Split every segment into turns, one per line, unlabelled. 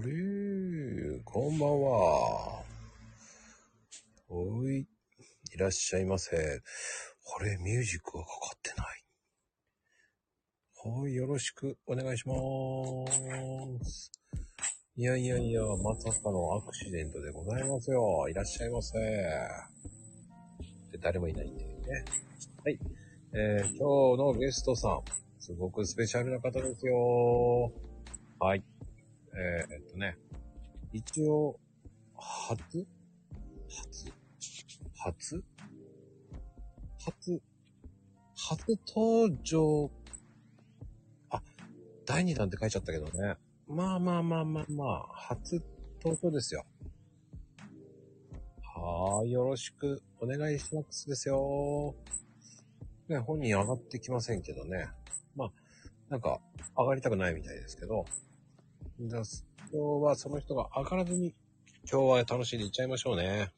れー、こんばんは。おい、いらっしゃいませ。あれ、ミュージックがかかってない。はい、よろしくお願いしまーす。いやいやいや、まさかのアクシデントでございますよ。いらっしゃいませ。で誰もいないんだよね。はい。えー、今日のゲストさん、すごくスペシャルな方ですよ。はい。えー、えっとね、一応、初初初初初登場。あ、第2弾って書いちゃったけどね。まあまあまあまあまあ、初登場ですよ。はーい、よろしくお願いしますですよ。ね、本人上がってきませんけどね。まあ、なんか、上がりたくないみたいですけど。じゃあ今日はその人が上がらずに、今日は楽しんでいっちゃいましょうね。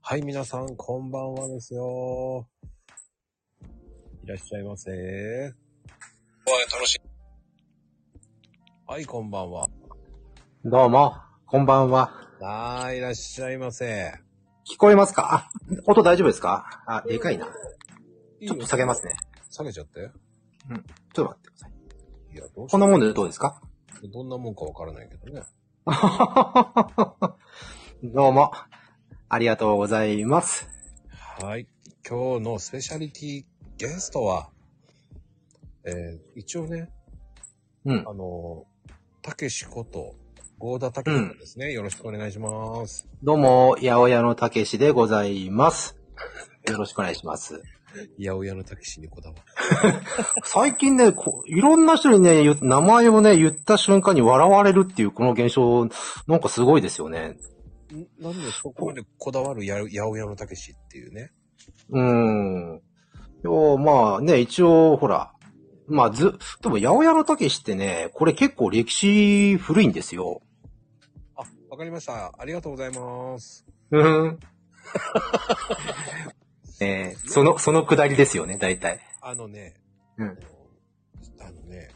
はい、皆さん、こんばんはですよ。いらっしゃいませ。はい、楽しい。はい、こんばんは。
どうも、こんばんは。
あー、いらっしゃいませ。
聞こえますかあ、音大丈夫ですかあ、でかいな。ちょっと下げます
ね。
ね。
下げちゃって。
ちょっと待ってください。
いや、どうし
こんなもんでどうですか
どんなもんかわからないけどね。
どうも、ありがとうございます。
はい。今日のスペシャリティゲストは、えー、一応ね、
うん
あ。の、たけしこと、ゴーダたけしさんですね、よろしくお願いします。
どうも、八百屋のたけしでございます。よろしくお願いします。
八百屋のたけしにこだわる。
最近ね、こういろんな人にね、言う名前をね、言った瞬間に笑われるっていうこの現象、なんかすごいですよね。
んなんでそこまでこだわるや八百屋のたけしっていうね。
うーん。いやまあね、一応、ほら、まあず、でも、八百屋のたけしってね、これ結構歴史古いんですよ。
あ、わかりました。ありがとうございます。
うん。えーその、そのくだりですよね、大体。
あのね、
うん
あのね、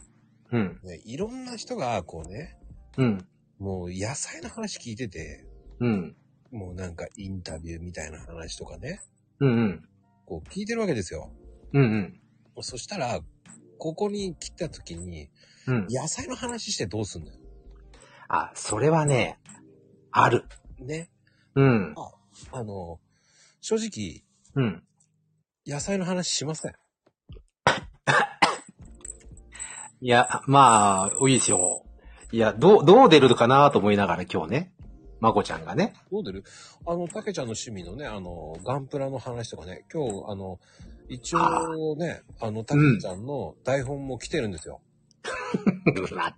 うん、
ねいろんな人がこうね、
うん、
もう野菜の話聞いてて、
うん、
もうなんかインタビューみたいな話とかね、
うん、うん、
こう聞いてるわけですよ。
うん、うん、
そしたら、ここに来た時に、
うん。
野菜の話してどうすんのよ。
あ、それはね、ある。
ね。
うん、
あの、正直、
うん。
野菜の話しません。
いや、まあ、いいですよ。いや、どう、どう出るかなと思いながら今日ね、まこちゃんがね。
どう出るあの、たけちゃんの趣味のね、あの、ガンプラの話とかね、今日、あの、一応ね、あの、たけちゃんの台本も来てるんですよ。
うわ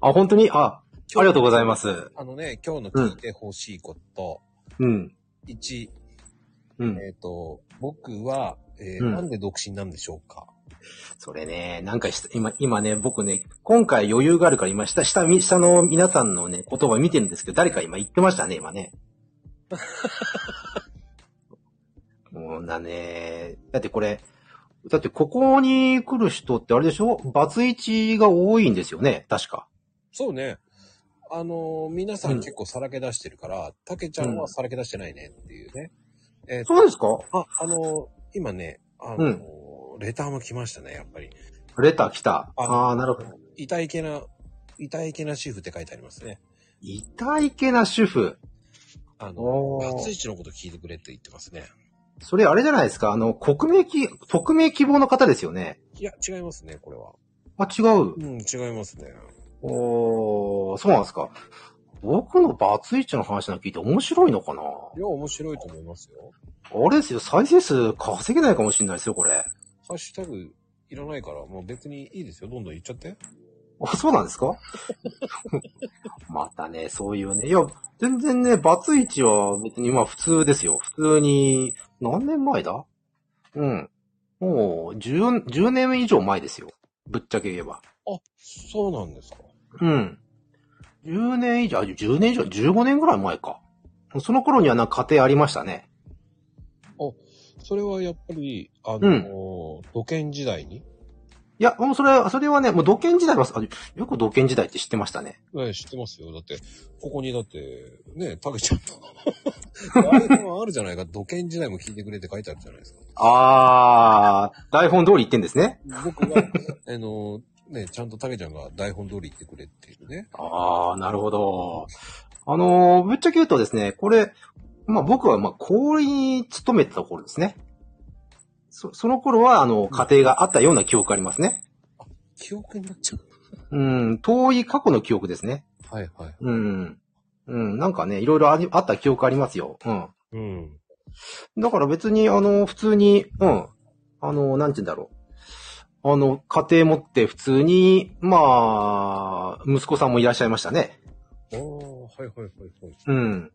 あ、本当にあ、ありがとうございます。
あのね、今日の聞いてほしいこと、
うん。
1、
うん。
えっ、と、僕は、えー
うん
なんで独身なんでしょうか
それね、なんかし今、今ね、僕ね、今回余裕があるから今、下、下、み下の皆さんのね、言葉見てるんですけど、誰か今言ってましたね、今 ね。もうなね、だってこれ、だってここに来る人ってあれでしょバツイチが多いんですよね、確か。
そうね。あのー皆さん
うん
結構さらけ出してるから、た、け、ちゃんはさらけ出してないねっていうね。えー
そうですか
あ、あのー今ね、あのーレターも来ましたね、やっぱり。
レター来た。
あ
ああー、なるほど。
痛いけな、痛いけな主婦って書いてありますね。
痛いけな主婦。
あの、
おー
バツイチのこと聞いてくれって言ってますね。
それあれじゃないですか、あの、国名き、匿名希望の方ですよね。
いや、違いますね、これは。
あ、違う。
うん、違いますね。
おー、そうなんですか。僕のバツイチの話なんか聞いて面白いのかない
や、面白いと思いますよ。
あれですよ、再生数稼げないかもしれないですよ、これ。
ハッシュタグいらないから、もう別にいいですよ。どんどん言っちゃって。
あ、そうなんですか またね、そういうね。いや、全然ね、バツイチは別に今普通ですよ。普通に、何年前だうん。もう10、10年以上前ですよ。ぶっちゃけ言えば。
あ、そうなんですか。
うん。10年以上、あ10年以上、15年ぐらい前か。その頃にはなんか家庭ありましたね。
それはやっぱり、あのー、土建時代に
いいや、もうそれ、それはね、もう土建時代は、あよく土建時代って知ってましたね。
ねえ知ってますよ。だって、ここにだって、ね、たけちゃんの 台本あるじゃないか。土建時代も聞いてくれって書いてあるじゃないですか。
あー、台本通り言ってんですね。
僕が、あの、ね、ちゃんとたけちゃんが台本通り言ってくれっていうね。
あー、なるほど。あのー、ぶっちゃけ言うとですね、これ、まあ僕は、まあ、氷に勤めてた頃ですね。そ、その頃は、あの、家庭があったような記憶ありますね。
記憶になっちゃう。
うん、遠い過去の記憶ですね。
はいはい。
うん。うん、なんかね、いろいろありあった記憶ありますよ。うん。
うん。
だから別に、あの、普通に、うん。あの、なんて言うんだろう。あの、家庭持って普通に、まあ、息子さんもいらっしゃいましたね。
ああ、はいはいはいはい。
うん。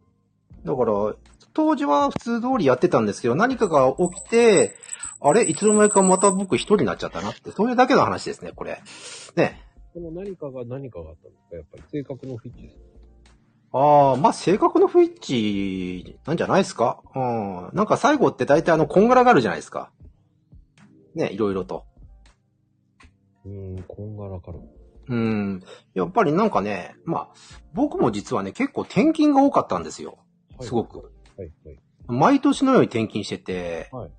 だから、当時は普通通りやってたんですけど、何かが起きて、あれいつの間にかまた僕一人になっちゃったなって、それだけの話ですね、これ。ね。
この何かが何かがあったんですかやっぱり性格のフィッチです。
ああ、まあ、性格の不一致なんじゃないですかうん。なんか最後って大体あの、こんがらがるじゃないですか。ね、いろいろと。
うん、こんがらかる。
うん。やっぱりなんかね、まあ、僕も実はね、結構転勤が多かったんですよ。すごく。
はいはい。
毎年のように転勤してて。
はい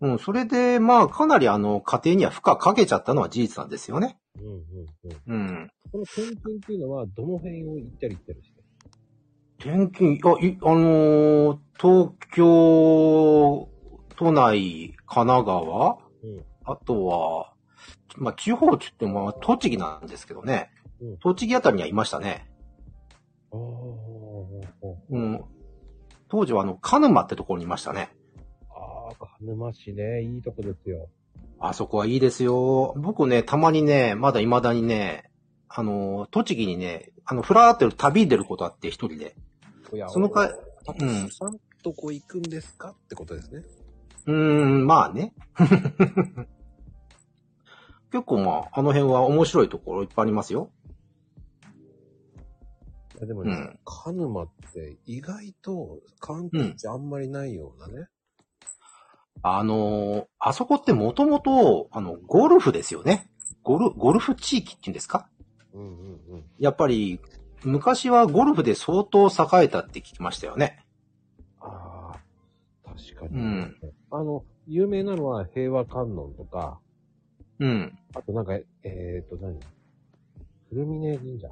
うん、それで、まあ、かなりあの、家庭には負荷かけちゃったのは事実なんですよね。
うんうんうん。
うん。
この転勤っていうのは、どの辺を行ったり来たりして
転勤、あ、い、あのー東京、都内、神奈川、
うん
あとは、まあ、地方って言っても、まあ栃木なんですけどね。
うん
栃木あたりにはいましたね。
ああ、あ
うん。当時はあの、鹿沼ってところにいましたね。
あ、鹿沼市ね、いいとこですよ。
あそこはいいですよ。僕ね、たまにね、まだ未だにね、あの、栃木にね、あの、ふらーって旅に出ることあって、一人で。そのか、
たけ
うん
しさんとこ行くんですかってことですね。
うーん、まあね。 結構まあ、あの辺は面白いところいっぱいありますよ。
いやでも
う
ね、
ん。
鹿沼って意外と観光地あんまりないようなね。
あのーあそこってもともと、あの、ゴルフですよね。ゴル、ゴルフ地域っていうんですか
うんうんうん。
やっぱり、昔はゴルフで相当栄えたって聞きましたよね。
ああ、確かに。
うん
あの、有名なのは平和観音とか、
うん。
あとなんか、えー、っと何古峰神社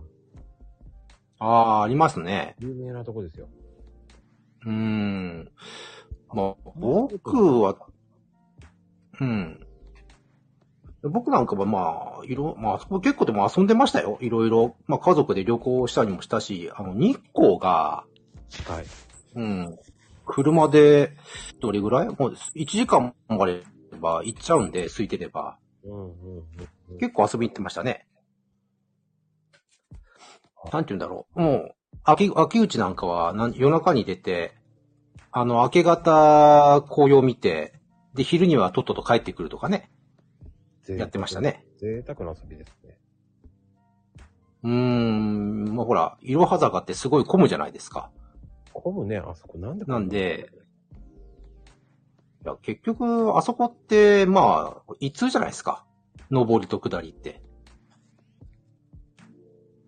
ああ、ありますね。
有名なとこですよ。
うーん。まあ、僕は、うん。僕なんかはまあ、いろ、まあ、あそこ結構でも遊んでましたよ。いろいろ。まあ、家族で旅行したりもしたし、あの、日光が、
近い。
うん。車で、どれぐらいもう、1時間もあれば行っちゃうんで、空いてれば。
うんうんうん。
結構遊びに行ってましたね。なんて言うんだろう。もう、秋、秋口なんかはなん夜中に出て、あの、明け方、紅葉見て、で、昼にはとっとと帰ってくるとかね、
構
やってました。ね。
贅沢な遊びですね。
うーん、まあ、ほら、いろは坂ってすごい混むじゃないですか。
混むね、あそこ。なんで
なんで、いや、結局、あそこって、まあ、一通じゃないですか。上りと下りって。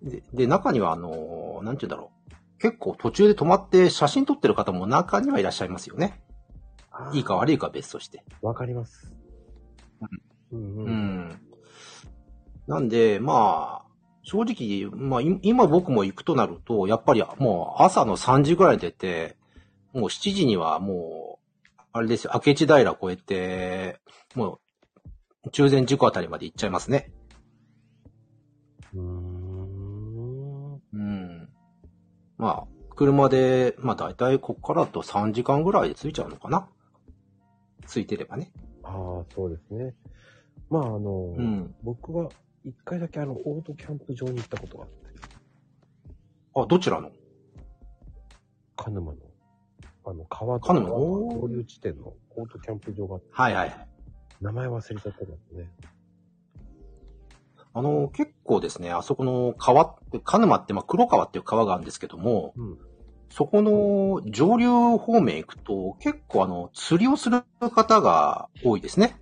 で、で中には、あの、なんて言うんだろう。結構途中で止まって写真撮ってる方も中にはいらっしゃいますよね。
あー
いいか悪いかは別として。
わかります。うんう。
うん
うん、
ん。なんで、まあ、正直、まあ、い今僕も行くとなると、やっぱりもう朝の3時ぐらいに出て、もう7時にはもう、あれですよ、明智平越えて、もう、中禅寺湖あたりまで行っちゃいますね。
うん。
うん。まあ、車で、まあ大体こっからだと3時間ぐらいで着いちゃうのかな。着いてればね。
ああ、そうですね。まあ、あの、
うん。
僕は一回だけあの、オートキャンプ場に行ったことがあって、
あ、どちらの
鹿沼の、あの、川と
鹿沼おー
合流地点のオートキャンプ場があって、
はいはい。
名前忘れちゃったんですね。
あの、結構ですね、あそこの川、鹿沼って、まあ、黒川っていう川があるんですけども、
うん
そこの上流方面行くと、結構あの、釣りをする方が多いですね。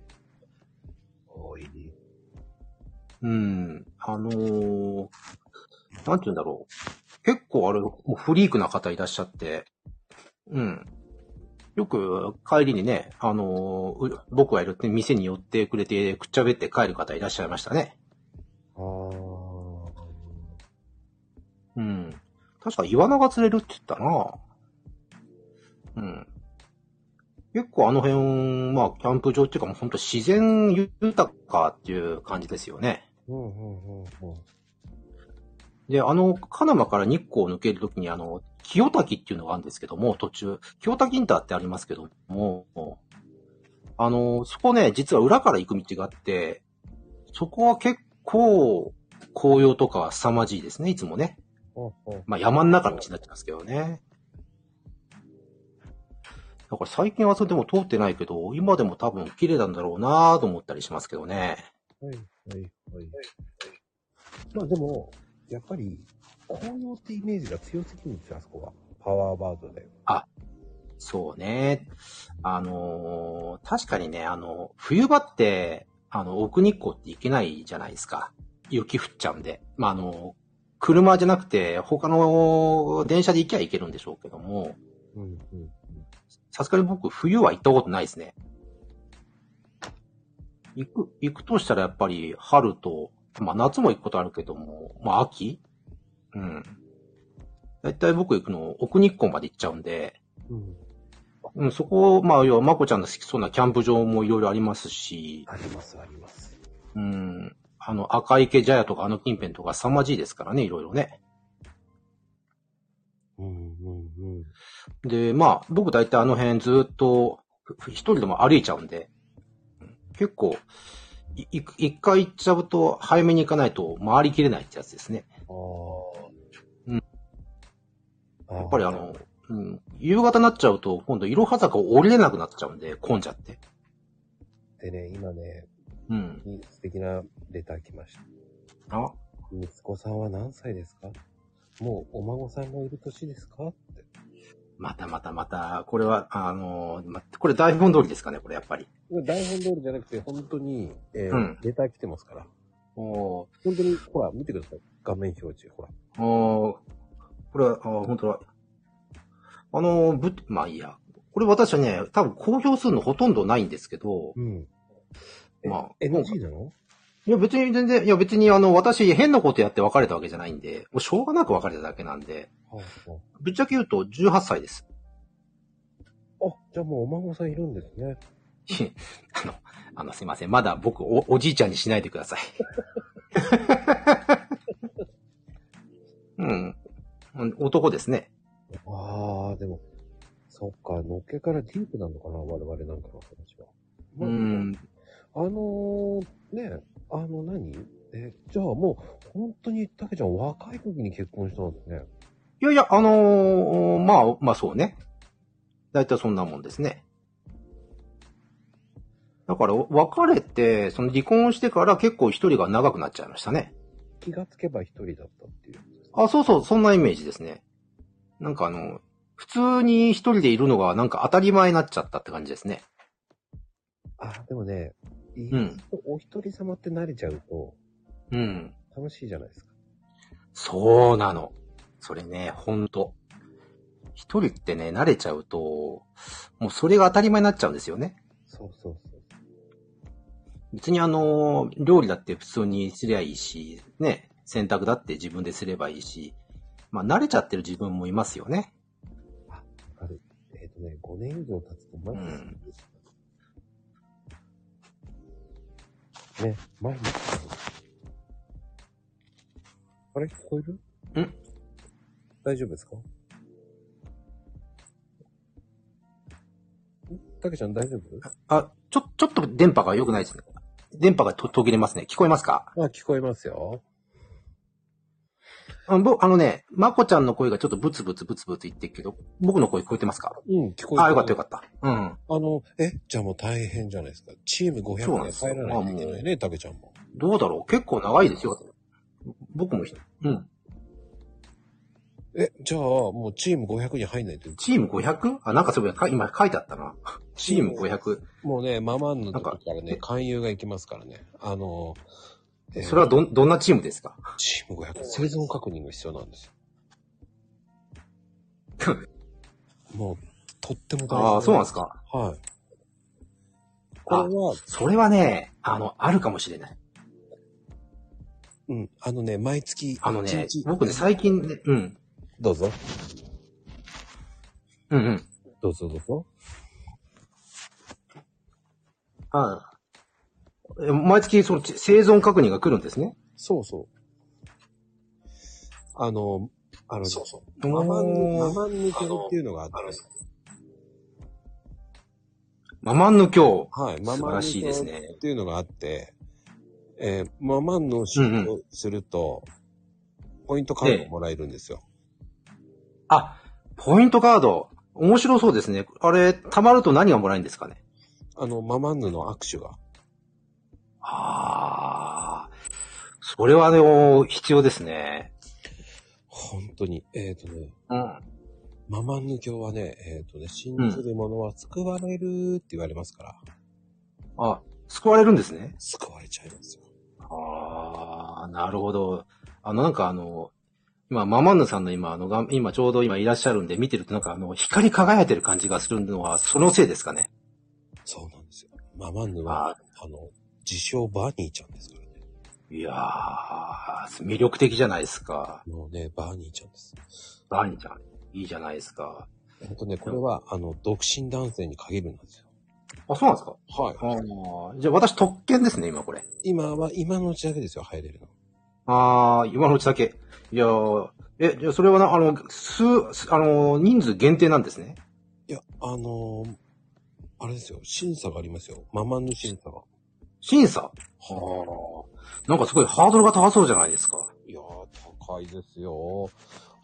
多い。
うん。あのー、なんて言うんだろう。結構あれ、もうフリークな方いらっしゃって、うん。よく帰りにね、あのーう僕がいるって店に寄ってくれて、くっちゃべって帰る方いらっしゃいましたね。
あー
うん。確かイワナが釣れるって言ったな。うん。結構あの辺、まあ、キャンプ場っていうかもうほんと自然豊かっていう感じですよね。
うんうんうんうん。
で、あの、カナマから日光を抜けるときに、あの、清滝っていうのがあるんですけども、途中、清滝インターってありますけども、あの、そこね、実は裏から行く道があって、そこは結構、紅葉とかは凄まじいですね、いつもね。
ほうほう
まあ山の中の道になってますけどね。だから最近はそれでも通ってないけど、今でも多分綺麗なんだろうなぁと思ったりしますけどね。
はいはいはい。まあでも、やっぱり、紅葉ってイメージが強すぎるんですよ、あそこは。パワーバードで。
そうね。あのー確かにね、あの、冬場って、あの、奥日光って行けないじゃないですか。雪降っちゃうんで。まあ、あの、車じゃなくて、他の電車で行きゃ行けるんでしょうけども、
うんうん。
さすがに僕、冬は行ったことないですね。行く、行くとしたらやっぱり春と、まあ夏も行くことあるけども、まあ秋うん。だいたい僕行くの奥日光まで行っちゃうんで、
うん。
うん、そこ、まあ要はまこちゃんの好きそうなキャンプ場もいろいろありますし、
あります、あります。
うん、あの赤池茶屋とかあの近辺とか凄まじいですからね、いろいろね。
うんうんうん。
で、まあ、僕大体あの辺ずっと、ふ一人でも歩いちゃうんで、結構、いい一回行っちゃうと、早めに行かないと回りきれないってやつですね。
ああ。
うん。
や
やっぱりあの、、うん、夕方になっちゃうと、今度、いろは坂を降りれなくなっちゃうんで、混んじゃって。
でね、今ね、
うん。
素敵なレター来ました。
あ、
息子さんは何歳ですかもうお孫さんがいる年ですかって。
またまたまた、これは、あの、ま、これ台本通りですかね、これやっぱり。
これ台本通りじゃなくて、本当に、えー
うん
レター来てますから。
おー
本当に、ほら、見てください。画面表示、ほら。
おーこれは、あー本当だ。あのー、ぶ、まあいいや。これ私はね、多分公表するのほとんどないんですけど、
うん。
まあ
え、NG なの
いや別に全然、いや別にあの、私変なことやって別れたわけじゃないんで、もうしょうがなく別れただけなんで、
はあ、は
ぶっちゃけ言うと18歳です。
あ、あじゃあもうお孫さんいるんですね。
あの、あのすいません。まだ僕お、おじいちゃんにしないでください。 うん。うん男ですね。
ああ、でも、そっか、のっけからディープなのかな、我々なんかの話は。ま
う
あ
ん。
あのー、ね、あの何、え、じゃあもう、本当に、たけちゃん若い時に結婚したんですね。
いやいや、あのーまあ、まあそうね。だいたいそんなもんですね。だから、お別れて、その離婚してから結構一人が長くなっちゃいましたね。
気がつけば一人だったっていう。
あ、そうそう、そんなイメージですね。なんかあの、普通に一人でいるのがなんか当たり前になっちゃったって感じですね。
あ、でもね、いい
うん。
お一人様って慣れちゃうと、
うん。
楽しいじゃないですか。
そうなの。それね、ほんと。一人ってね、慣れちゃうと、もうそれが当たり前になっちゃうんですよね。
そうそうそう。
別にあの、料理だって普通にすりゃいいし、ね、洗濯だって自分ですればいいし、まあ慣れちゃってる自分もいますよね。
わかる。えっ、とね、5年以上経つと毎日するんです、ね、毎日する。あれ聞こえる
ん
大丈夫ですかんたけちゃん大丈夫
あ、ちょ、ちょっと電波が良くないですね。電波がと途切れますね。聞こえますか
あ、聞こえますよ。
あの僕、あのね、まこちゃんの声がちょっとブツブツブツブツ言ってるけど、僕の声聞こえてますか
うん、聞こえ
あ、よかったよ
かっ
かった。うん。
た。あの、え、じゃあもう大変じゃないですか。チーム500
そうなん
に
です
入
よ
らないといけないね、たけちゃんも。
どうだろう結構長いですよ。僕もひ、うん。
え、じゃあもうチーム500に入んないと。
チーム 500? あ、なんかそういえばか今書いてあったな。チーム500。
もうね、ママンの
なんか
時からね、勧誘が行きますからね。あの、で
それはどん、どんなチームですか
チーム500、生存確認が必要なん ですよ。もう、とっても
ああ、そうなんですか。
かはい。これは、
それはね、あの、あるかもしれない。
うん、あのね、毎月、
あのね
一、日
僕ね、最近ね、うん。
どうぞ、
うんうん。
どうぞどうぞ。
ああえ毎月、その、ち生存確認が来るんですね。
そうそう。あの、あの、そうそう。
お
ママン、マ
ー
マン抜け語っていうのがあって、
ママンの今
はい、マ
素晴
マン
らし
抜
い
け
です
語
ね
っ。ていうのがあって、えーママンの仕事をすると、ポイントカードもらえるんですよ。
あ、ポイントカード。面白そうですね。あれ、貯まると何がもらえるんですかね。
あの、ママンヌの握手が。
ああ。それはね、お必要ですね。
本当に、えっ、とね、
うん。
ママンヌ教はね、えっ、とね、信じる者は救われるって言われますから、
あ、救われるんですね。
救われちゃいますよ。
ああ、なるほど。あの、なんかあの、今、ママンヌさんの今、あの、がん今ちょうど今いらっしゃるんで見てるとなんかあの、光り輝いてる感じがするのは、そのせいですかね。
そうなんですよ。ママンヌ
あ
は、あの、自称バーニーちゃんですからね。
いやー、魅力的じゃないですか。
もうね、バーニーちゃんです。
バーニーちゃん、いいじゃないですか。
ほんとね、これは、あの、独身男性に限るんですよ。
あ、そうなんですか
はい。
ああ、じゃあ私特権ですね、今これ。
今は、今のうちだけですよ、入れるの。
ああ、今のうちだけ。いやー、え、じゃあそれはな、あの、数、すあの、人数限定なんですね。
いや、あのーあれですよ、審査がありますよ。ママンヌ審査が。
審査
は
あ。なんかすごいハードルが高そうじゃないですか。
いやー、高いですよ。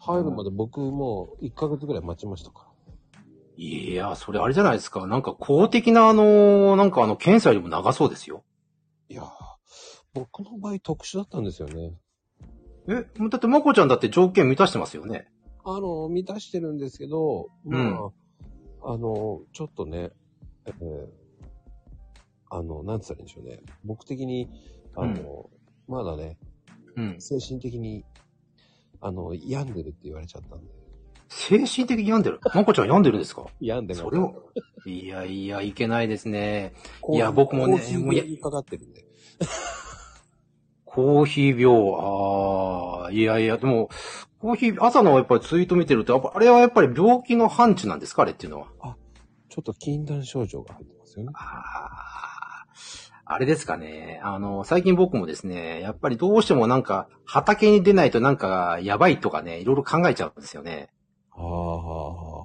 入るまで僕もう1ヶ月ぐらい待ちましたから。
いや、それあれじゃないですか。なんか公的な、あの、なんかあの、検査よりも長そうですよ。
いやー、僕の場合特殊だったんですよね。
え、だって、まこちゃんだって条件満たしてますよね。
あの、満たしてるんですけど、まあ、
うん
あの、ちょっとね、えーあの、なんつったらいいんでしょうね。僕的に、あの、まだね、
うん。
精神的に、あの、病んでるって言われちゃったんで。
精神的に病んでる。まこちゃん病んでるんですか
病んで
それを。いやいや、いけないですね。
コーヒー
いや僕もね
コーヒー
もうや
にかかってるんで。
コーヒー病、ああ、いやいや、でも、コーヒー、朝のやっぱりツイート見てると、やっぱあれはやっぱり病気の範疇なんですかあれっていうのは。
ちょっと禁断症状が入ってますよね。
ああ、あれですかね。あの、最近僕もですね、やっぱりどうしてもなんか、畑に出ないとなんか、やばいとかね、いろいろ考えちゃうんですよね。
ああ。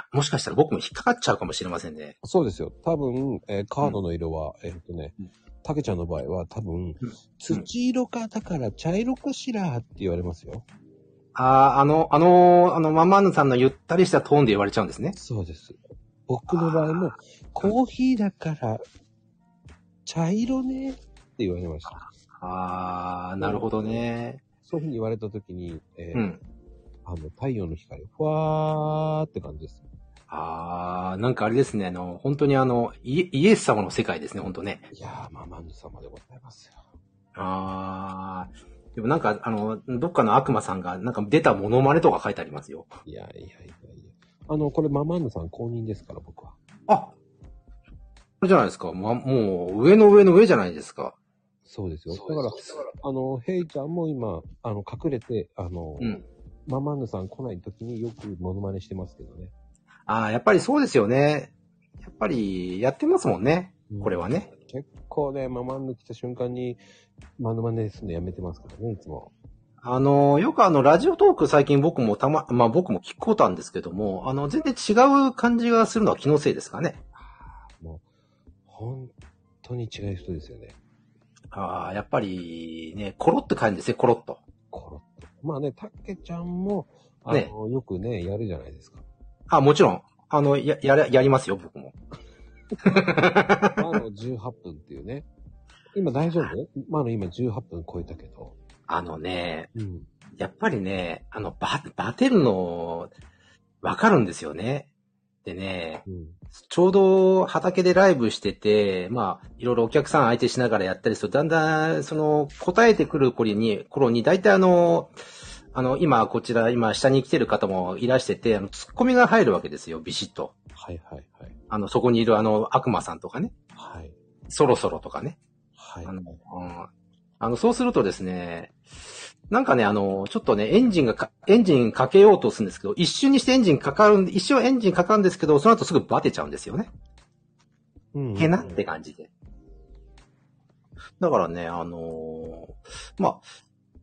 あ、もしかしたら僕も引っかかっちゃうかもしれませんね。
そうですよ。多分、えーカードの色は、えーっとね
うん、
たけちゃんの場合は多分、土色か、だから茶色かしらって言われますよ。
ああ、あの、あの、あの、ママンヌさんのゆったりしたトーンで言われちゃうんですね。
そうです。僕の場合も、コーヒーだから、茶色ねって言われました。
ああ、なるほどね。
そういうふうに言われたときに、えー
うん。
あの、太陽の光、ふわーって感じです。
ああ、なんかあれですね、あの、本当にあの、イイエス様の世界ですね、本当ね。
いやー、ママンヌ様でございますよ。
ああ、でもなんか、あの、どっかの悪魔さんが、なんか出たモノマネとか書いてありますよ。
いやいやいやいや。あの、これママンヌさん公認ですから、僕は。
あこれじゃないですか。ま、もう、上の上の上じゃないですか。
そうですよ。だから、あの、ヘイちゃんも今、あの、隠れて、あの、
うん。
ママンヌさん来ない時によくモノマネしてますけどね。
ああ、やっぱりそうですよね。やっぱり、やってますもん
う
ね。
ん
これはね。
結構ね、ママンヌ来た瞬間に、モノマネするのやめてますからね、いつも。
あの、よくあの、ラジオトーク最近僕もたま、まあ僕も聞こうたんですけども、あの、全然違う感じがするのは気のせいですかね。
本当に違う人ですよね。
ああ、やっぱり、ね、コロって感じですね、コロっと。
コロッと。まあね、たけちゃんも、あ
ね
の、よくね、やるじゃないですか。
あ、もちろん。あの、や、やれ、やりますよ、僕も。
あの、18分っていうね。今大丈夫まあの、今18分超えたけど。
あのね、
うん。
やっぱりね、あの、ば、バテるの、わかるんですよね。でね、
うん。
ちょうど畑でライブしてて、まあ、いろいろお客さん相手しながらやったりすると、だんだん、その、答えてくる頃に、頃に、大体あの、あの、今、こちら、今、下に来てる方もいらしてて、あの、ツッコミが入るわけですよ、ビシッと。
はいはいはい。
あの、そこにいるあの、悪魔さんとかね、
はい。
そろそろとかね。
はい。
あの、うんあの、そうするとですね、なんかね、あの、ちょっとね、エンジンがか、エンジンかけようとするんですけど、一瞬にしてエンジンかかるん、一瞬エンジンかかるんですけど、その後すぐバテちゃうんですよね。
うん
へなって感じで。だからね、あのーまあ、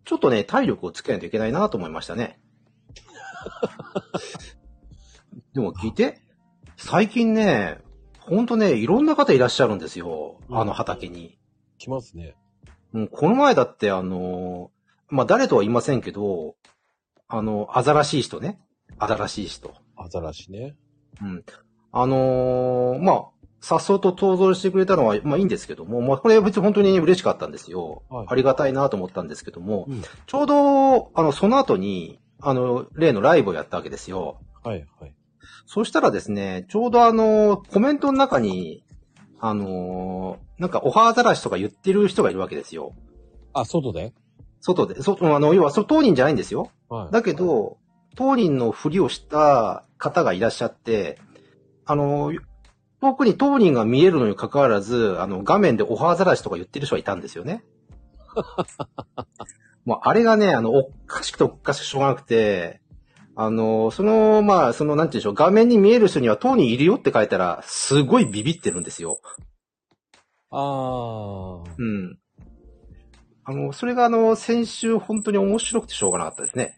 ちょっとね、体力をつけないといけないなと思いましたね。 でも聞いて、最近ね、ほんとね、いろんな方いらっしゃるんですよ。あの畑に。
きますね。
うん、この前だってあのー、まあ、誰とは言いませんけど、あの、アザラシい人ね。アザラシい人。
アザラシね。
うん。あのーまあ、さっそうと登場してくれたのは、まあ、いいんですけども、まあ、これは別に本当に嬉しかったんですよ。
はい
ありがたいなと思ったんですけども、
うん
ちょうど、あの、その後に、あの、例のライブをやったわけですよ。
はいはい。
そしたらですね、ちょうどあの、コメントの中に、あのーなんか、オハアザラシとか言ってる人がいるわけですよ。
あ、外で
外で、外、あの、要は、そ当人じゃないんですよ。
はい。
だけど、当人のふりをした方がいらっしゃって、あの、遠くに当人が見えるのに関わらず、あの、画面でオハアザラシとか言ってる人がいたんです よね。もう、あれがね、あの、おっかしくておっかしくてしょうがなくて、あの、その、まあ、その、なんて言うんでしょう、画面に見える人には当人いるよって書いたら、すごいビビってるんですよ。
あー。
うん。あの、それがあの、先週本当に面白くてしょうがなかったですね。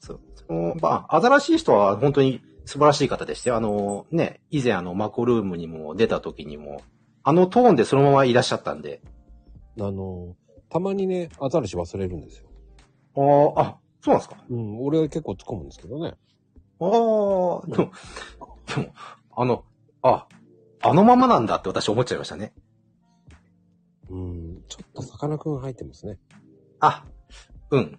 そう。その、まあ、新しい人は本当に素晴らしい方でして、あの、ね、以前あの、マコルームにも出た時にも、あのトーンでそのままいらっしゃったんで、
あの、たまにね、アザラシ忘れるんですよ。
あーあ、そうなんですか
うん、俺は結構突っ込むんですけどね。
ああ、でも、でも、あの、あ、あのままなんだって私思っちゃいましたね。
うん、ちょっとさかなクン入ってますね。
あ、うん。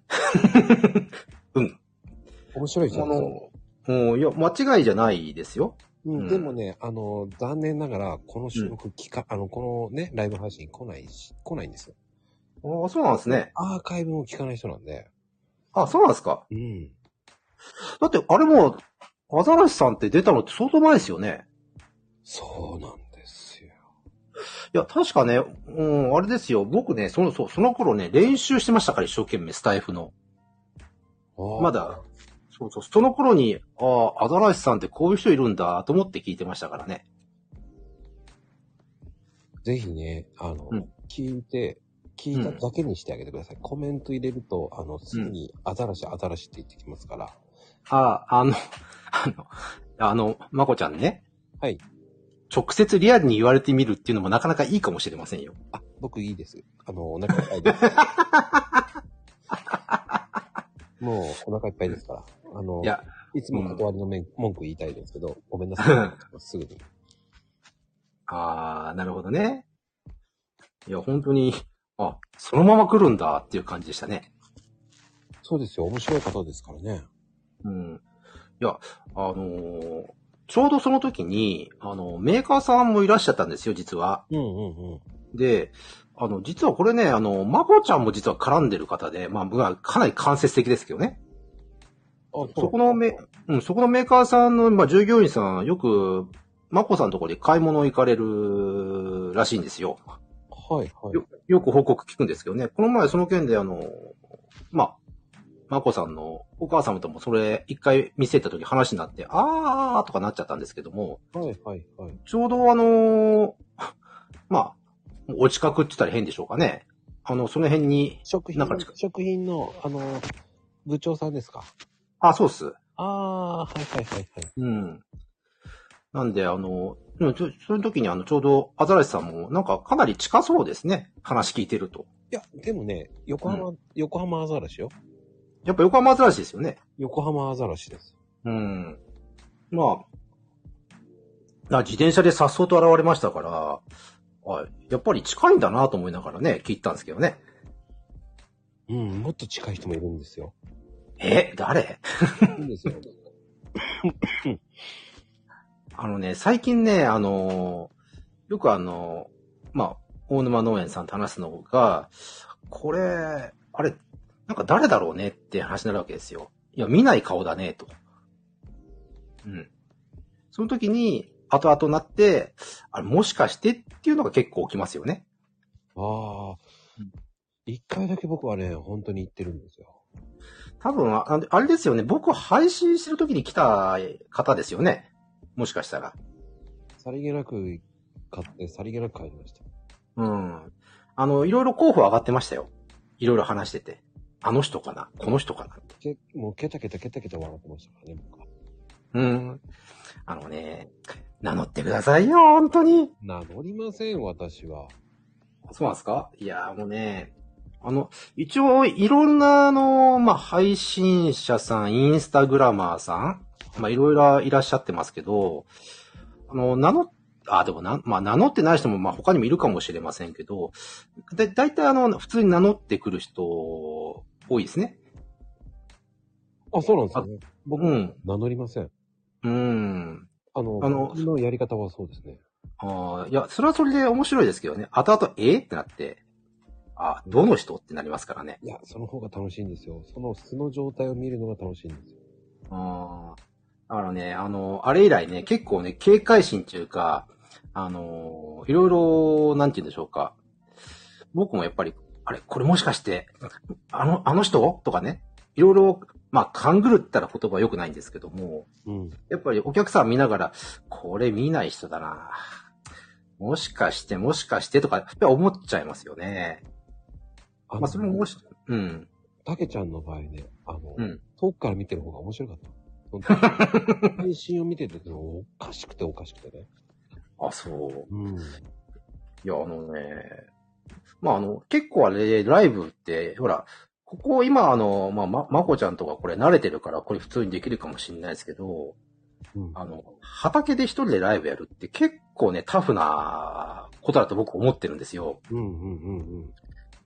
面白いじゃ
あ
ん。
の、もう、いや、間違いじゃないですよ。
う、
うんん
でもね、あの、残念ながら、この収録期間、あの、このね、ライブ配信来ないし、来ないんですよ。
ああ、そうなんですね。
アーカイブも聞かない人なんで。
あ、そうなんですか
うん。
だって、あれも、アザラシさんって出たのって相当前ですよね。
そうなんですよ。
いや、確かね、うん、あれですよ。僕ね、その、そう、その頃ね、練習してましたから、一生懸命、スタイフの。
あー
まだ。、そうそう、その頃に、ああ、アザラシさんってこういう人いるんだ、と思って聞いてましたからね。
ぜひね、あの、
うん
聞いて、聞いただけにしてあげてください。コメント入れると、あの、すぐに、アザラシ、アザラシって言ってきますから。
ああ、あの、 あの、あの、まこちゃんね。
はい。
直接リアルに言われてみるっていうのもなかなかいいかもしれませんよ。
あ、僕いいです。あの、お腹いっぱい です。もう、お腹いっぱいですから。あの、
いや、
いつも断りのめん文句言いたいですけど、ごめんなさい。すぐに。
ああ、なるほどね。いや、本当に、あ、そのまま来るんだっていう感じでしたね。
そうですよ。面白い方ですからね。
うん。いや、あのーちょうどその時に、あの、メーカーさんもいらっしゃったんですよ、実は。
うんうんうん。
で、あの、実はこれね、あの、まこちゃんも実は絡んでる方で、まあ、まあかなり間接的ですけどね。
あ、
そこのメ、うん、そこのメーカーさんの、まあ、従業員さん、よく、まこさんのところで買い物行かれるらしいんですよ。
はいはい。
よよく報告聞くんですけどね。この前その件であの、まあ、まこさんのお母様ともそれ一回見せた時話になって、あーとかなっちゃったんですけども、
はいはいはい。
ちょうどあのー まあ、お近くって言ったら変でしょうかね。あの、その辺に、
食品
なんか、
食品の、あの、部長さんですか
あ、そうっす。
ああー、はいはいはいはい。
うん。なんで、あの、でもちょその時にあの、ちょうどアザラシさんも、なんかかなり近そうですね。話聞いてると。
いや、でもね、横浜、横浜アザラシよ。
やっぱ横浜アザラシですよね。
横浜アザラシです。
うん。まあ、な自転車で颯爽と現れましたから、あやっぱり近いんだなと思いながらね、聞いたんですけどね。
うん、もっと近い人もいるんですよ。
え、誰
いいんですよ。
あのね、最近ね、あのーよくあのーまあ、大沼農園さんと話すのが、これ、あれ、なんか誰だろうねって話になるわけですよ。いや、見ない顔だね、と。うん。その時に、後々になって、あれ、もしかしてっていうのが結構起きますよね。
ああ
うん。
一回だけ僕はね、本当に言ってるんですよ。
多分、あああれですよね。僕配信してる時に来た方ですよね。もしかしたら。
さりげなく買って、さりげなく買いました。
うん。あの、いろいろ候補上がってましたよ。いろいろ話してて。あの人かなこの人かな
けもうケタケタケタケタ笑ってましたからね、僕は。
うん。あのね、名乗ってくださいよ、本当に。
名乗りません、私は。
そうなんですかいやー、もうね、あの、一応、いろんな、あの、まあ、配信者さん、インスタグラマーさん、まあ、いろいろいらっしゃってますけど、あの、名乗っ、あ、でもな、まあ、名乗ってない人も、まあ、他にもいるかもしれませんけど、だ、だいたいあの、普通に名乗ってくる人、多いですね。
あ、そうなんですよね。僕、
うん。
名乗りません。
うん。
あの、
あの
僕のやり方はそうですね。
ああ、いや、それはそれで面白いですけどね。後々、えーってなって、あ、どの人ってなりますからね。
いや、その方が楽しいんですよ。その素の状態を見るのが楽しいんですよ。
ああ。だからね、あの、あれ以来ね、結構ね、警戒心というか、あの、いろいろ、なんて言うんでしょうか。僕もやっぱり、あれ、これもしかして、あの、あの人とかね、いろいろ、まあ、勘ぐるったら言葉は良くないんですけども、
うん。
やっぱりお客さん見ながら、これ見ない人だな。もしかして、もしかしてとか、やっぱ思っちゃいますよね。
あの、
まあ、それももし、うん。
たけちゃんの場合ね、あの、
うん
遠くから見てる方が面白かった。本当 に配信を見てて、おかしくておかしくてね。
あ、そう。
うん。
いや、あのね、まあ、あの、結構あれ、ライブって、ほら、ここ今、あの、まあ、ま、まこちゃんとかこれ慣れてるから、これ普通にできるかもしれないですけど、
うん、
あの、畑で一人でライブやるって結構ね、タフなことだと僕思ってるんですよ。
うんうんうんう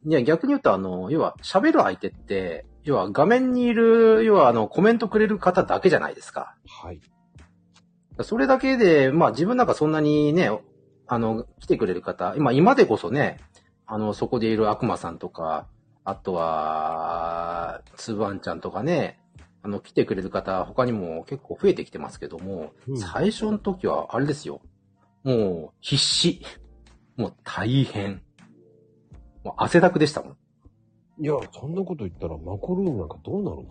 ん。
いや、逆に言うと、あの、要は、喋る相手って、要は画面にいる、要はあの、コメントくれる方だけじゃないですか。
はい。
それだけで、まあ自分なんかそんなにね、あの、来てくれる方、今、今でこそね、あの、そこでいる悪魔さんとか、あとは、つばんちゃんとかね、あの、来てくれる方、他にも結構増えてきてますけども、
うん
最初の時は、あれですよ。もう、必死。もう、大変。もう、汗だくでしたもん。
いや、そんなこと言ったら、マコルームなんかどうなる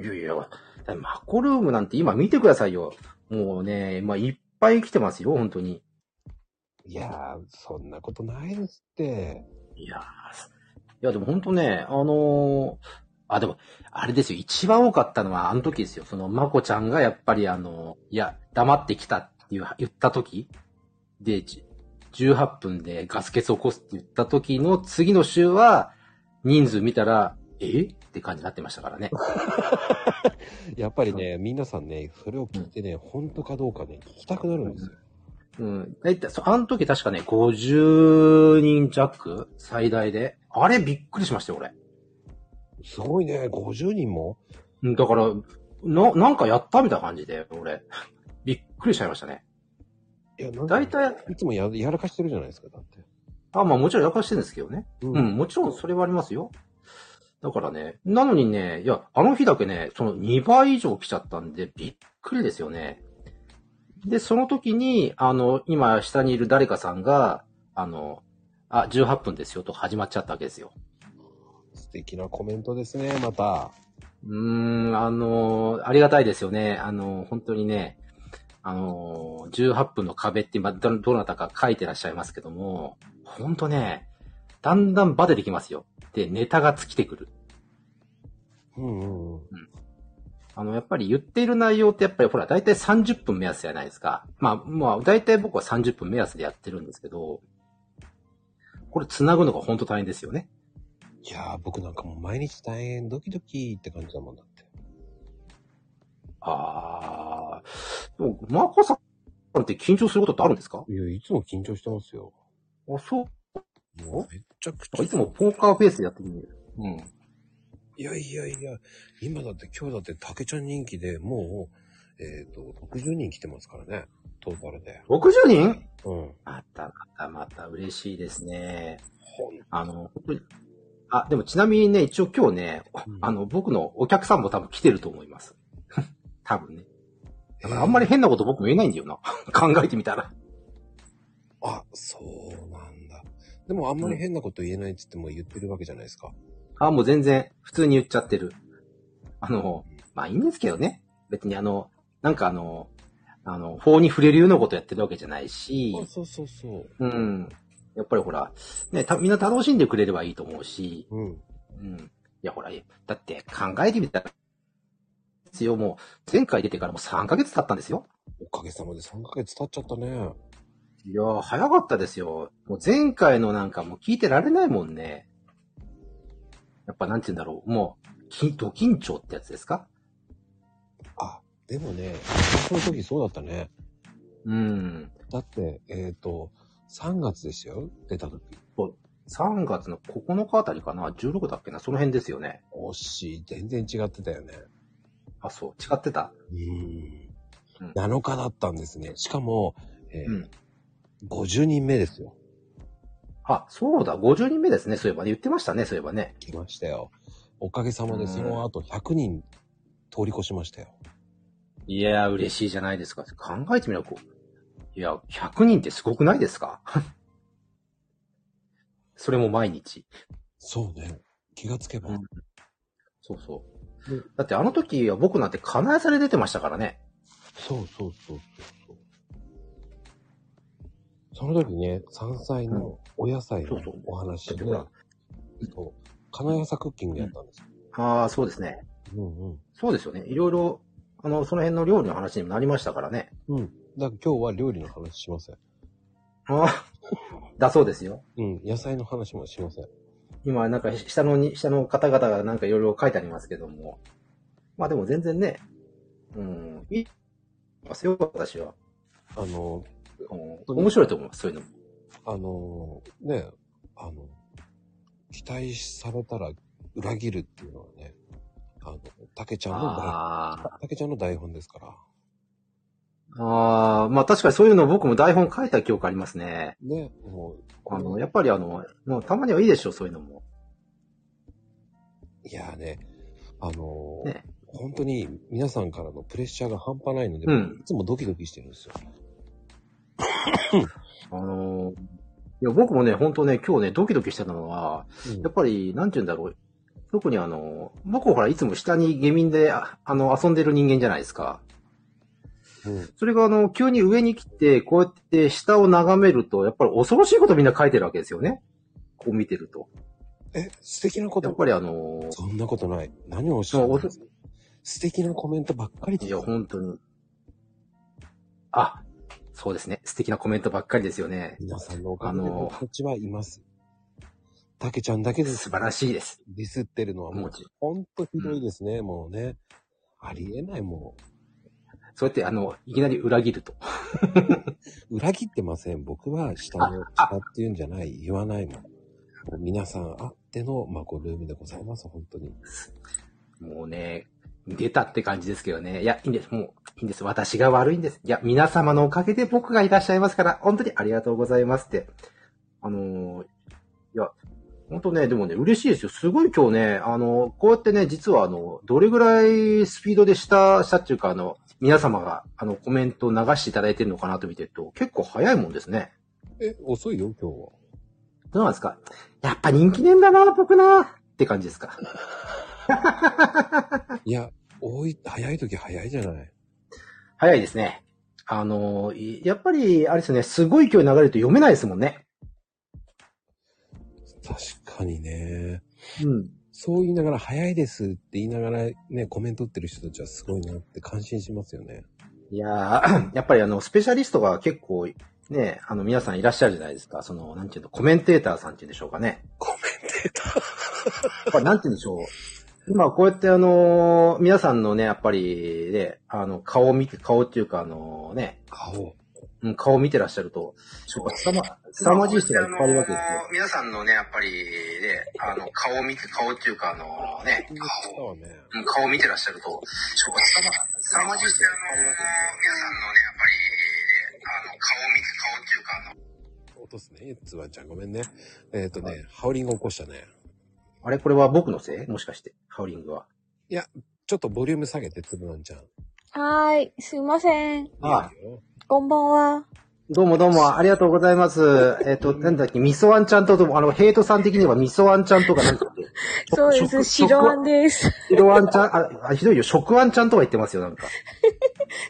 の
いやいや、だってマコルームなんて今見てくださいよ。もうね、まあ、いっぱい来てますよ、本当に。
いやー、そんなことないですって。
いやーいやでも本当ね、あのーあ、でも、あれですよ、一番多かったのはあの時ですよ、その、まこちゃんがやっぱりあのいや、黙ってきたっていう言った時で、じ18分でガス欠起こすって言った時の次の週は、人数見たら、えって感じになってましたからね。
やっぱりね、皆さんね、それを聞いてね、本当かどうかね、聞きたくなるんですよ。
うん。だいたい、そあの時確かね、50人弱最大で。あれびっくりしましたよ、俺。
すごいね、50人も
うんだから、な、なんかやったみたいな感じで、俺。 びっくりしちゃいましたね。
いや、なんか
大体、
いつもややらかしてるじゃないですか、だって。
あ、まあもちろんやらかしてるんですけどね。
う
うん、もちろんそれはありますよ。だからね、なのにね、いや、あの日だけね、その2倍以上来ちゃったんで、びっくりですよね。で、その時に、あの、今下にいる誰かさんが、あの、あ、18分ですよと始まっちゃったわけですよ。
素敵なコメントですね、また。
うーん、あのーありがたいですよね。あのー本当にね、あのー18分の壁って今、ど、どなたか書いてらっしゃいますけども、本当ね、だんだんバテてきますよ。で、ネタが尽きてくる。
うんうんうん。
あの、やっぱり言っている内容ってやっぱりほら、だいたい30分目安じゃないですか。まあ、まあ、だいたい僕は30分目安でやってるんですけど、これ繋ぐのが本当大変ですよね。
いやー、僕なんかもう毎日大変ドキドキって感じだもんだって。
あー。でも、マコさんって緊張することってあるんですか
いや、いつも緊張してますよ。
あ、そう
もうめちゃくちゃ。
いつもポーカーフェイスでやってみる。うん。
いやいやいや、今だって今日だって竹ちゃん人気でもう、えっ、と、60人来てますからね。トータルで。
60人
うん。
またまたまた嬉しいですね。
ほん
あの、本当にあ、でもちなみにね、一応今日ね、
うん
あの、僕のお客さんも多分来てると思います。 多分ね。だからあんまり変なこと僕も言えないん だよな。考えてみたら。
あ、そうなんだ。でもあんまり変なこと言えないって言っても言ってるわけじゃないですか。
あ、もう全然、普通に言っちゃってる。あの、まあいいんですけどね。別にあの、なんかあの、あの、法に触れるようなことやってるわけじゃないし、
あそうそうそう。
うん。やっぱりほら、ね、たみんな楽しんでくれればいいと思うし、
うん。
うん。いやほら、だって考えてみたら、ですよ、もう、前回出てからもう3ヶ月経ったんですよ。
おかげさまで3ヶ月経っちゃったね。
いやー、早かったですよ。もう前回のなんかもう聞いてられないもんね。やっぱなんて言うんだろう。もう、き、ド緊張ってやつですか
あ、でもね、その時そうだったね。
うん。
だって、えっ、と、3月でしたよ出た時。
3月の9日あたりかな ?16 だっけなその辺ですよね。
惜しい。全然違ってたよね。
あ、そう。違ってた。
うん
うん。
7日だったんですね。しかも、えー
うん
50人目ですよ。
あ、そうだ。50人目ですね。そういえばね。言ってましたね。そういえばね。
来ましたよ。おかげさま
う
で
ん
その後100人通り越しましたよ。
いやー、嬉しいじゃないですか。考えてみろ、こう。いや、100人ってすごくないですか それも毎日。
そうね。気がつけば。
うんそうそう
うん。
だってあの時は僕なんて金谷され出てましたからね。
そうそうそうそうそう。その時ね、山菜のお野菜
そ
の
うそう
お話で、
ほら
そう、金谷さクッキングやったんですよ。
ああ、そうですね。
うんうん。
そうですよね。いろいろ、あの、その辺の料理の話にもなりましたからね。
うん。だから今日は料理の話しません。
ああ、 だそうですよ。
うん。野菜の話もしません。
今、なんか、下のに、下の方々がなんかいろいろ書いてありますけども。まあでも全然ね、うん、いいますよ、私は。
あの、
うん面白いと思います、そういうのも。
あの、ね、あの、期待されたら裏切るっていうのはね、あの、竹ちゃんの台
あ
本、竹ちゃんの台本ですから。
ーあー、まあ確かにそういうの僕も台本書いた記憶ありますね。
ね、もう、
あの、やっぱりあの、もうたまにはいいでしょ、そういうのも。
いやーね、あのー
ね
本当に皆さんからのプレッシャーが半端ないので、
うん
いつもドキドキしてるんですよ。
あのーいや、僕もね、本当ね、今日ね、ドキドキしてたのは、やっぱり、なんて言うんだろう。特にあの、僕ほら、いつも下に下民で、ああの、遊んでる人間じゃないですか。
うんうん
それがあの、急に上に来て、こうやって下を眺めると、やっぱり恐ろしいことみんな書いてるわけですよね。こう見てると。
え、素敵なこ
やっ
と
ぱりあのー
そんなことない。何をおっしゃるんですか素敵なコメントばっかりで
い
す
や、
よ。
本当に。あ、そうですね。素敵なコメントばっかりですよね。
皆さんのおかげで
あのー
僕たちはいます。たけちゃんだけで
素
す。
晴らしいです。
ディスってるのはも
も
う
ち、
ほんとひどいですね、もうね。ありえない、も
そうやって、あの、いきなり裏切ると。
う。裏切ってません。僕は下の
あ
下っていうんじゃない、言わないもん。もう皆さんあっての、まあ、ごルームでございます、本当に。
もうね、出たって感じですけどね。いや、いいんです。もう、いいんです。私が悪いんです。いや、皆様のおかげで僕がいらっしゃいますから、本当にありがとうございますって。あのーいや、本当ね、でもね、嬉しいですよ。すごい今日ね、あのこうやってね、実はあの、どれぐらいスピードでした、したっていうか、あの、皆様が、あの、コメントを流していただいてるのかなと見てると、結構早いもんですね。
え、遅いよ、今日は。
どうなんですかやっぱ人気ねんだな、僕な、って感じですか。
いや、多い、早い時早いじゃない。
早いですね。あの、いやっぱり、あれですよね、すごい勢い流れると読めないですもんね。
確かにね。
うん。
そう言いながら、早いですって言いながらね、コメント打ってる人たちはすごいなって感心しますよね。
いやー やっぱりあの、スペシャリストが結構、ね、あの、皆さんいらっしゃるじゃないですか。その、なんていうの、コメンテーターさんっていうんでしょうかね。
コメンテーター
やっぱりなんていうんでしょう。今、こうやってあのー皆さんのね、やっぱり、ね、あの、顔を見て、顔っていうか、あのね、
顔。
うん顔を見てらっしゃると、ちょっと凄ま、凄まじい人がいっぱいいるわけですよ。皆さんのね、やっぱり、ね、あの、顔を見て、顔っていうか、あのね、
顔ね。
うん顔見てらっしゃると、ちょっと
さまじい人がいっぱいいるわけですよ。
皆さんのね、やっぱり、あの、顔を見て、顔っていうか、あの、
落とすね。つばちゃんごめんね。えっ、とね、ハウリング起こしたね。
あれこれは僕のせいもしかして、ハウリングは。
ちょっとボリューム下げて、つぶあんちゃん。
はーい。すいません。
ああ
いいよ
こんばんは。
どうもどうも、ありがとうございます。えっ、と、なんだっけ、味噌あんちゃんと、あの、ヘイトさん的には味噌あんちゃんとかなんか、
そうです。
食
白あんです。
白あんちゃん、あ、あひどいよ、食あんちゃんとか言ってますよ、なんか。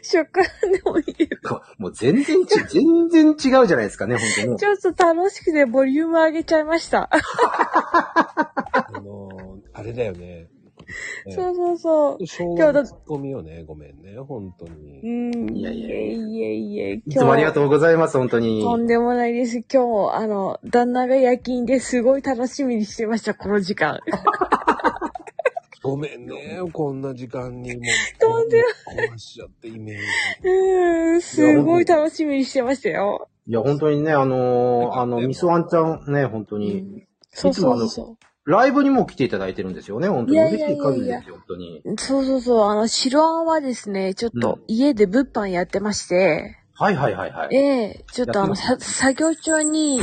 食あんでもいいよ。
もう全然 ち、全然違うじゃないですかね、本当に。
ちょっと楽しくてボリューム上げちゃいました。
あのーあれだよね。ね
そうそうそう。
昭
今
和
日だ
のツッコミよね。ごめんね、本当
う
に。
ん。
いやいやい
えいえいえ。
いつもありが
う。
とうございます、本当に。
とんでもないです。今日、あの、旦那が夜勤ですごい楽しみにしてました、この時間。
ごめんね、こんな時間にもう。
とんで
壊しちゃってイメージ。
うーん、すごい楽しみにしてましたよ。
いや、本当にね、あのーあの、
でも
味噌あんちゃんね、本当
う
に。
んそうそうそ
ライブにも来ていただいてるんですよね、本当
い
に。
やい
嬉
や
し
いやい
い
や
限りですよ、本当に。
う。そうそうそう。あの、白あんはですね、ちょっと家で物販やってまして、
はいはいはいはい。
ええちょっとあの、さ作業中に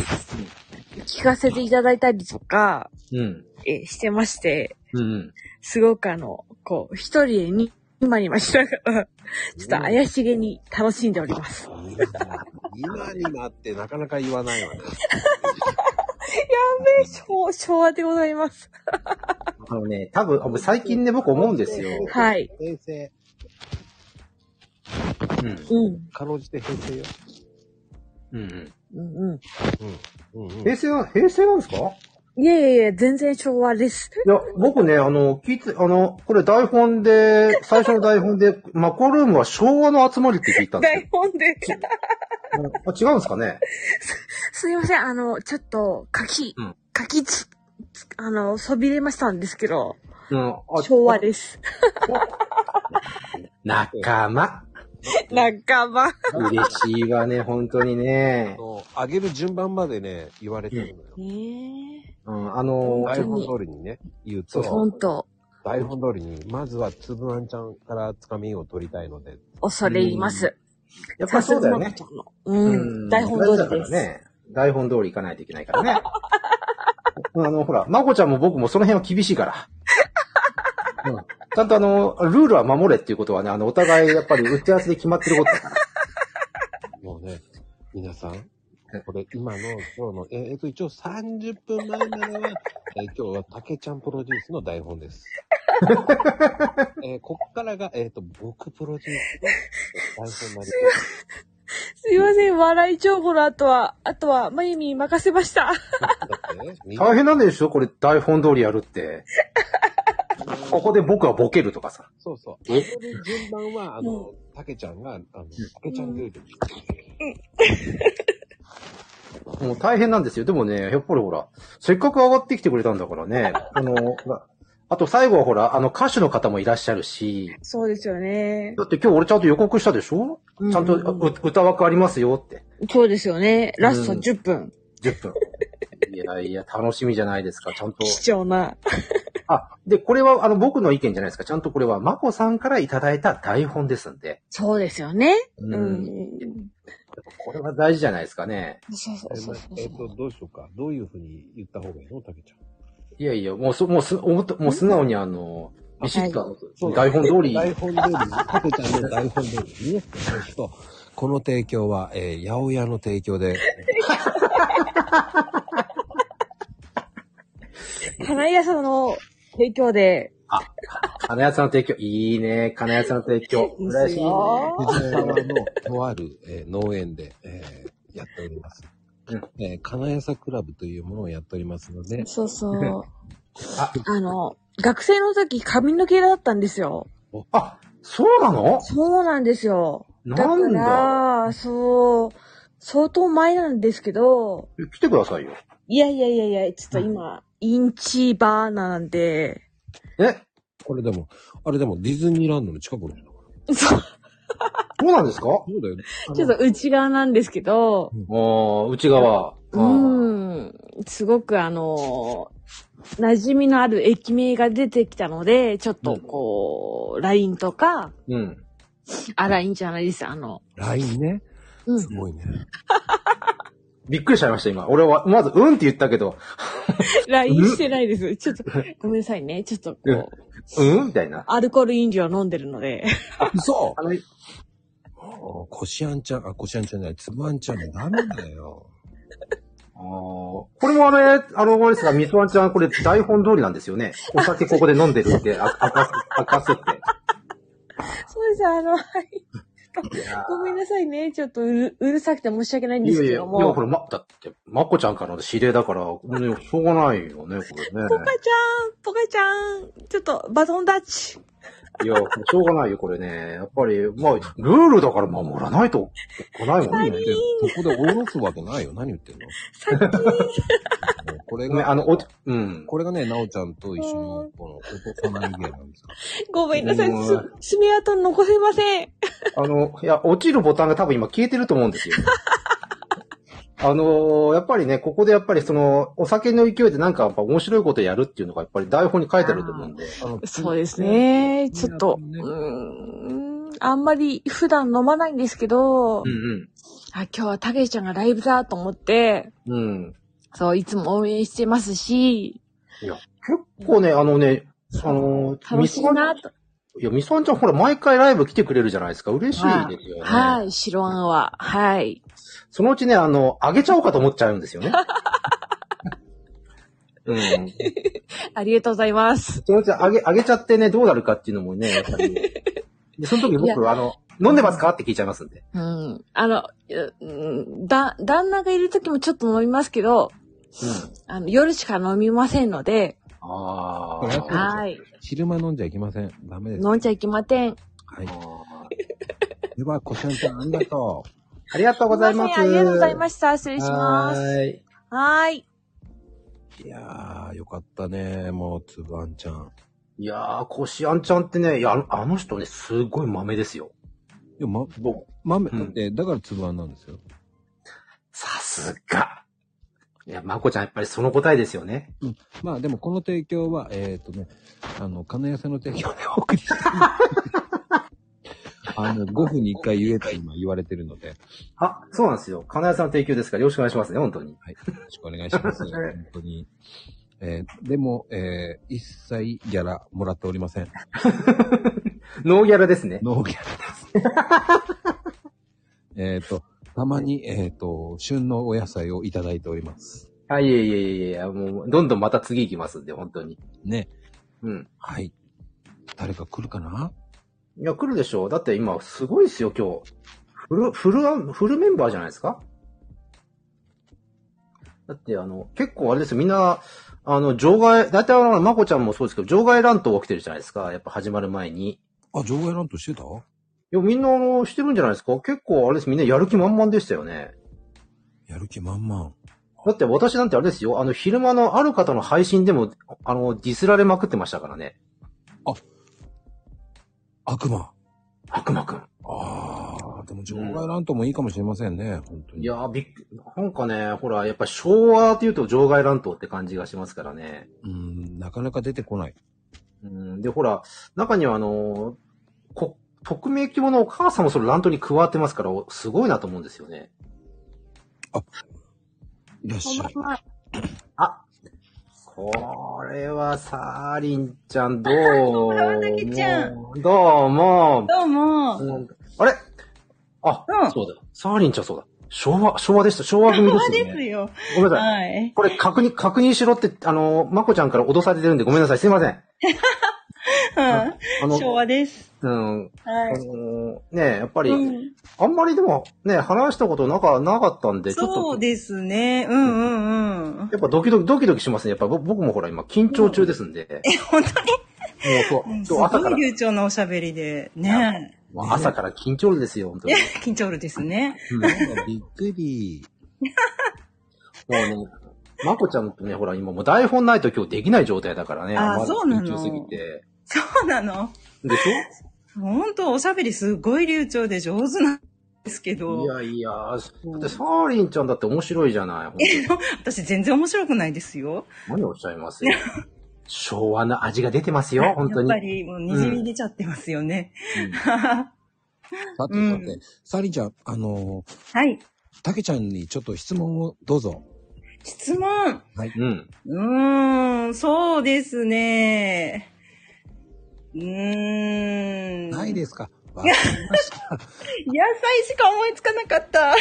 聞かせていただいたりとか、
うん。
えしてまして、
うんうん。
すごくあの、こう、一人でに、今にましなが ら、ちょっと怪しげに楽しんでおり ます。
今になってなかなか言わないわね。
昭昭和でございます。
あのね、多分、あ最近ね、僕思うんですよ。
はい。
平成。
うん。
うん。
かろうじて平成よ。
うん
うんう
うん
うん。
うん。
平成は、平成なんですか
ん。いえいえいえ、全然昭和です。
いや、僕ね、あの、聞いて、あの、これ台本で、最初の台本で、マコルームは昭和の集まりって聞いたんです
台本で。
けど、あ違うんですかね
すいません、あの、ちょっと、書き
うん、
書きつ、つあの、そびれましたんですけど、
うん。あ
昭和です。
仲間。
仲間。
嬉しいわね、本当に
あ
ね。
の、上げる順番までね、言われてるのよ。
ねえ。
うん、あの、
台本通りにね、言うと、
ほんと、
台本通りに、まずはつぶあんちゃんからつかみを取りたいので、
恐れ入ります。
やっぱりそうだよね。
さすがまこちゃんのうん。台本通り
大事
です。
だからね。台本通り行かないといけないからね。 あの、ほら、まこちゃんも僕もその辺は厳しいから。うん、ちゃんとあの、ルールは守れっていうことはね、あの、お互いやっぱり打ち合わせで決まってることだから。
もうね、皆さん、これ今の今日の、えーえっと、一応30分前までは、えー今日は竹ちゃんプロデュースの台本 です。えーこっからが、えっ、と、僕プロデュースの台本になります。
すいません、笑い情報の後は、あとは、まゆみに任せまし
だ
た。
ってね、みんな
大変なんでしょこれ台本通りやるって。ここで僕はボケるとかさ。
そうそう。
え
順番は、あの、たけちゃんが、あの、たけちゃんルール。
もう大変なんですよ。でもね、やっぱりほら、せっかく上がってきてくれたんだからね。 あの、ほらあと最後はほら、あの歌手の方もいらっしゃるし、
そうですよね。
だって今日俺ちゃんと予告したでしょ
うん
ちゃんとう歌枠ありますよって。
そうですよね。ラスト
うん
10分。
10分。いやいや、楽しみじゃないですか、ちゃんと。
貴重な。
あ、で、これは、あの、僕の意見じゃないですか。ちゃんとこれは、まこさんからいただいた台本ですんで。
そうですよね。
う。
うんん。
これは大事じゃないですかね。
そうそうそうそう。
えっと、どうしようか。どういうふうに言った方がいいのたけちゃん。
いやいや、もう、そもうす、おもともう素直にあの、ビシッと、
そう
台本通り。
台本通り。たけちゃんの台本通り。ね。えっと、この提供は、えー、八百屋の提供で、
花屋さんの提供で、
金谷さんの提供。いいね、金谷さんの 提供。
いいっ
嬉
す
しいね。
よ
藤沢のとある、えー農園で、えーやっております。
うん
えー、金谷さクラブというものをやっておりますので、
そうそう。
あ
あの、学生の時髪の毛だったんですよ。
あ、そうなの
そうなんですよ。だ
な
か
んだ。
ら、そう、相当前なんですけど、
え来てくださいよ。
いやいやいやいや、ちょっと今、インチバーナーなんで、
え、
これでも、あれでもディズニーランドの近くの人だから。
そう、
そうなんですか
そうだよ。
ちょっと内側なんですけど、
おー、内側。あ
う
ー。
ん、すごくあの、馴染みのある駅名が出てきたので、ちょっとこう、LINE とか、
うん。
あら、いいんじゃないですか、あ の。
LINE ね。
うん
すごいね。
びっくりしちゃいました、今。俺は、まず、うんって言ったけど、
LINE してないです。ちょっと、ごめんなさいね。ちょっと、こ
うん
う、
うんみたいな。
アルコール飲料飲んでるので。
嘘
あの、
こしあんちゃん、あ、こしあんちゃんじゃない、つぶあんちゃんもダメだよ。
あーこれもあれ、あの、あれですが、みそあんちゃん、これ台本通りなんですよね。お酒ここで飲んでるって、あ明かす、明かすっ
そうです、あの、はい。
て。いや
ごめんなさいね。ちょっとうる、うるさくて申し訳ない
い
んです
やい
け
や、いや、
ども。
これ、ま、だって、まこちゃんからの指令だから、もうねしょうがないよね、これね
ポ。カちゃん、ポカちゃん、ちょっとバトンタッチ。
いや、しょうがないよ、これね。やっぱり、まあ、ルールだから守らないといけないもんね。
そこで下ろすわけないよ。何言ってんの
さっき、
もうこれ
ね、
が、
あの、お、うん。
これがね、なおちゃんと一緒に、この、落とさない芸なんですよ。
ごめんなさい。す爪痕残せません。
あの、いや、落ちるボタンが多分今消えてると思うん ですよ。あのーやっぱりね、ここでやっぱりその、お酒の勢いでなんかやっぱ面白いことやるっていうのがやっぱり台本に書いてあると思うんで。
あの
そうです。ね。
ち
ち
ょ
ょ
っと
っと、
う
う
ー
ん、あんまり普段飲まないんですけど、
うん
あ、今日はたけちゃんがライブだと思って、
うん。うん。
そう、いつも応援してますし、
結構ね、あのね、あのー、
楽しいな
みそ
と。
んいや、みそんちゃんほら、毎回ライブ来てくれるじゃないですか。嬉しいですよね。
はい、白あんは。はい。
そのうちね、あの、あげちゃおうかと思っちゃうんですよね。 うん。
ありがとうございます。
そのうちあげ、あげちゃってね、どうなるかっていうのもね、やっぱり。で、その時
いや
僕、あの、飲んでますかって聞いちゃいますんで。
うん。あの、うんだ、旦那がいる時もちょっと飲みますけ
うん。
ど、あの、夜しか飲みませんので、
あ
ーそう
あ。
はい。
昼間飲んじゃいけません。ダメです。
飲んじゃいけません。
はい。では、こしあんちゃん、ありがとう。
ありがとうございます。
すませんありがとうございま
し
した。失礼します。
はい。
はーい。
いやー、よかったね。もう、つぶあんちゃん。
いやー、こしあんちゃんってね、いや、あのあの人ね、すごい豆ですよ。
でも、ま、
僕、
豆、
うん
だって、だからつぶあんなんですよ。
さすが。いや、まこちゃん、やっぱりその答えですよね。
まあ、でも、この提供は、えっ、とね、あの、金谷さんの提供でお送りして るあの、5分に1回言えって今言われてるので、よ
あ、そうなんですよ。金谷さんの提供ですから、よろしくお願いしますね、本当に。
ろしくお願いします。
はい
本当に。えーでも、えー一切ギャラもらっておりま せん。
ノーギャラですね。
ノーギャラです。 えっと、たまに、えっ、と、旬のお野菜をいただいております。
あ、いえいえいえいえ、もう、どんどんまた次行きますんで、本当に。
ね。
うん。
はい。誰か来るかない
や、来るでしょう。だって今、すごいですよ、今日。フル、フルアン、フルメンバーじゃないですかだって、あの、結構あれですよ、みんな、あの、場外、だいたいあの、まこちゃんもそうですけど、場外乱闘が起きてるじゃないですか。やっぱ始まる前に。い
あ、場外なんとしてた
や、みんな、あの、してるんじゃないですか結構あれです、みんなやる気満々でしたよね。
やる気満々。
だって私なんてあれですよ、あの、昼間のある方の配信でも、あの、ディスられまくってましたからね。
悪魔。
悪魔くん。
ああ、でも場外乱闘もいいかもしれませんね、本当に。
いやー、びっくなんかね、ほら、やっぱ昭和って言うと場外乱闘って感じがしますからね。
うん、なかなか出てこない。
うん、で、ほら、中にはあのーこ、匿名希望のお母さんもその乱闘に加わってますから、おすごいなと思うんですよね。
いらっしゃい。
あ、これはサーリンちゃ ん、どうも。
竹ちゃん
どうも。
どうも。
うんあれあ、
うん
そうだ。サーリンちゃんそうだ。昭和、昭和でした。昭和組ですよ
で
ね。
すよ。
ごめんなさい。
はい。
これ確認、確認しろって、あのー、まこちゃんから脅されてるんでごめんなさい。すいません。あ
うん
の、
昭和です。
うん。あ
は
の
い。
ーねえ、やっぱり、
うん
あんまりでもね、話したことなんかなかったんで、ちょっと、
そうですね。うんうんうん。
やっぱドキドキ、ドキドキしますね。やっぱぼ僕もほら今緊張中ですんで。
え、本当に
もう
うんす
そう、今
ご
日
い
朝から、
流暢なおしゃべりで。ね
もう朝から緊張ですよ、本 当に。
緊張るですね。
びっくり。
もうね、まこちゃんとね、ほら今もう台本ないと今日できない状態だからね。
あー
まだ
そうなの
緊張すぎて。
そうなの。
でし
本当おしゃべりすごい流暢で上手なんですけ
ょ
ど
い。やいや、だってサーリンちゃんだって面白いじゃない。本当 に
私全然面白くないですよ。
何をおっしゃいますよ。昭和の味が出てますよ、本当に。
やっぱりもう滲み出ちゃってますよね。
うん
さてさて、サリーちゃん、あのー、
はい。
たけちゃんにちょっと質問をどうぞ。
質問。
うん。
うーん、そうですね。うーん。
ないです かわかりました。
野菜しか思いつかなかった。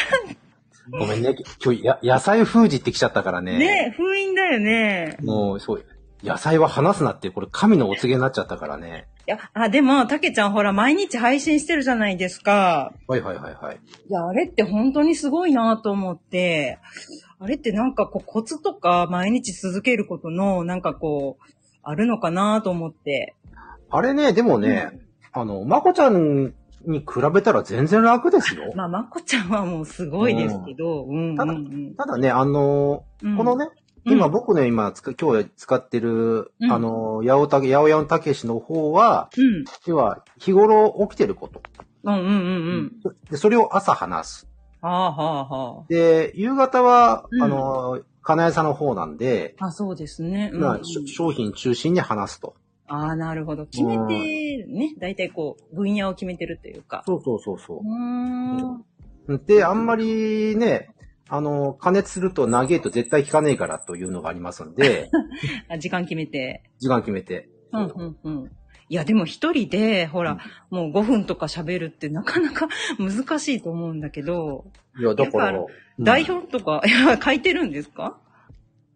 ごめんね。今日、や、野菜封じってきちゃったからね。
ね封印だよね。
もう、そう。野菜は話すなって、これ神のお告げになっちゃったからね。
いや、あ、でも、たけちゃんほら、毎日配信してるじゃないですか。
はいはいはいはい。
いや、あれって本当にすごいなと思って、あれってなんかこう、コツとか毎日続けることの、なんかこう、あるのかなと思って。
あれね、でもね、あの、まこちゃんに比べたら全然楽ですよ。
まあ、まこちゃんはもうすごいですけど、うん、うん、
ただ
うん。
ただね、あの、このね、今
うん
僕の今つく、今日使ってる、
うん
あの、八百たけ、八百屋のたけしの方は、
うん、
要は、日頃起きてること。
うん、うん、うん、うん。
で、それを朝話す。
はあ、はあ、は
で、夕方は、
うん
あの、金谷さんの方なんで、
あ。あ、そうですね。うん、
まあ、しょ商品中心に話すと。
ああ、なるほど。決めてるね。大体こう、分野を決めてるというか。
そうそうそうそう
ーん。
う。で、あんまりね、あの、加熱すると長いと絶対効かねえからというのがありますん で、
あ時間決めて。
時間決めて。
うん、うん、うん。いや、でも一人で、ほら、もう5分とか喋るってなかなか 難しいと思うんだけど、
いや、だから、
だから
うん
代表とか、い や、書いてるんですか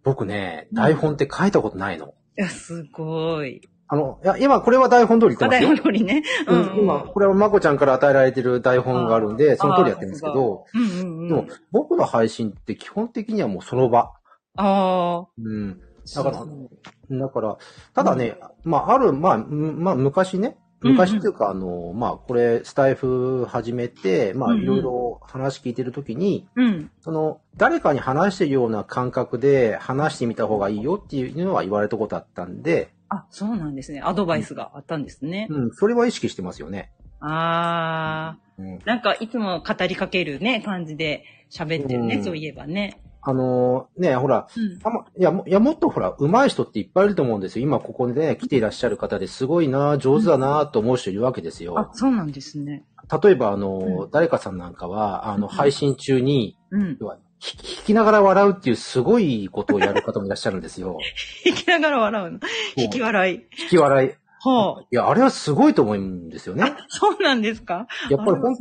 僕ね、
うん
台本って書いたことないの。
いや、すごい。
あの、いや、今これは台本通り言って
課
ます
題
よ
の。通りね。うん
うん。今、これはまこちゃんから与えられてる台本があるんで、その通りやってるんですけど、
うんうん
で
うん
も。、僕の配信って基本的にはもうその場。
ああ。
うん。だから
そう
だから、ただね、まあ、ある、まあ、うんまあ、昔ね、
うんうん
昔っていうか、あの、まあ、これ、スタイフ始めて、まあ、
うんうん
いろいろ話聞いてるときに、
うん。
その、誰かに話してるような感覚で話してみた方がいいよっていうのは言われたことあったんで、
あ、そうなんですね。アドバイスがあったんですね。
うん、それは意識してますよね。
ああ。
うん。
なんか、いつも語りかけるね、感じで喋ってるね、
うん
そういえばね。
あのね、ほら、
うん。
あんま、いや、もいやもっとほら、上手い人っていっぱいいると思うんですよ。今ここでね、来ていらっしゃる方ですごいな、上手だなと思う人いるわけです
あ
よ、。
そうなんですね。
例えば、あの、
うん
誰かさんなんかは、あの、
うん
配信中に、
うん。
要はひ弾きながら笑うっていうすごいことをやる方もいらっしゃるんですよ。
引きながら笑うの。引き
もう
笑い。
引き笑い。
はい
や、あれはすごいと思うんですよ ね。
あ。そうなんですか
やっぱりほん、や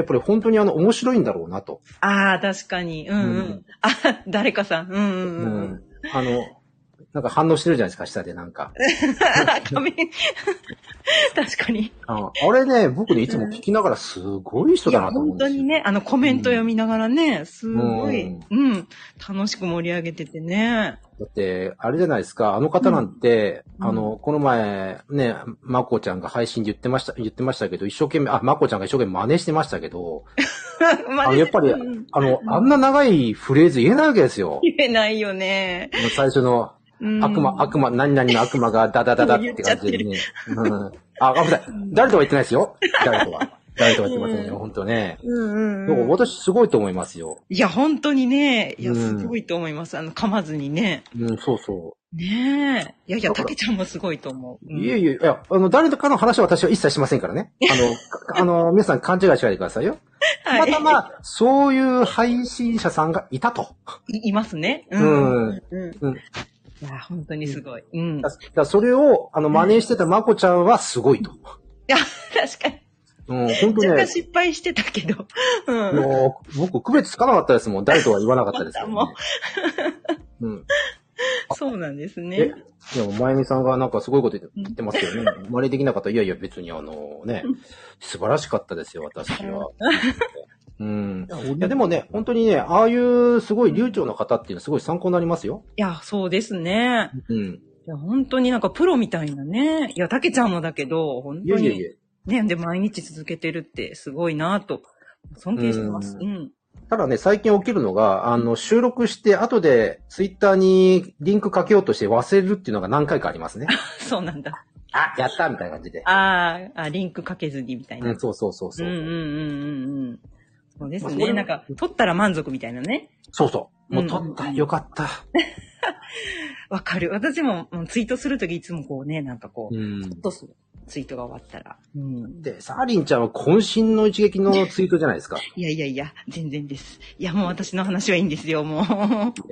っぱり本当にあの、面白いんだろうなと。
ああ、確かに。うんう
うんん。
あ、誰かさん。うん
う
う
ん
うん。
ん。あの、なんか反応してるじゃないですか、下でなんか。
仮面。 確かに。
あのあれね、僕ね、いつも聞きながらすごい人
い
だ
や、
なと思う
本
んで
当
すよ。
にね、あの、コメント読みながらね、すごい、う
うんん、
楽しく盛り上げててね。
だって、あれじゃないですか、あの方なんて、
うん
あの、この前、ね、まこちゃんが配信で言ってました、言ってましたけど、一生懸命、あ、まこちゃんが一生懸命真似してましたけど、
ま
あの、やっぱり、あの、あんな長いフレーズ言えないわけですよ。
言えないよね。
最初の、
うん
悪魔、悪魔、何々の悪魔がダダダダって感じでね。うん、あ、危ない。誰とは言ってないですよ。誰とは。誰とは言ってませんよ、
うん
本当ね。
うん
で
うん
も
うん。
私すごいと思いますよ。
いや、本当にね、いや、
うん
すごいと思います。あの、噛まずにね。
うん、そうそ
ねえ。いやい
だ
や、
か
た
ら
けちゃんもすごいと思う。
う。いえいえ、いや、あの、誰とかの話は私は一切しませんから ね。あの、かあの、皆さん勘違いしないでくださいよ。
え
たまたま、そういう配信者さんがいたと。
いいますね。う
うん
うん。
うん。だ
いや、本当にすごい。うん。
だ
確
からそれを、あの、真似してたまこちゃんはすごいと。
かに。
うん、本当
若
ね
干。失敗してたけど。 うん。
もう、僕、区別つかなかったですもん。誰とは言わなかったですけどね、 うん。
そうなんです
え
ね。、
でも、まゆみさんがなんかすごいこと言って
うん
言ってますけどね。真似できなかったら、いやいや、別にあのね、素晴らしかったですよ、私は。うん。いや、でもね、本当にね、ああいうすごい流暢な方っていうのはすごい参考になりますよ。
いや、そうですね。
うん。
いや、本当になんかプロみたいなね。いや、たけちゃんもだけど、本
い
当
や
に。
いやいや。
ね、で、毎日続けてるってすごいなと、尊敬してます。う。
うんただね、最近起きるのが、あの、収録して、後で、ツイッターにリンクかけようとして忘れるっていうのが何回かありますね。
そうなんだ。
あ、やったみたいな感じで。
あーあ、リンクかけずにみたいな。
うん、そうそうそう
う
そ
ん
う。
うんうんうんうん。そうです
まあそれ
ね。
は
なんか、取ったら満足みたいなね。
そうそう。もう撮
うんうん
った。よかった。
わかる。私もうんツイートするときいつもこうね、なんかこう、
うん
ちょっとすツイートが終わったら。うん。
で、サーリンちゃんは渾身の一撃のツイートじゃないですか。
いやいやいや、全然です。いや、もう私の話はいいんですよ、も
い
う。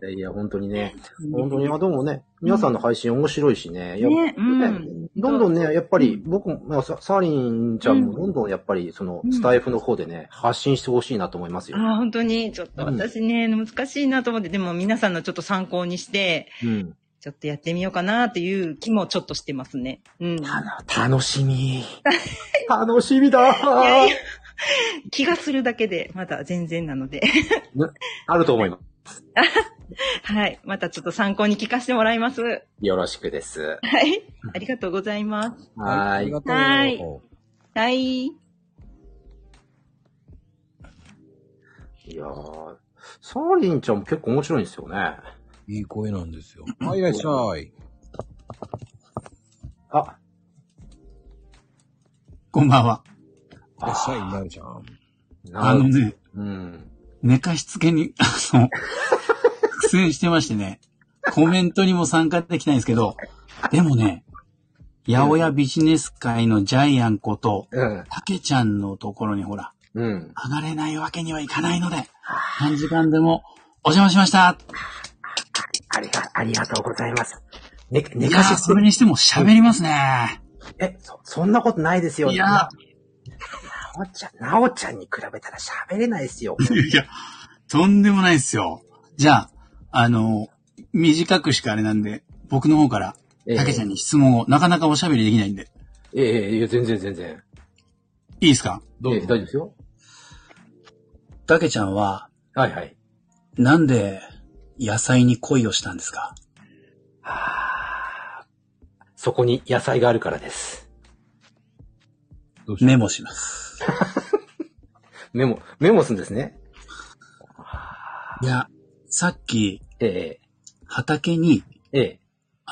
やいや、 本当にね。本当に、あ、でもね、皆さんの配信面白いしね。いや
ねうん
どんどんね、やっぱり、僕も、まあササーリンちゃんもどんどんやっぱり、その、スタイフの方でね、発信してほしいなと思いますよ。
ああ、本当に、ちょっと私ね、難しいなと思って、でも皆さんのちょっと参考にして、
うん。
ちょっとやってみようかなっていう気もちょっとしてますね。うん。
楽しみ。 楽しみだ
気がするだけで、まだ全然なので。
あると思います。
はい。またちょっと参考に聞かせてもらいます。は
よろしくです。
い。ありがとうございます。
は
あ
ー
り
い。
がとう。
はいはい。
いやーサーリンちゃんも結構面白いんですよね。
いい声なんですよ。はい、いらっしゃい。
あ、
こんばんは。
いらっしゃい、なるちゃん。
な
あの
る
ね、
うん。
寝かしつけに、 あの、苦戦してましてね、コメントにも参加できないんですけど、でもね、八百屋ビジネス界のジャイアンこと、
うん。
たけちゃんのところにほら、
うん。
離れないわけにはいかないので、何時間でもお邪魔しました
ありが、ありがとうございます。ね、
い
寝
や
かし
ー、
つけ
それにしても喋りますね。
え、そ、そんなことないですよ。
いや
なおちゃん、なおちゃんに比べたら喋れないですよ。
いや、とんでもないですよ。じゃあ、あの、短くしかあれなんで、僕の方から、
ええ
たけちゃんに質問を、なかなかおしゃべりできないんで、
ええいや、全然全然。
いいですか
ど
え
う
え大丈夫
ぞ。
ですよ。
たけちゃんは、
はいはい。
なんで、野菜に恋をしたんですか
そこに野菜があるからです。
メモします。
メモ、メモするんですね。
いや、さっき、
え
畑に、
えええ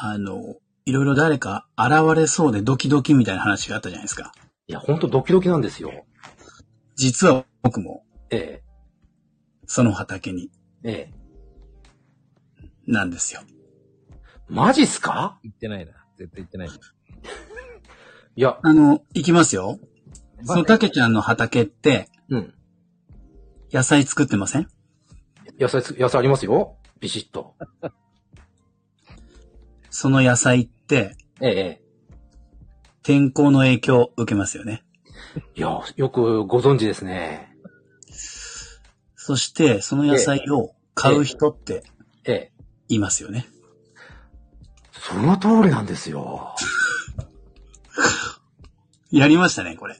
あの、いろいろ誰か現れそうでドキドキみたいな話があったじゃないですか。
いや、ほんとドキドキなんですよ。
実は僕も、
え
その畑に、
えええ
なんですよ。
マジっすか
言ってないな。絶対言ってないな。
いや、
あの、行きますよ。そのたけちゃんの畑って、
うん。
野菜作ってません
野菜つ、野菜ありますよ。ビシッと。
その野菜って、
ええ
天候の影響を受けますよね。
ええいや、よくご存知ですね。
そして、その野菜を買う人って
ええ
いますよね。
その通りなんですよ。
やりましたね、これ。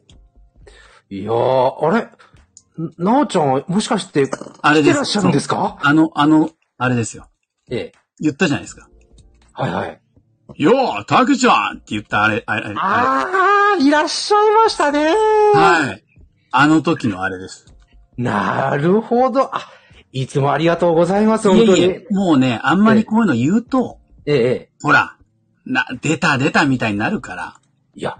いやー、あれんなおちゃんは、もしかして、
あれ
来
で
て
す
らっしゃるんですか
あの、あの、あれですよ。
ええ。
言ったじゃないですか。
はいはい。
よー、たけちゃんって言ったあれ、あれ、あれ。あ
あー、いらっしゃいましたね
れ
は
はい。あの時のあれです。
い。なるほど。あ、いつもありがとうございます、
い
本当に。
えい
え
え、もうね、あんまりこういうの言うと、
え、ええ。
ほら、な、出た出たみたいになるから、
いや、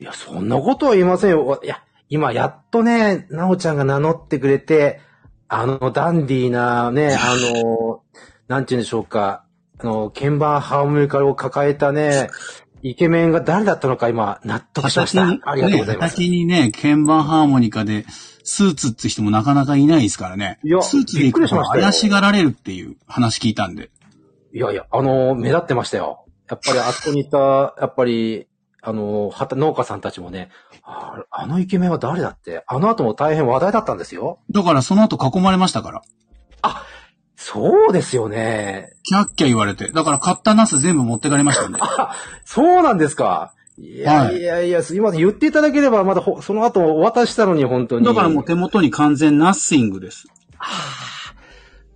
いや、そんなことは言いませんよ。いや、今やっとね、なおちゃんが名乗ってくれて、あのダンディーなね、あの、なんて言うんでしょうか、あの、鍵盤ハーモニカを抱えたね、イケメンが誰だったのか今、納得しました。ありがとうございます。
ね、にね、鍵盤ハーモニカで、スーツって人もなかなかいないですからね。
いや
スーツで行く
び
と
っくりしましたよ
怪しがられるっていう話聞いたんで。
いやいや、あの、目立ってましたよ。やっぱりあそこにいた、やっぱり、あの、はた農家さんたちもね、ああのイケメンは誰だって、あの後も大変話題だったんですよ。
だからその後囲まれましたから。
そうですよね。
キャッキャ言われて。だから買ったナス全部持ってかれましたんで。
そうなんですか。いや
はい
いやいや、すいません。言っていただければ、まだほその後お渡ししたのに、本当に。
だからもう手元に完全ナッシングです。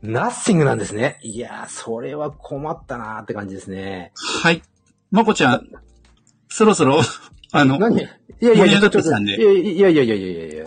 ナッシングなんですね。いやー、それは困ったなーって感じですね。
はい。まこちゃん、そろそ ろ、あの、
何いやいや
盛
い
り上が
や、
ってきたんで
いやいやいやいやいやいやいや。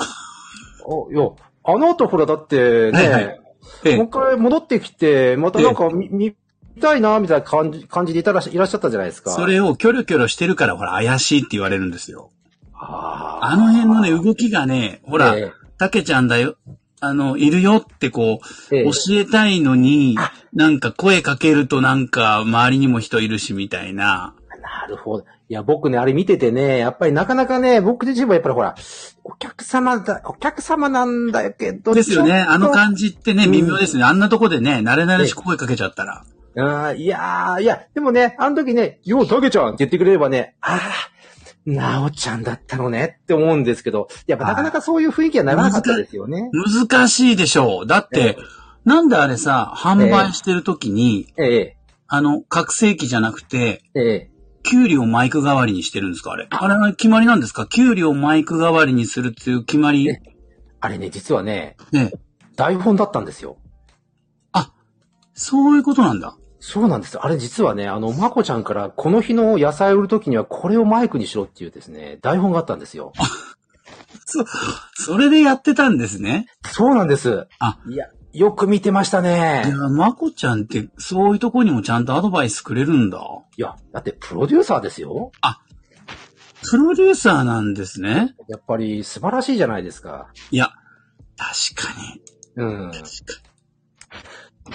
お、いや、あの後ほら、だってね、
はいはいえ
もう一、
え
回戻ってきて、またなんか見、見たいなーみたいな感じ、感じでいたらしいらっしゃったじゃないですか。
それをキョロキョロしてるから、ほら、怪しいって言われるんですよ。
あ
あの辺のね、動きがね、ほ
ほ
ら
え、え
たけちゃんだよ、あの、いるよってこう、
ええ
教えたいのに、なんか声かけるとなんか、周りにも人いるし、みたいな。
なるほど。いいや、僕ね、あれ見ててね、やっぱりなかなかね、僕自身もやっぱりほら、お客様だ、お客様なんだけど。
ですよね。あの
感
感じってね、
うん
微妙ですね。あんなとこでね、慣れ慣れし声かけちゃったら。
うん、いやー、いや、でもね、あの時ね、よう、たけちゃんって言ってくれればね、あー、なおちゃんだったのねって思うんですけど、やっぱなかなかそういう雰囲気はならなかったですよね。
難しいでしょう。だって、なんであれさ、販売してる時に、
ええ、
あの、覚醒器じゃなくて、
ええ。
給料マイク代わりにしてるんですかあれ。あれは決まりなんですか給料マイク代わりにするっていう決まり。
あれね、実はね、
ね。
台本だったんですよ。
そういうことなんだ。
そうなんですよ。あれ実はね、あの、まこちゃんから、この日の野菜を売るときにはこれをマイクにしろっていうですね、台本があったんですよ。
そ、それでやってたんですね。
そうなんです。
あ、
いや、よく見てました
い
ね
や。、まこちゃんって、そういうとこにもちゃんとアドバイスくれるんだ。
いや、だってプロデューサーですよ。
プロデューサーなんですね。
やっぱり素晴らしいじゃないですか。
いや、確かに。
うん。
確か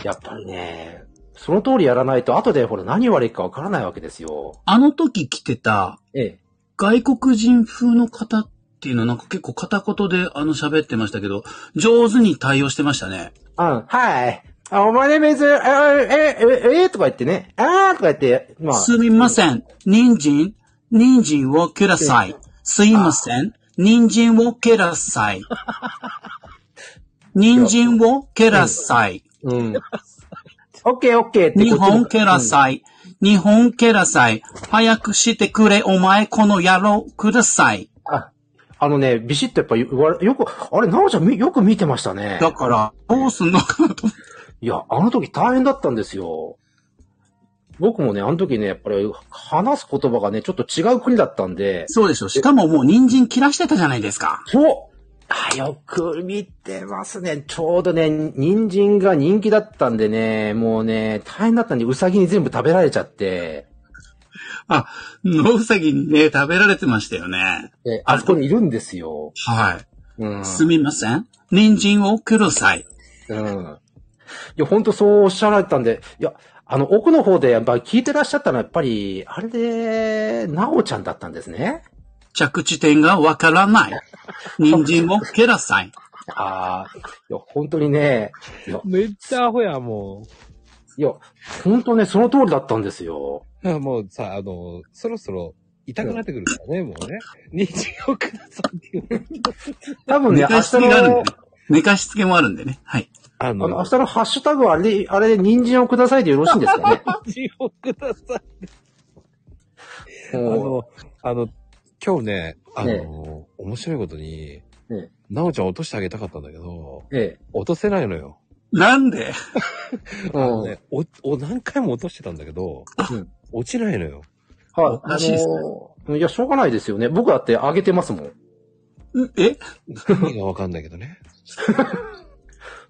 やっぱりね、その通りやらないと、後でほら何言われるかわからないわけですよ。
あの時来てた
ええ。
外国人風の方っていうのはなんか結構片言であの喋ってましたけど、上手に対応してましたね。
うん、はい。あ、お前ね、めず、え、え、え、え、とか言ってね、あーとか言って、まあ、
すみません。人参、人参をください。すいません。人参をください。人参をください。
うん。オッケーオッケーって
日
こっちも。
本けら
うん
さい。日本けらさい。早くしてくれ、お前、この野郎、ください。
ああのね、ビシッとやっぱ言われ、よく、あれ、なおちゃんみよく見てましたね。
だから、どうすんのかなと思って。
いや、あの時大変だったんですよ。僕もね、あの時ね、やっぱり話す言葉がね、ちょっと違う国だったんで、
そうでしょ。しかももう人参切らしてたじゃないですか。
そうあよく見てますね。ちょうどね、人参が人気だったんでね、もうね、大変だったんで、うさぎに全部食べられちゃって、
あ、野ウサギにね、食べられてましたよね。
えあそこにいるんですよ。
は
うん。
い。すみません。人参をください。
うん。いや、ほんとそうおっしゃられたんで、いや、あの、奥の方でやっぱ聞いてらっしゃったのは、やっぱり、あれで、なおちゃんだったんですね。
着地点がわからない。 人参をください。
ああ、いや、本当にね、
めっちゃアホや、も
いや、本当ね、その通りだったんですよ。
う。もうさ、あの、そろそろ痛くなってくるからね、もうね。日曜くださいっていう
多分
寝
ね、明
か
日
しつけがあるん
の
でね、。寝かしつけもあるんでね。はい。
あ
あの、明日のハッシュタグはあれで、あれで人参をくださいでよろしいんですかね。
日曜ください。あ
もう
の、あの、今日ね、あの、
え
面白いことに、
え
なおちゃん落としてあげたかったんだけど、
ええ。
落とせないのよ。
なんで
う
あ
ん。
の
はい
ね、お、お、何回も落としてたんだけど、
うん
落ちないのよ。。
あ
らしいですね
のいや、しょうがないですよね。僕だってあげてますもん。
んえ
意味がわかんないけどね。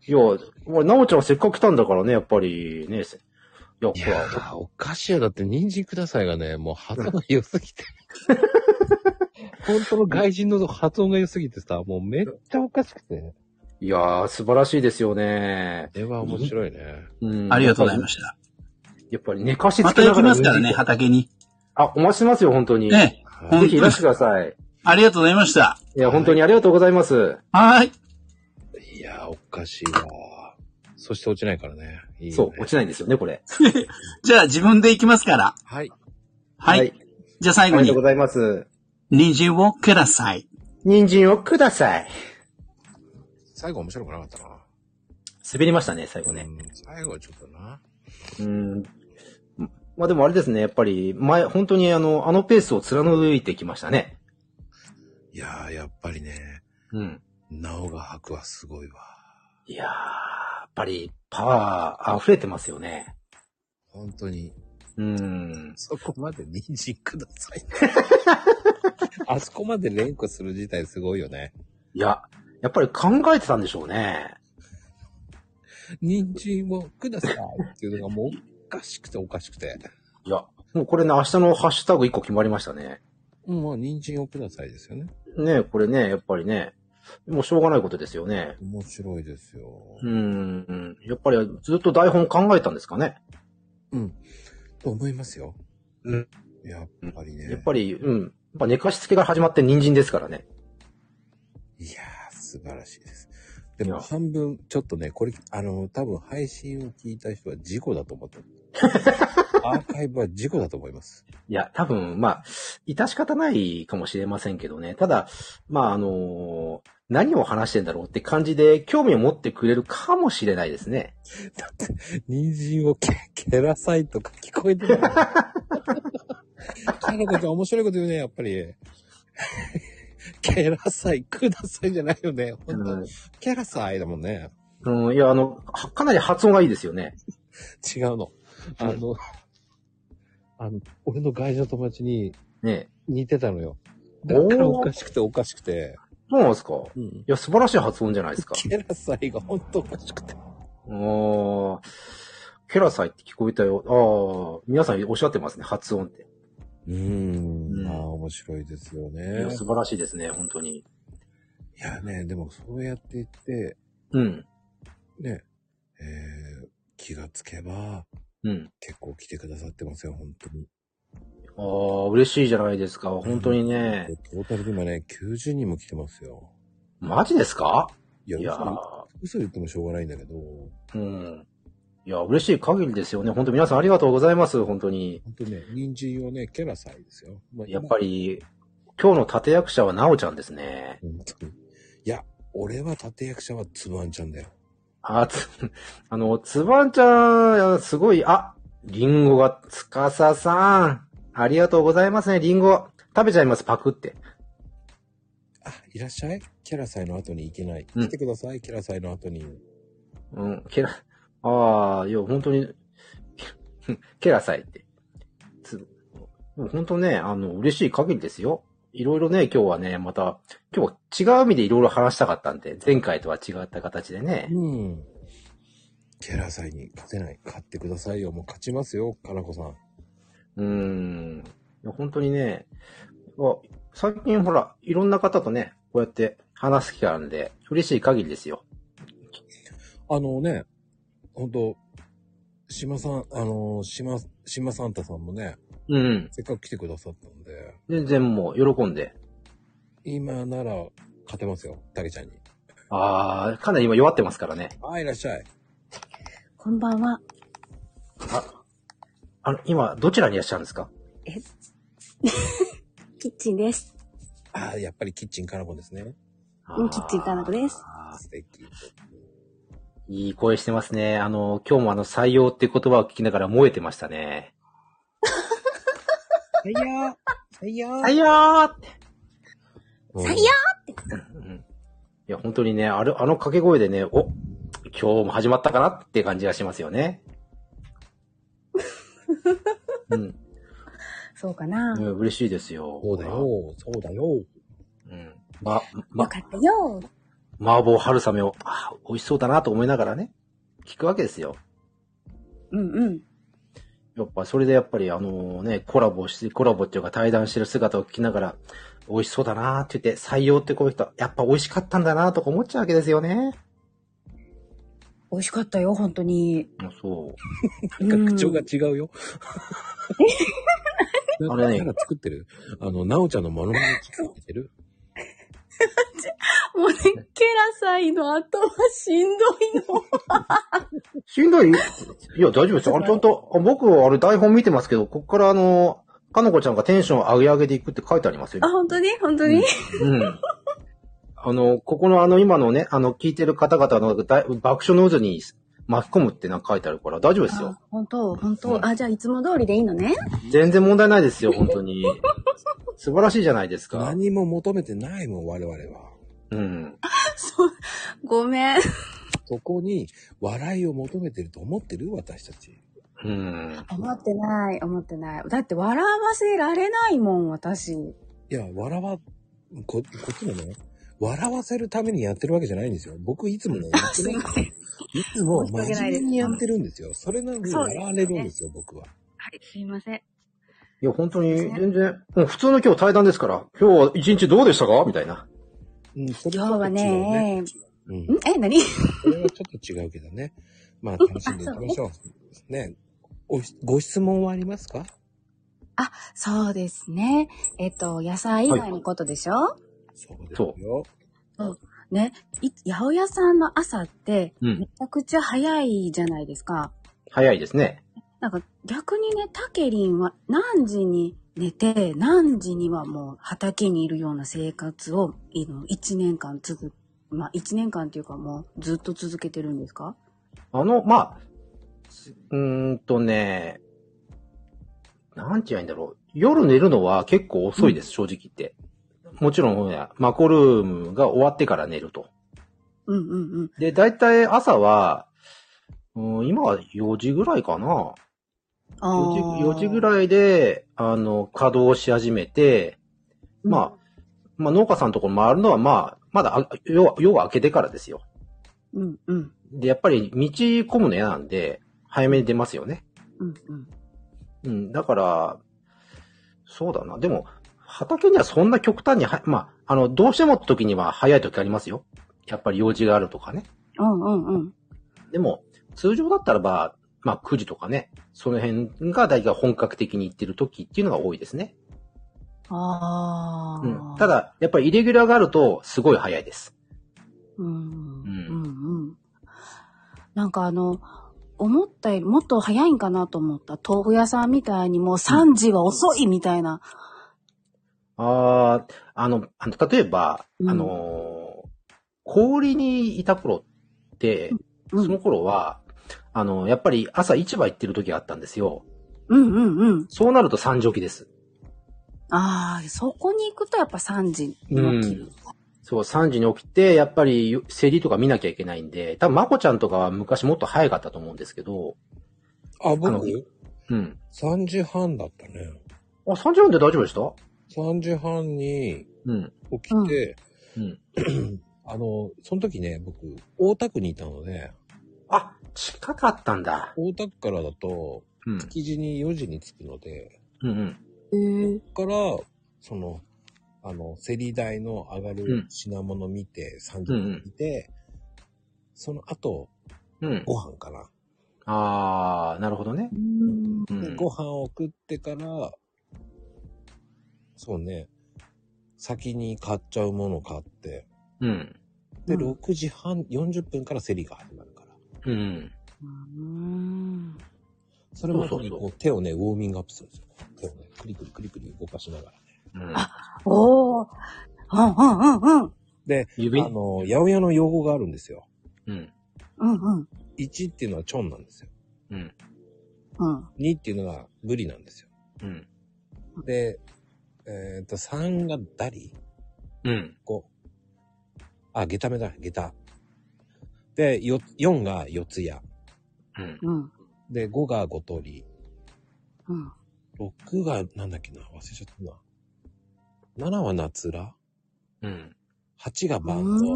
いや、まあなおちゃんはせっかく来たんだからね、やっぱりね。せいや、ほ
い
ら
や、ー、おかしいよ。だって、人参くださいがね、もう発音が良すぎて。本当の外人の発音が良すぎてさ、もうめっちゃおかしくて。
いやー、素晴らしいですよね。
では面白いね。
うん
ありがとうございました。
やっぱり寝かし
ま
つ
た
けなが
行き
ら
ま
人
す
参。
からね、畑に。
あ、お待ちしてますよ、本当に。ぜ
ええ。
はい
本
ひい
当
ら
に
してください。
ありがとうございました。
いや、本当にありがとうございます。
はーい。
いやー、おかしいわー。そして落ちないからね。いいよね
そう、落ちないんですよね、これ。
じゃあ自分で行きますから。
はい。
はい。じゃあ
あ
最
りが
後
と
に
うご、ざいます。
人参をください。
人参をください。
最後面白くなかったな。
滑りましたね、最後ね。
うん最後はちょっとな。
うん。まあでもあれですね、やっぱり、前、本当にあの、あのペースを貫いてきましたね。
いやー、やっぱりね、
うん。
なおが吐くはすごいわ。
いやー、やっぱり、パワー溢れてますよね。
本当に。
うん。
そこまで人参くださ い。あそこまで連呼する自体すごいよね。
いや、やっぱり考えてたんでしょうね。
人参をくださいっていうのがもうおかしくておかしくて。
いや、もうこれね、明日のハッシュタグ1個決まりましたね。
もう人参をくださいですよね。
ねこれね、やっぱりね、もうしょうがないことですよね。
面白いですよ。
うんうん。やっぱりずっと台本考えたんですかね。
と思いますよ。うん。やっぱりね。
やっぱり、うん。やっぱ寝かしつけが始まって人参ですからね。
いやー、素晴らしいです。で
い
も
や
半分、ちょっとね、これ、あの、多分配信を聞いた人は事故だと思 ってる。アーカイブは事故だと思います。
いや、多分、まあ、致し方ないかもしれませんけどね。ただ、まあ、あのー何を話してんだろうって感じで興味を持ってくれるかもしれないですね。
だって、人参をけ、けらさいとか聞こえて る。カナコちゃん面白いこと言うね、やっぱり。けらさい、くださいじゃないよね。本当
う
に
ん。
けらさいだもんね。
うん、いや、あの、はかなり発音がいいですよね。
違うの。あの、あの、俺の外人の友達に
ね
似てたのよ。だからおかしくておかしくて。
そうなんですか
う
い
ん。
や、素晴らしい発音じゃないで すか。
ケラサイがほんとおかしくて。
おー、ケラサイって聞こえたよ。ああ、皆さんおっしゃってますね、発音って。
うー。
うんん
まあ面白いですよ
い
ね
や。素晴らしいですね、本当に。
いやね、でもそうやって言って、
うん、
ね、えー、気がつけば、
うん。
結構来てくださってますよ、本当に。
ああ、嬉しいじゃないですか、本当にね。
トータルで今ね、90人も来てますよ。
マジですか
いや、
いや
嘘言
ー
嘘言ってもしょうがないんだけど、
うん。いや、嬉しい限りですよね。本当皆さんありがとうございます。本当に。
本当ね、人参をね、ケラサイですよ。まあ
やっぱり、今日の立役者はなおちゃんですね。
本当に。いや、俺は立役者はつぶあんちゃんだよ。
あ、つ、 あの、つばんちゃん、すごい、あ、リンゴが、つかささん。ありがとうございますね、リンゴ。食べちゃいます、パクって。
あ、いらっしゃいキャラ祭の後に行けない。
うん
来てください、キャラ祭の後に。
うん、ケラ、ああ、いや、本当に、 ケケラさいって。つ、本当ね、あの、嬉しい限りですよ。いろいろね、今日はね、また、今日は違う意味でいろいろ話したかったんで、前回とは違った形でね。
うん。キャラ祭に勝てない。勝ってくださいよ。もう勝ちますよ、かなこさん。
うーん。いや本当にね、あ最近ほら、いろんな方とね、こうやって話す機会あるんで、嬉しい限りですよ。
あのね、ほんと、島さん、あのー、島、島サンタさんもね、
うん。
せっかく来てくださったんで、
全然もう、喜んで。
今なら勝てますよ、たけちゃんに。
ああ、かなり今弱ってますからね。
あ、いらっしゃい。
こんばんは。
あの、今、どちらにいらっしゃるんですか
キッチンです。
あやっぱりキッチンかなこですね。
うんキッチン田中です
あー
素敵。
いい声してますね。あの、今日もあの、採用って言葉を聞きながら燃えてましたね。
はいやー。はいやー。
採用って。
採用
うんいや、本当にね、あれ、あの掛け声でね、お、今日も始まったかなって感じがしますよ ね。うん、
そうかな
う。ん嬉しいですよ。
そうだ。よ、そうだよ。
うん。ま、
よ
ま、
かったよ。
麻婆春雨を、あー美味しそうだなと思いながらね、聞くわけですよ。
うんうん。
やっぱ、それでやっぱりあのね、コラボして、コラボっていうか対談してる姿を聞きながら、美味しそうだなーって言って、採用ってこういう人、やっぱ美味しかったんだなーとか思っちゃうわけですよね。
美味しかったよ、本当に。
あそう。
なんか
うん
口調が違うよ。 なんか
あれね
キャラ作ってるあの、なおちゃんのモノマネ作ってる
もうね、ケラサイの後はしんどいの。
しんど いいや、大丈夫 ですよ。あれちゃんと、あ僕、あれ台本見てますけど、こっからあの、かのこちゃんがテンション上げ上げていくって書いてありますよ
あ、。本当に本当に、
うん。あの、ここのあの、今のね、あの、聞いてる方々の大爆笑の渦に巻き込むってなんか書いてあるから大丈夫ですよ
あ。本当本当あ、じゃあいつも通りでいいのね。
全然問題ないですよ、本当に。素晴らしいじゃないですか。
何も求めてないもん、我々は。
うん。
ごめん。
そこに、笑いを求めてると思ってる私たち。
うん。
思ってない、思ってない。だって笑わせられないもん、私。
いや、笑わ、こ、こっちもね、笑わせるためにやってるわけじゃないんですよ。僕、いつも ね、やって
すい
る
ません。
いつも
申し訳
真
ない
面
です
目にやってるんですよ。それなのに笑われるんですよ、僕は。
はい、すいません。
いや、本当に、全然、もう普通の今日対談ですから、今日は一日どうでしたかみたいな。
うん、それ
今日はね、
違うね。うん
ん。え、何
これはちょっと違うけどね。まあ、楽しんでいきましょう。ね。おしご質問はありますか
そうですね。えっと、野菜以外のことでしょ、
そうですよ。
ね。い八百屋さんの朝って、
うん
めちゃくちゃ早いじゃないですか。
早いですね。
なんか逆にね、タケリンは何時に寝て、何時にはもう畑にいるような生活を、いの一年間続く、まあ一年間っていうかもうずっと続けてるんですか
あの、まあ、すうーんとね、なんて言えばいいんだろう。夜寝るのは結構遅いです、正直言って。もちろん、ね、マコルームが終わってから寝ると。
うんうんうん。
で、だいたい朝は、うん、今は4時ぐらいかな。
あー
4, 時4時ぐらいで、あの、稼働し始めて、まあ、まあ農家さんのところ回るのはまあ、まだあ夜は夜が明けてからですよ。
うんうん。
で、やっぱり道混むの嫌なんで、早めに出ますよね。
うんうん。
うん、だから、そうだな。でも、畑にはそんな極端には、まあ、あの、どうしてもって時には早い時ありますよ。やっぱり用事があるとかね。
うんうんうん。
でも、通常だったらば、まあ9時とかね、その辺が大体本格的に行ってる時っていうのが多いですね。
ああ。
うん、た、だ、やっぱりイレギュラーがあると、すごい早いです。
うん。
う
うんんうん。なんかあの、思ったよりもっと早いんかなと思った。豆腐屋さんみたいにもう3時は遅いみたいな。
ああ、あの、あの例えば、
うん
あのー氷にいた頃って、
うん
その頃は、あの、やっぱり朝市場行ってる時があったんですよ。
うんうんうん。
そうなると3時起きです。
ああ、そこに行くとやっぱ3時に起きる。
そう、3時に起きて、やっぱり競りとか見なきゃいけないんで、多分まこちゃんとかは昔もっと早かったと思うんですけど、
あ、
あの
僕、
うん。
3時半だったね。
あ、3時なんで大丈夫でした
3時半に
うん。
起きて、
うん。
あの、その時ね、僕、大田区にいたので、
あ、近かったんだ。
大田区からだと、
うん。
築地に4時に着くので、
うんうん。
へえ。
から、その、あの、競り台の上が
うん
る品物見て、3時
うんう
に
ん
見て、その後、
うん。
ご飯かな。
あー、なるほどね。
うん。
う
で
ん。
ご飯を食ってから、そうね、先に買っちゃうものを買って、
うん。
で、
うん
6時半、40分から競りが始まるから。
うん。
うん
それまで
そうそう
に
そう
こう手をね、ウォーミングアップするんですよ。手をね、クリクリクリクリ動かしながらね。
うん、
おー。うんうんうんうん。
指
あの、八百屋の用語があるんですよ。
うん。
うんうん。
1っていうのはチョンなんですよ。
うん。
うん。
2っていうのがブリなんですよ。
うん。
で、えーっと、3がダリ
うん。
?5。あ、下駄目だ、下駄。で、よ4が四つ屋。
うん。
うん。
で、5が五通り。
うん。
6がなんだっけな、忘れちゃったな。7は夏ら
うん。
?8 が万
うん
蔵。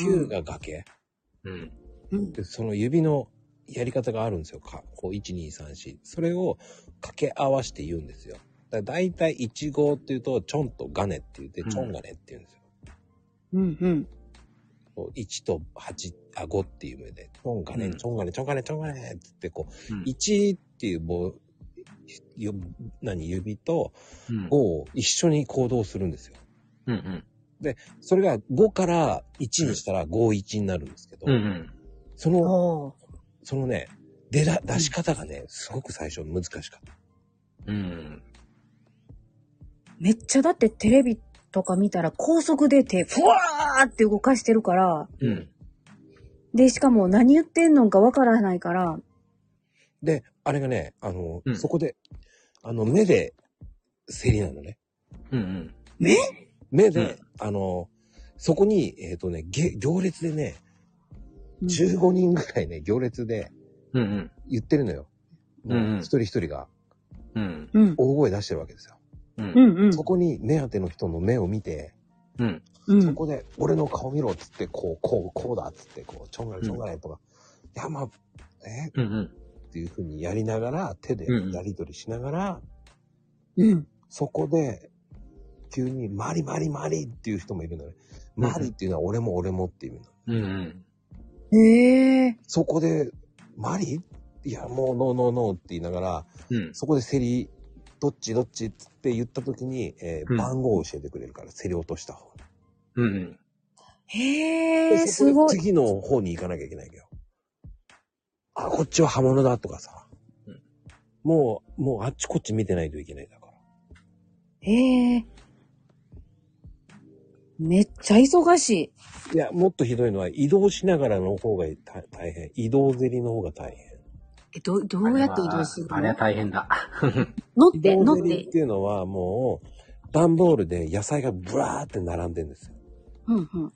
9が崖。
うん。
うん。
でその指のやり方があるんですよ。かこう、1、2、3、4。それを掛け合わせて言うんですよ。だだいたい1号っていうと、ちょんとガネって言って、
うん
ちょんガネって言うんですよ。
うんうん。
こう1と8、あ、5っていう目で、ちょんガネ、
うん
ちょんガネ、ちょんガネ、ちょんガネって言って、こ
う
う、1っていう棒、よ何、指と
ん。
5を一緒に行動するんですよ。
うん。うん。
それが5から1にしたら5、1になるんですけど、
うん。
その、
おー。
そのね、出だ、出し方がね、すごく最初難しかった。
うん。
めっちゃだってテレビとか見たら高速で手、ふわーって動かしてるから、
うん。
で、しかも何言ってんのかわからないから、
で、あれがね、あの、
うん
そこで、あの、目で、競りなのね。
うん。
目で、
うん
あの、そこに、えっ、とね、げ行列でね、
うん
15人ぐらいね、行列で
うん。
言ってるのよ。もう
うんうん
一人一人が
うん。
うん。
大声出してるわけですよ。
うん。
うんうん。
そこに目当ての人の目を見て、
うん。
う
そ
ん。
こで、俺の顔見ろっつって、こう、こう、こうだっつって、こう、ちょんがれちょんがれとか、いや、まあ、え
うん。うん。
っていう風にやりながら、手で
うんうん
やり取りしながら、
うん。
そこで、急に、マリマリマリっていう人もいるのね。
うん
マリっていうのは俺も俺もっていう意味なの。
うん。
へえ。
そこで、マリいや、もうノーノーノーって言いながら、
うん。
そこで競りどっちどっちって言った時に、えー
うん
番号を教えてくれるから、競り落とした方が。
うん。
へえ、
でそこ
す
で
ごい。
次の方に行かなきゃいけないけど。あ、こっちは刃物だとかさ。
うん
もう、もうあっちこっち見てないといけないだから。
へえ。めっちゃ忙しい。
いや、もっとひどいのは移動しながらの方が大大変。移動競りの方が大変。
え、どう、どうやって移動する
あれは
の
大変だ。
乗っ
移
て、乗
動
っ
競り
て
っ。ていうのはもう、段ボールで野菜がブワーって並んでるんですよ。
うんうん。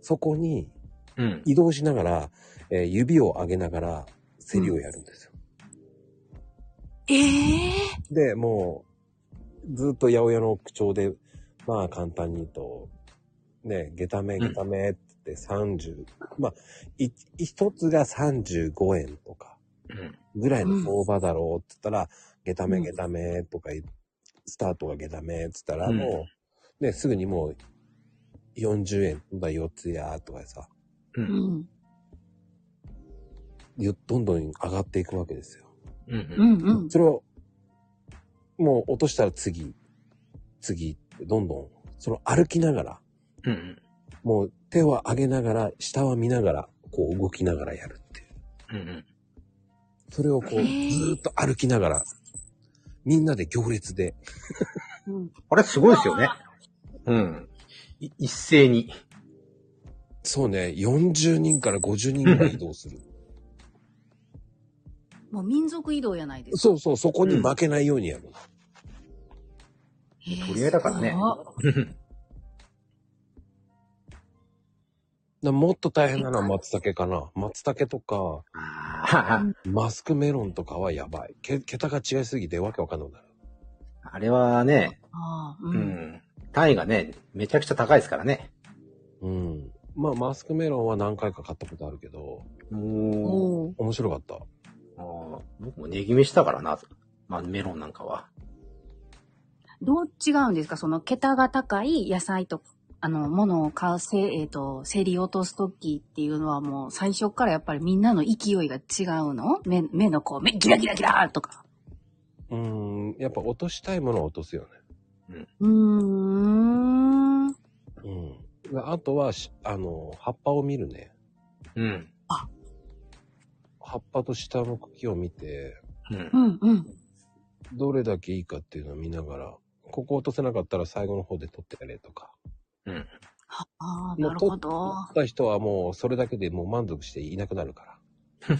そこに
うん。
移動しながら、えー指を上げながら競りをやるんですよ。
ええ
で、もう、ずっと八百屋の口調で、まあ簡単に言うと、ね、下駄目、
う
下
ん
駄目って言って30、まあ、い一つが35円とか
うん。
ぐらいの相場だろうって言ったら、下駄目、下駄目とか言っ、スタートが下駄目って言ったら、
うん
もう、ね、すぐにもう40円、まあ4つやとかさ、
う。
うんん。
ゆどんどん上がっていくわけですよ。
う。
うんんうん。
それを、もう落としたら次、次ってどんどん、その歩きながら、
うん。
もう手は上げながら、下は見ながら、こう動きながらやるっていう。
うん。
それをこう、ず
へー
ーっと歩きながら、みんなで行列で、
うん
あれすごいですよね。うん。い一斉に。
そうね、40人から50人ぐらい移動する。
もう民族移動やないですか。
そうそう、そこに負けないようにやる。
取
取り合いだからね
なもっと大変なのは松茸かな。松茸とか、
あ
マスクメロンとかはやばい。け桁が違いすぎてわけわかんなくなる。
あ、あれはね、
ああ、う。
うんん。単位がね、めちゃくちゃ高いですからね。
うん。まあ、マスクメロンは何回か買ったことあるけど、
お
おー
面白かった。
ああ僕もネギ飯だからな。まあ、メロンなんかは。
どう違うんですかその、桁が高い野菜と、あの、ものを買う、せ、えっ、と、競り落とすときっていうのはもう、最初からやっぱりみんなの勢いが違うの目、目のこう、目、ギラギラギラーとか。
うーん、やっぱ落としたいものは落とすよね。
うーん。あ、
うん。あとはし、あの、葉っぱを見るね。
うん。
葉っぱと下の茎を見て、
うん
う。んうん。
どれだけいいかっていうのを見ながら、ここ落とせなかったら最後の方で取ってやれとか。
うん。
ああ、
もう
なるほ
取っ
ど。
た人はもうそれだけでもう満足していなくなるから。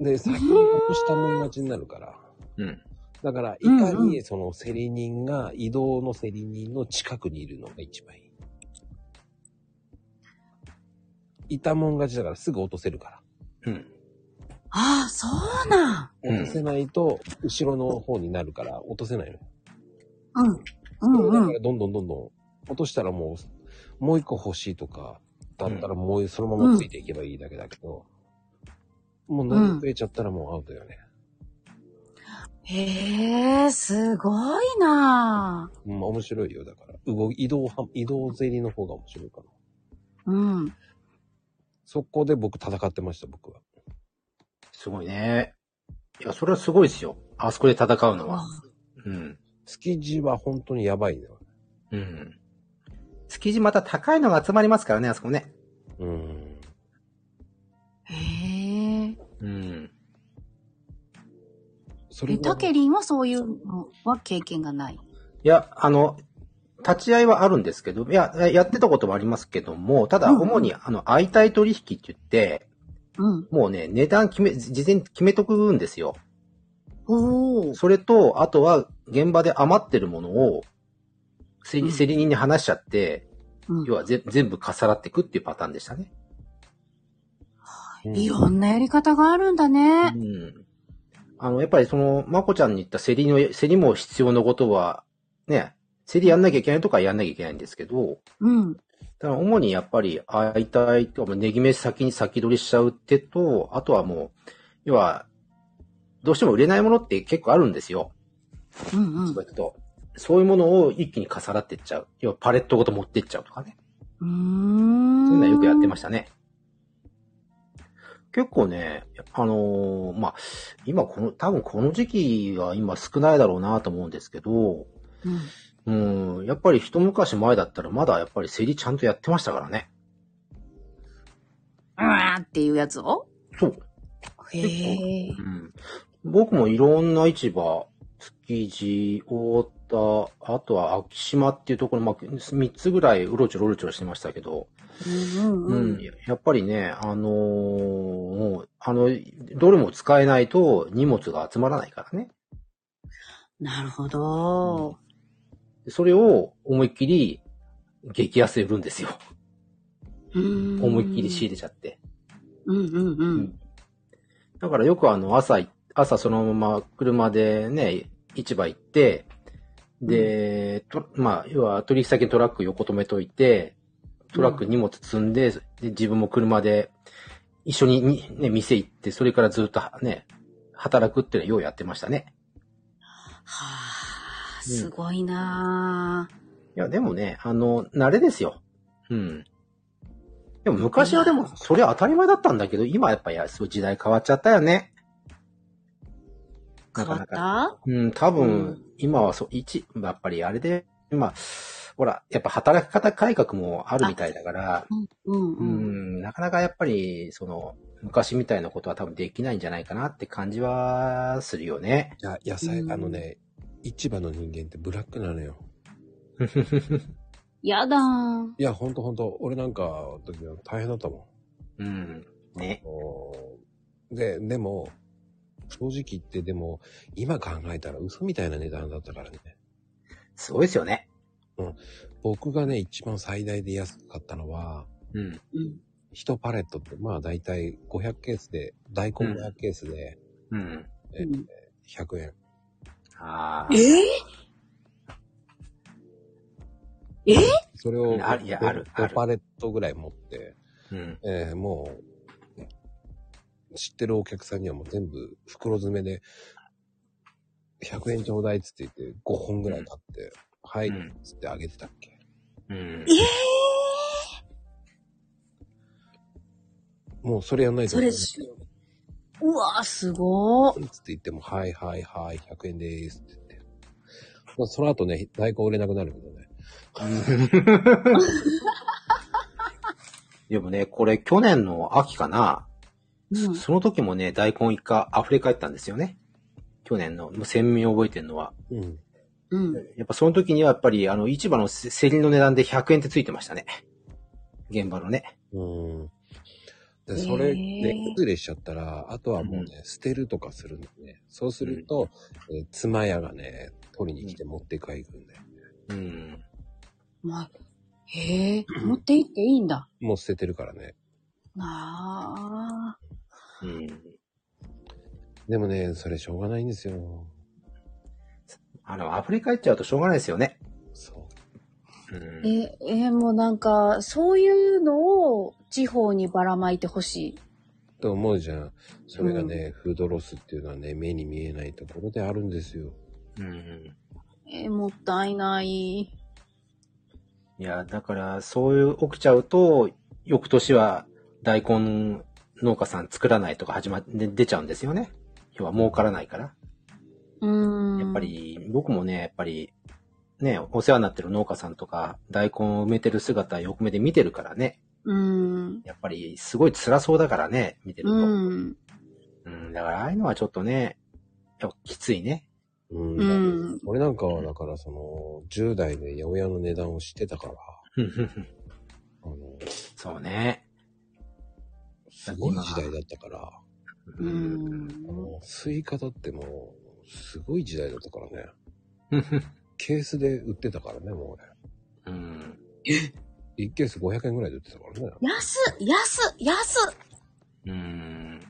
で、先に落としたもん勝ちになるから。
うん。
だから、い
うんうん
かにその競り人が、移動の競り人の近くにいるのが一番いい。いたもん勝ちだからすぐ落とせるから。
うん。
ああ、そうなん。
うん
落とせないと、後ろの方になるから、落とせないのよ。
うん。う
それだ
ん
か
うん。
らどんどんどんどん、落としたらもう、もう一個欲しいとか、だったらもうそのままついていけばいいだけだけど、もう飲み増えちゃったらもうアウトよね。
へえ、すごいなあ
うん、面白いよ、だから。動移動は、移動競りの方が面白いかな。
うん。
そこで僕戦ってました、僕は。
すごいね。いや、それはすごいですよ。あそこで戦うの
わ
は
あ。
うん。
築地は本当にやばいね。
うん。築地また高いのが集まりますからね、あそこね。
うん。
へえ。
うん。
それ
え、
ぐら
タ
い
ケリンはそういうのは経験がない。
いや、あの、立ち会いはあるんですけど、いや、やってたこともありますけども、ただ、
うんうん
主に、あの、相対取引って言って、
うん。
もうね、値段決め、事前に決めとくんですよ。
おお。
それと、あとは、現場で余ってるものを、競
うん
り、競り人に話しちゃって、
うん
要はぜ全部重なっていくっていうパターンでしたね。
うん
いろんなやり方があるんだね
う。ん。あの、やっぱりその、まこちゃんに言った競りの、競りも必要なことは、ね、競りやんなきゃいけないとかやんなきゃいけないんですけど、
うん。
ただ主にやっぱり相対とか、ネギ飯先に先取りしちゃうってと、あとはもう、要は、どうしても売れないものって結構あるんですよ。
うんうん
そうやってと。そういうものを一気に重なってっちゃう。要はパレットごと持ってっちゃうとかね。。
うー
そ
ん。
ういうのはよくやってましたね。結構ね、あのーまあ、今この、多分この時期が今少ないだろうなと思うんですけど、
うん。
うん、やっぱり一昔前だったらまだやっぱり競りちゃんとやってましたからね。
うわーっていうやつを
そう。
へえ。
うん。僕もいろんな市場、築地、大田、あとは昭島っていうところ、まあ、3つぐらいうろちょろうろちょろしてましたけど、
うんう
う
んうん
ん。。やっぱりね、あのーもうあの、どれも使えないと荷物が集まらないからね。
なるほど。
それを思いっきり激安で売るんですよ。思
思
いっきり仕入れちゃって。
うんうんう。
うんんだからよくあの、朝い、朝そのまま車でね、市場行って、で、とまあ、要は取引先にトラック横止めといて、トラック荷物積んで、で自分も車で一緒ににね、店行って、それからずっとはね、働くっていうのはようやってましたね。
はあ、すごいない
や、でもね、あの、慣れですよ。うん。でも昔はでも、それ当たり前だったんだけど、今やっぱりそう時代変わっちゃったよね。
あ。変わ
な
っ
かなか
た
うん、多
う
分
ん、
今はそう、一、やっぱりあれで、今、ほら、やっぱ働き方改革もあるみたいだから、
うん
う
うん。
ん、なかなかやっぱり、その、昔みたいなことは多分できないんじゃないかなって感じはするよね。
いや、野菜、
うん
あのね、市場の人間ってブラックなのよ。
やだー。
いや、ほんとほんと、俺なんか、時々大変だったもん。
うん。ね。
おーで、でも、正直言って、でも、今考えたら嘘みたいな値段だったからね。
すごいですよね。
僕がね、一番最大で安かったのは、
うん。
うん。
1パレットって、まあ大体500ケースで、大根500ケースで
うん。
うん
100円。
ああ。
えー
それを
あいやあるある
5パレットぐらい持って、
うん。
えーもう、知ってるお客さんにはもう全部袋詰めで、100円ちょうだいっつって言って、5本ぐらい買って、はい、
うん
つってあげてたっけ。
うん。
もうそれやんないと。
それしうわー、すごー。
つって言っても、はいはいはい、100円でーすって言って。まあその後ね、大根売れなくなるけどね。
でもね、これ去年の秋かな、
うん。
その時もね、大根一回溢れ返ったんですよね。去年の、もう鮮明に覚えてるのは。
うん。
うん。
やっぱその時にはやっぱり、あの、市場のせ競りの値段で100円ってついてましたね。現場のね。
うん。で、それで、
へー
崩れしちゃったら、あとはもうね、捨てるとかするんだね。そうすると、えー妻屋がね、取りに来て持って帰るんで。
うん。
まあ、へえ、持って行っていいんだ。
もう捨ててるからね。
なあ。
うん。
でもね、それしょうがないんですよ。
あの、溢れ返っちゃうとしょうがないですよね。
そう。
うん。
え、え、もうなんか、そういうのを地方にばらまいてほしい。
と思うじゃん。それがね、フードロスっていうのはね、目に見えないところであるんですよ。
うん。
え、もったいない。
いや、だから、そういう、起きちゃうと、翌年は大根農家さん作らないとか始まって出ちゃうんですよね。要は儲からないから。
うーん。
やっぱ。り、僕もね、やっぱり、ね、お世話になってる農家さんとか、大根を埋めてる姿、横目で見てるからね。
うーん。
やっぱり、すごい辛そうだからね、見てると。
う
うん。
ん。
だから、ああいうのはちょっとね、やっぱきついね。
うん。
うん。
俺なんかは、だからその、10代で八百屋の値段を知ってたから、あの、
そうね。
すごい時代だったから、
う
うんん。
あの、スイカだってもう、すごい時代だったからね。 ケースで売ってたからね、もう
うん。
俺。1ケース500円ぐらいで売ってたからね。
安っ安っ安っ
うん。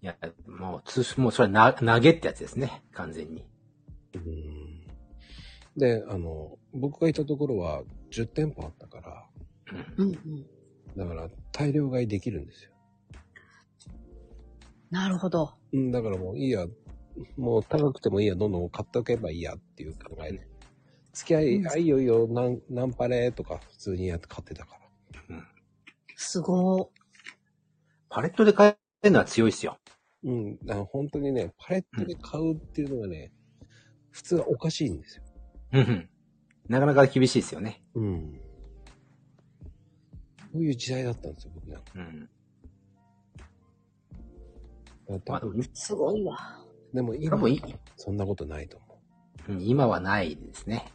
いや、もう、通もうそれはな、投げってやつですね。完全に。
うん。で、あの、僕がいたところは10店舗あったから、
うん
うんうん。
だから大量買いできるんですよ。
なるほど。
うん、だからもういいや、もう高くてもいいや、どんどん買っておけばいいやっていう考えで。付き合い、あいいよいいよ、なん、なんパレとか普通にやって買ってたから。
すご
パレットで買えるのは強いっすよ。
うん、あの本当にね、パレットで買うっていうのがね、普通はおかしいんですよ。
うんうん。なかなか厳しいっすよね。
うん。そういう時代だったんですよ、僕なんか。
うん。
だから多
まあでも
分、
すごいわ。
でも
多
今、
分い、
そんなことないと思
うん今はないですね。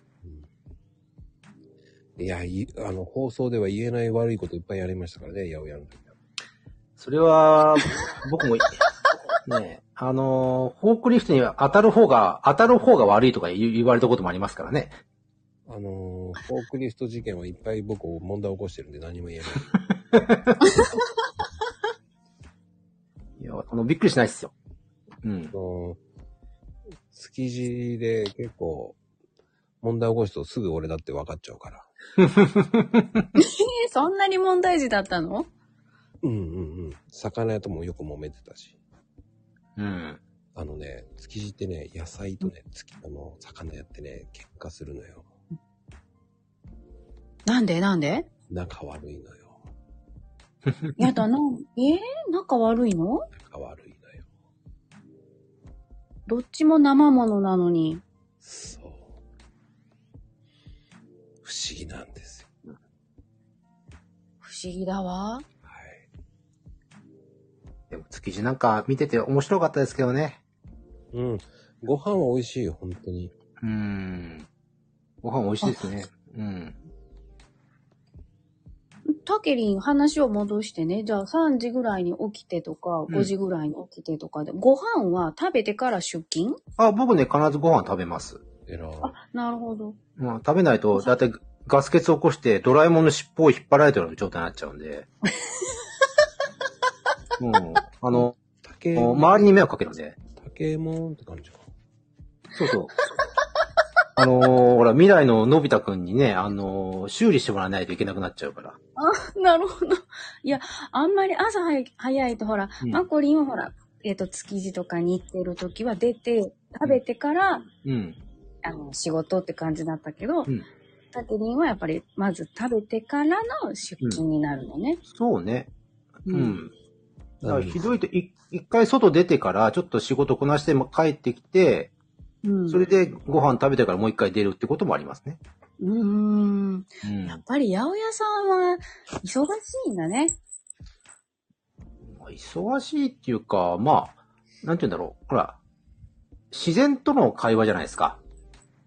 う。いや、いあの、放送では言えない悪いこといっぱいやりましたからね、八百屋の時は。
それは、僕も、 ね、あのー、フォークリフトには当たる方が、当たる方が悪いとか言言われたこともありますからね。
あのー、フォークリフト事件はいっぱい僕問題起こしてるんで何も言えない。
いや、あの、びっくりしないっすよ。うん
あ。のー、築地で結構、問題起こすとすぐ俺だって分かっちゃうから。
え、そんなに問題児だったの
うんうんうん。魚屋ともよく揉めてたし。
うん。
あのね、築地ってね、野菜とね、つきあの、魚やってね、喧嘩するのよ。
なんでなんで
仲悪いのよ。
やだな。えー、仲悪いの
仲悪いのよ。
どっちも生物なのに。
そう。不思議なんですよ。
不思議だわ。
はい。
でも、築地なんか見てて面白かったですけどね。
うん。ご飯は美味しいよ、本当に。
うん。ご飯美味しいですね。うん。
タケリン、話を戻してね、じゃあ3時ぐらいに起きてとか、
うん
5時ぐらいに起きてとかで、ご飯は食べてから出勤
あ、僕ね、必ずご飯食べます。
えらい。
なるほど。
うん、食べないと、だってガス欠起こして、ドラえもんの尻尾を引っ張られてるような状態になっちゃうんで。うん。あの、
竹もん、
周りに迷惑かけるんで。
竹もんって感じか。
そう そう。あのーほら、未来ののび太くんにね、あのー修理してもらわないといけなくなっちゃうから。
なるほど。いや、あんまり朝早い早いと、ほら、
うん
マコリンはほら、えっ、と、築地とかに行ってる時は出て、食べてから、
うん。
あの、仕事って感じだったけど、
うん
タケリンはやっぱり、まず食べてからの出勤になるのね。
そうね。う
うん
ん。だからひどいと、い一回外出てから、ちょっと仕事こなしても帰ってきて、
うん。
それでご飯食べてからもう一回出るってこともありますね。
うー
う
ん。
ん
やっぱり八百屋さんは忙しいんだね。
まあ忙しいっていうか、まあ、なんて言うんだろう。ほら、自然との会話じゃないですか。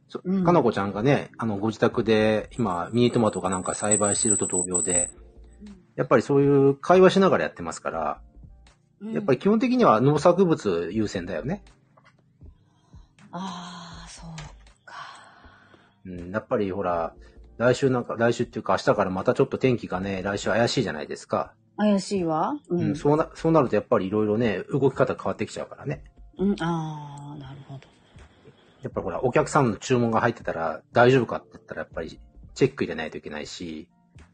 そ
うん
かなこちゃんがね、あの、ご自宅で、今、ミニトマトかなんか栽培してると同様で、やっぱりそういう会話しながらやってますから、やっぱり基本的には農作物優先だよね。
ああ、そうか。
うん、やっぱりほら、来週なんか、来週っていうか明日からまたちょっと天気がね、来週怪しいじゃないですか。
怪しいわ。う
うんん、。そうな、そうなるとやっぱりいろいろね、動き方変わってきちゃうからね。
うん、ああ、なるほど。
やっぱりほら、お客さんの注文が入ってたら大丈夫かって言ったらやっぱりチェック入れないといけないし、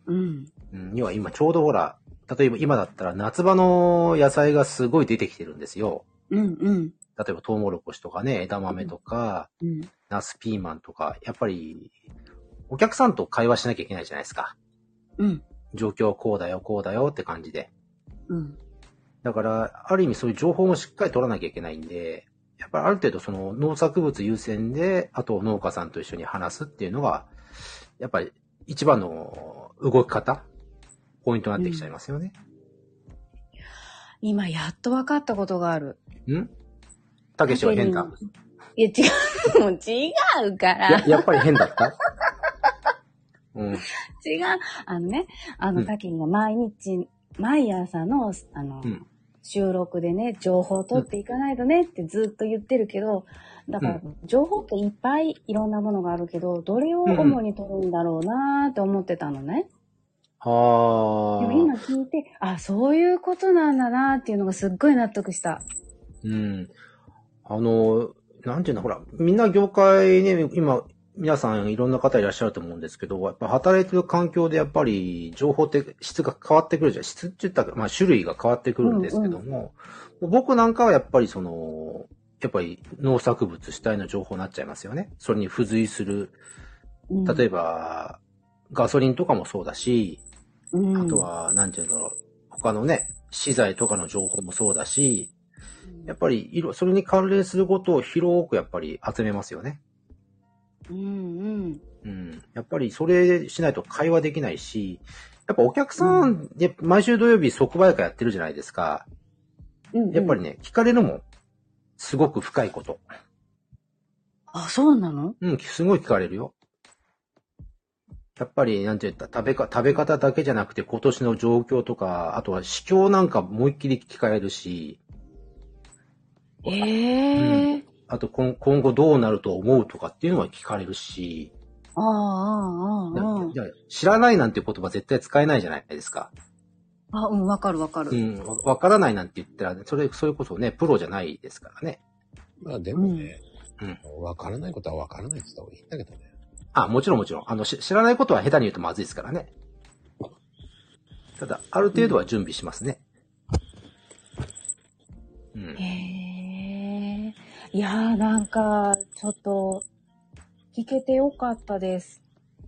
うん。
うん、要は今ちょうどほら、例えば今だったら夏場の野菜がすごい出てきてるんですよ。
うん、うん。
例えばトウモロコシとかね、枝豆とか、
うん。
ナスピーマンとか、やっぱりお客さんと会話しなきゃいけないじゃないですか。
うん。
状況こうだよ、こうだよって感じで。
うん。
だから、ある意味そういう情報もしっかり取らなきゃいけないんで、やっぱりある程度その農作物優先で、あと農家さんと一緒に話すっていうのが、やっぱり一番の動き方、ポイントになってきちゃいますよね。
今、やっと分かったことがある。
んたけしは変だ。
いや、違う。もう違うから。
や、やっぱり変だったうん。
違う。あのね、あ
う
の、
ん
タキが毎日、毎朝の、あの、
うん
収録でね、情報を取っていかないとねってずっと言ってるけど、だから、情報っていっぱいいろんなものがあるけど、どれを主に取るんだろうなーって思ってたのね。
は
でも今聞いて、あ、そういうことなんだなーっていうのがすっごい納得した。
うん。あの、なんていうの、ほら、みんな業界ね、今、皆さんいろんな方いらっしゃると思うんですけど、やっぱ働いてる環境でやっぱり情報って質が変わってくるじゃん。質って言ったら、まあ種類が変わってくるんですけども、僕なんかはやっぱりその、やっぱり農作物主体の情報になっちゃいますよね。それに付随する、
うん
例えば、ガソリンとかもそうだし、
うん
あとは、なんていうんだろう、他のね、資材とかの情報もそうだし、やっぱり、いろ、それに関連することを広くやっぱり集めますよね。
うんうん。
うん。やっぱりそれしないと会話できないし、やっぱお客さんで毎週土曜日即売会やってるじゃないですか。
うんうん
やっぱり。ね、聞かれるもん。すごく深いこと。
あ、そうなの
うん、すごい聞かれるよ。やっぱり、なんて言った、食べか、食べ方だけじゃなくて今年の状況とか、あとは市況なんか思いっきり聞かれるし、
ええー。
あと今今後どうなると思うとかっていうのは聞かれるし、
ああ、ああ、あ
いや知らないなんて言葉絶対使えないじゃないですか。
あ。あ、うん、わかるわかる。
うん、わわからないなんて言ったら、それ、それこそね、プロじゃないですからね。
まあでもね
うん、
わ、からないことはわからないって言った方がいいんだけどね。
あ、もちろんもちろん。あの、し知らないことは下手に言うとまずいですからね。ただ、ある程度は準備しますね。うん
へ。え。いやー、なんか、ちょっと、聞けてよかったです。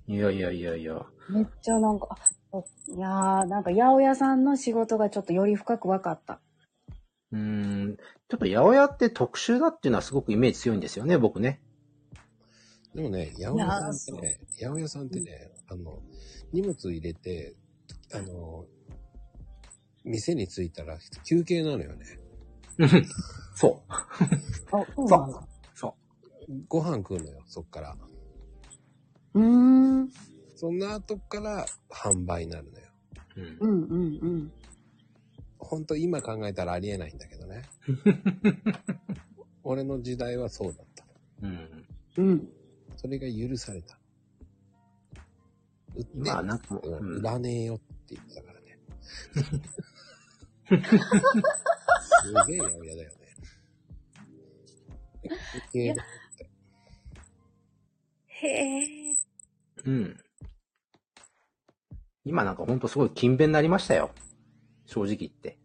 いやいやいやいや。
めっちゃなんか、あいやー、なんか、八百屋さんの仕事がちょっとより深く分かった。
うーん。ちょっと八百屋って特殊だっていうのはすごくイメージ強いんですよね、僕ね。
でもね、八百屋さんってね、八百屋さんってね、あの、荷物入れて、あの、店に着いたら休憩なのよね。
そ
あ、そうなんだ。
ご飯食うのよ、そっから。
うーん。うん
そんな後から販売になるのよ。
う。うん
う。んうん。
ほんと今考えたらありえないんだけど ね。俺の時代はそうだった。
うん。
うん。
それが許された。売って、
まあ、なんかもう、
うん
う
売
ん
らねえよって言ってたからね。すげえ八百屋だよね。
やへえ。
うん。今なんかほんとすごい勤勉になりましたよ。正直言って。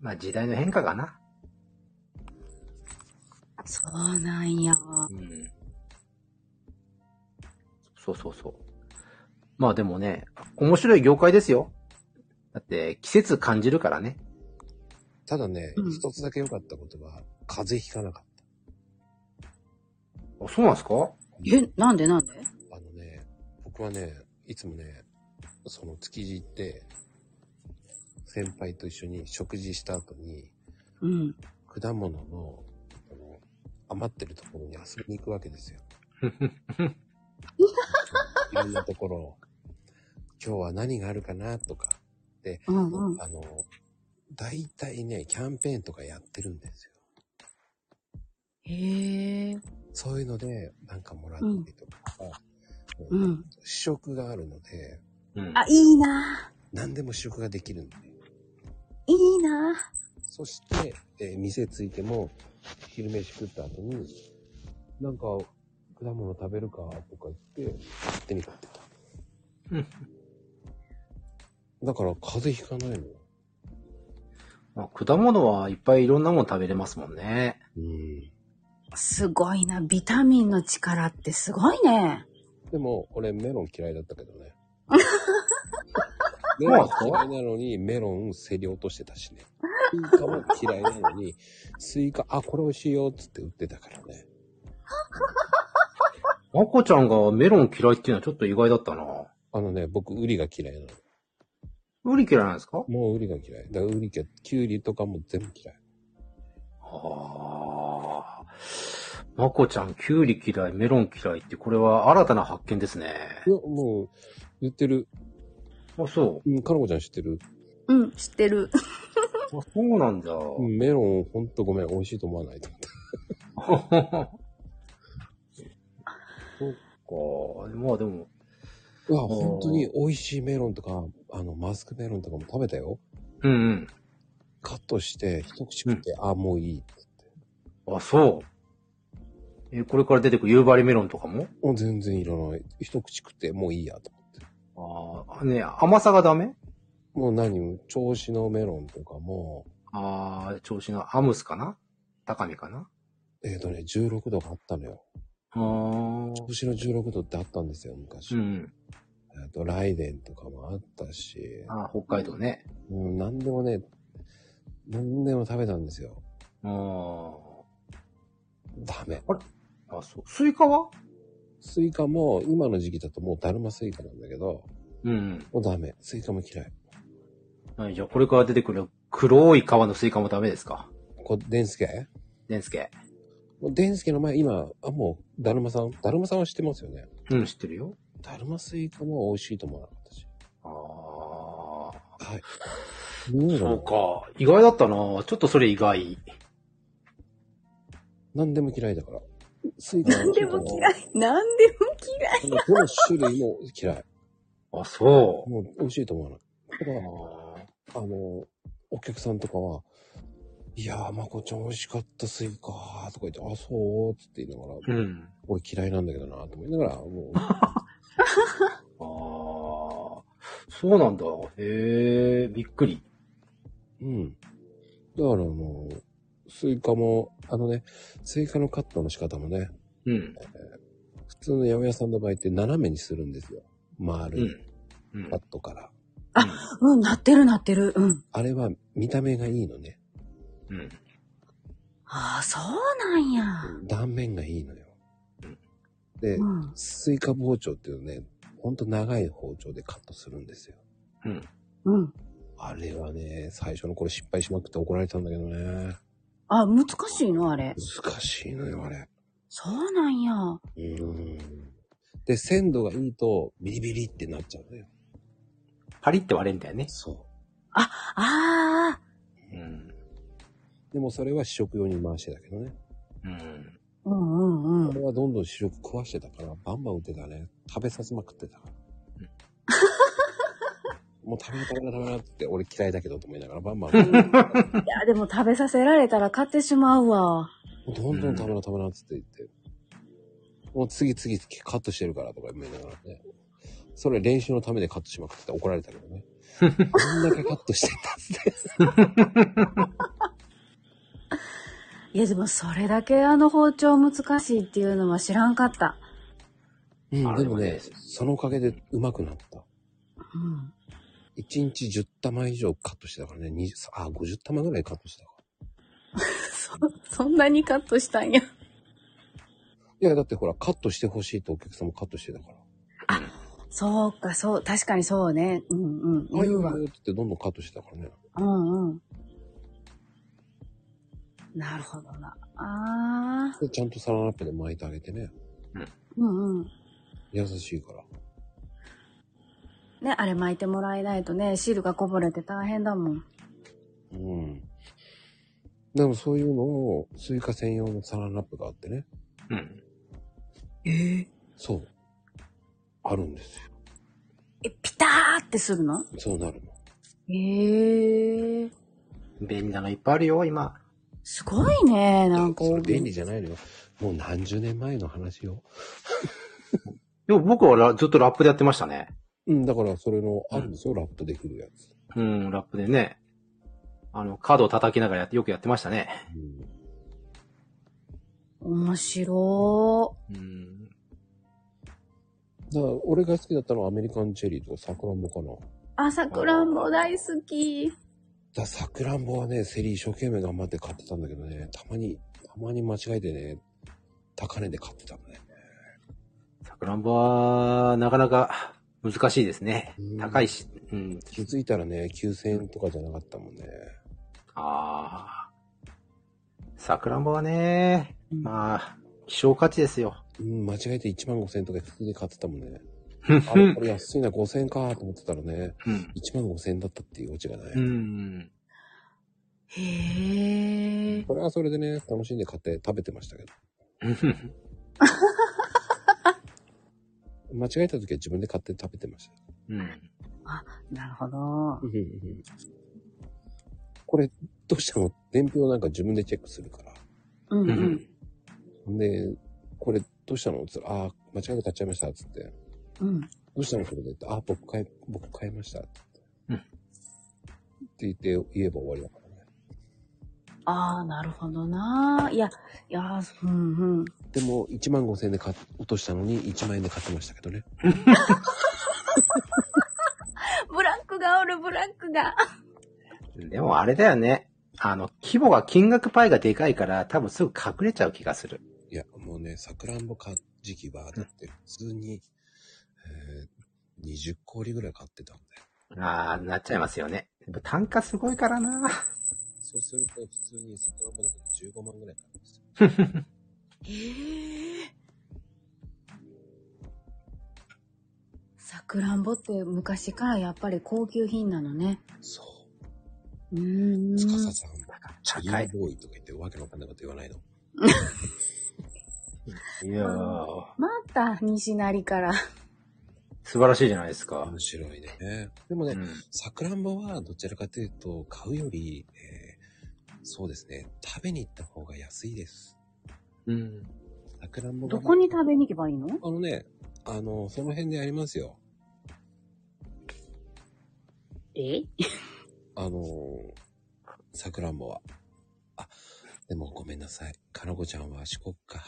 まあ時代の変化かな。
そうなんや。
うん。そうそうそう。まあでもね、面白い業界ですよ。だって季節感じるからね。
ただね、
うん
一つだけ良かったことは、風邪ひかなかっ
あ、そうなんですか
え、なんでなんで
た。あのね、僕はね、いつもね、その築地行って、先輩と一緒に食事した後に、
うん。
果物のあの余ってるところに遊びに行くわけ ですよ。いろんなところを今日は何があるかなとか、
うんうん。
あの、大体ね、キャンペーンとかやってるんですよ。
へえ。
そういうので、なんかもらったりとか、
うん。
試食があるので、
うん。
あ、いいな
何でも試食ができるんで。
いいな
そして、えー店着いても、昼飯食った後に、なんか、果物食べるかとか言って、勝手に買ってた。
うん
だから、風邪ひかないのよ。
まあ、果物はいっぱいいろんなもの食べれますもんね。
うん。
すごいな。ビタミンの力ってすごいね。
でも、俺メロン嫌いだったけどね。メ
うな
ロ
ん
ン
すか
嫌いなのに、メロン競り落としてたしね。スイカも嫌いなのに、スイカ、あ、これ美味しいよっつって売ってたからね。
まこちゃんがメロン嫌いっていうのはちょっと意外だったな。
あのね、僕、ウリが嫌いなの。
ウリ嫌いなんですか
もうウリが嫌い。だからウリキャ、キュウリとかも全部嫌い。
ああ。まこちゃん、キュウリ嫌い、メロン嫌いって、これは新たな発見ですね。
いや、もう、言ってる。
あ、そ
うん、かのこちゃん知ってる。
うん、知って
う。
る。
あ、そうなんだ。
うんメロン、ほんとごめん、美味しいと思わないと思った。
そっか。まあでも、
うわ、本当に美味しいメロンとか、あの、マスクメロンとかも食べたよ。
うん
カットして、一口食って、あ、もういい。
うん。あ、そう。え、これから出てくる夕張メロンとかも
もう全然いらない。一口食って、もういいやと思って。
ああ、ね、甘さがダメ
もう何も、調子のメロンとかも、
ああ、調子のアムスかな高見かな
えっ、とね、16度があったのよ。
ああ。
調子の16度ってあったんですよ、
う
昔。
ん。
えあと、ライデンとかもあったし、
ああ、北海道ね。
もう何でもね、何でも食べたんですよ。
ああ。
ダメ。
あ、そう。スイカは
スイカも、今の時期だともうだるまスイカなんだけど、
うん。
もうダメ。スイカも嫌い。
はいじゃあ、これから出てくる黒い皮のスイカもダメですか
こ、デンスケ
デンスケ。
もうデンスケの前、今、あ、もう、だるまさん、だるまさんは知ってますよね。
うん、知ってるよ。
だるまスイカも美味しいと思わなかったし。
ああ。
はい。
そうか。意外だったな。ちょっとそれ意外。
何でも嫌いだから。スイカ何
でも嫌い。なんでも嫌い。
い。どの種類も嫌い。
あ、そ
もう美味しいと思わない。だか
う。
ら、
あ
あの、お客さんとかは、いやー、まこちゃん美味しかったスイカーとか言って、あ、そうーっつって言いなが
ーう
ら、
ん。
俺嫌いなんだけどなと思いながら、もう、
ああ。そうなんだ。へえ、びっくり。
うん。 だからあの、スイカも、あのね、スイカのカットの仕方もね、
うん。
普通の八百屋さんの場合って斜めにするんですよ。丸
う
い
ん。うん
カッ。トから。
うん、なってるなってる。うん。
あれは見た目がいいのね。
うん。
ああ、そうなんや。
断面がいいのよ
うん。
で
う、ん。
スイカ包丁っていうのね、ほんと長い包丁でカットするんですよ。
うん。
あれはね、最初の頃失敗しまくって怒られたんだけどね。
あ、難しいのあれ。
難しいのよ、あれ。
そうなんや。
うん。で、鮮度がいいと、ビリビリってなっちゃうのよ。
パリって割れんだよね。
そ
ああ、
うん。
う。でもそれは試食用に回してたけどね。
うん。
うんうんう
こ
ん。
れはどんどん主力壊してたから、バンバン打ってたね。食べさせまくってたから。もう食べな食べな食べなって、俺嫌いだけどと思いながら、バンバン。
いや、でも食べさせられたら買ってしまうわ。
もうどんどん食べな食べなって言って。もう次々カットしてるからとか思いながらね。それ練習のためでカットしまくって怒られたけどね。どんだけカットしてたっつって。
いや、でもそれだけあの包丁難しいっていうのは知らんかった。
うん、
あ
で
れ
も
もね
ね、そのおかげでうまくなった。
うん。
1日10玉以上カットしてたからね。20あ、50玉ぐらいカットしてたから。
そ、そんなにカットしたんや。
いや、だってほら、カットしてほしいとお客さんもカットしてたから。
そうか、そう、確かにそうね。うんうん。
あ、いい
言う
よ
わ。
って言ってどんどんカットしてたからね。
うんうん。なるほどな。ああ、
で、ちゃんとサランラップで巻いてあげてね。
うんうん。
優しいから。
ね、あれ巻いてもらえないとね、汁がこぼれて大変だもん。
うん。でもそういうのを、スイカ専用のサランラップがあってね。
うん。
そう。あるんですよ。
え、ピターってするの
そうなるの。
へえー。
便利なのいっぱいあるよ、今。
すごいね、なんか。
それ便利じゃないのよ。もう何十年前の話よ。
でも僕はラずっとラップでやってましたね。
うん、だからそれの、あるんですよ、ラップできるやつ。
うん、ラップでね。あの、角を叩きながらやって、よくやってましたね。
うん。
面白
うん。
だから、俺が好きだったのはアメリカンチェリーとかサクランボかな。
い。あ、さくらんぼ大好き。
ださくらんぼはね、セリ一生懸命頑張って買ってたんだけどね、たまに、たまに間違えてね、高値で買ってたのね。
さくらんぼは、なかなか難しいですね
うん。
高いし。うん。
気づいたらね、9000円とかじゃなかったもんね。
ああ。さくらんぼはね、まあ、希少価値ですよ。
うん、間違えて1万5000円とか普通に買ってたもん ね。
うん
あれ、これ安いな、5000円かと思ってたらね、
うん。
1万5000円だったっていうオチがない。
うん。
へえ。
それはそれでね、楽しんで買って食べてましたけど。間違えた時は自分で買って食べてました。
うん。
なるほど。
これ、どうしても伝票なんか自分でチェックするから。
うん
う
うん。
ん。
で、これどうしたのつったら、ああ、間違えて買っちゃいました。つって。
うん。
どうしたのそれでって、あ、僕買い、僕買いました。って
うん
言って、って言って言えば終わりだからね。
ああ、なるほどな。いや、いや、うんうん。
でも、1万5千円で買っ落としたのに、1万円で買ってましたけどね。
ブラックがおる、ブラックが。
でもあれだよね。あの、規模が金額パイがでかいから、多分すぐ隠れちゃう気がする。
いや、もうね、さくらんぼ買う時期は、だって普通に、えー、20氷ぐらい買ってたんだよ。
ああ、なっちゃいますよね。でも単価すごいからな。
そうすると、普通にさくらんぼだけで15万ぐらい買うんですよ。
ええさくらんぼって昔からやっぱり高級品なのね。
そうう。
ーん。
つかささん、
社
ユー
会。
ボーイとか言ってわけのわかんないこと言わないの。
いやー、
また、西成から。
素晴らしいじゃないですか
面。白いね。でも
う
ね、
ん。
さくらんぼはどちらかというと、買うより、えーそうですね、食べに行った方が安いです。
うん。
さくらんぼが
どこに食べに行けばいいの
あのね、あの、その辺でありますよ。
え
あのー、さくらんぼは。あ、でもごめんなさい。かのこちゃんは四国か。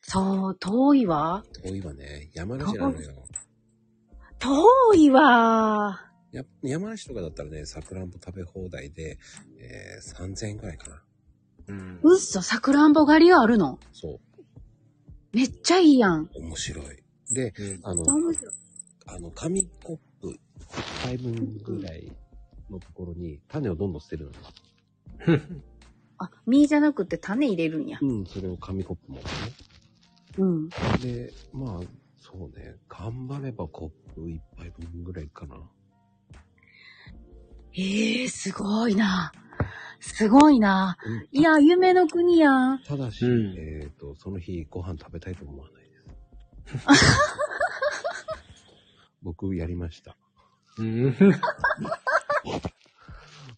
そう、遠いわ。
遠いわね。山梨なのよ。
遠いわ。
や山梨とかだったらね、さくらんぼ食べ放題で、えー、3000円くらいかな。
うん。
うっそ、さくらんぼ狩りがあるの。
そ
めっちゃいいやん。
う。面白い。で、あの、
面白い
あの、紙コップ1杯分ぐらいのところに種をどんどん捨てるのよ。
あ、実じゃなくて種入れるんや。
うん、それを紙コップもね。
うん。
で、まあ、そうね。頑張ればコップ1杯分ぐらいかな。
ええすごいな。すごいな。
うん
いや、夢の国やん。
ただし、
うん
えっ、と、その日ご飯食べたいと思わないです。僕やりました。
うん。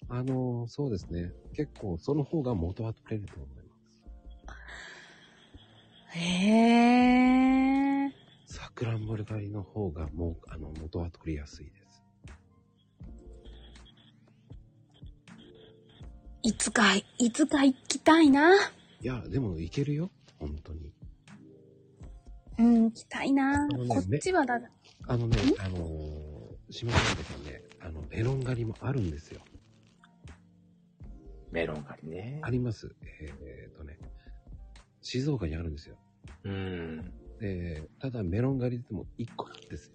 あのー、そうですね。結構その方が元は取れると思いま
へえ。
す。さくらんぼ狩りの方がもう、あの、元は取りやすいです。
いつか、いつか行きたいな。
いや、でもいけるよ。本当に。
うん、行きたいな。
あのね
こっちはだ、
あのね、あのー、島根さんね、あの、メロン狩りもあるんですよ。
メロン狩りね
あ。ります。えー、とね、静岡にあるんですよ。
うん。
で、ただメロン狩りでも1個なんですよ。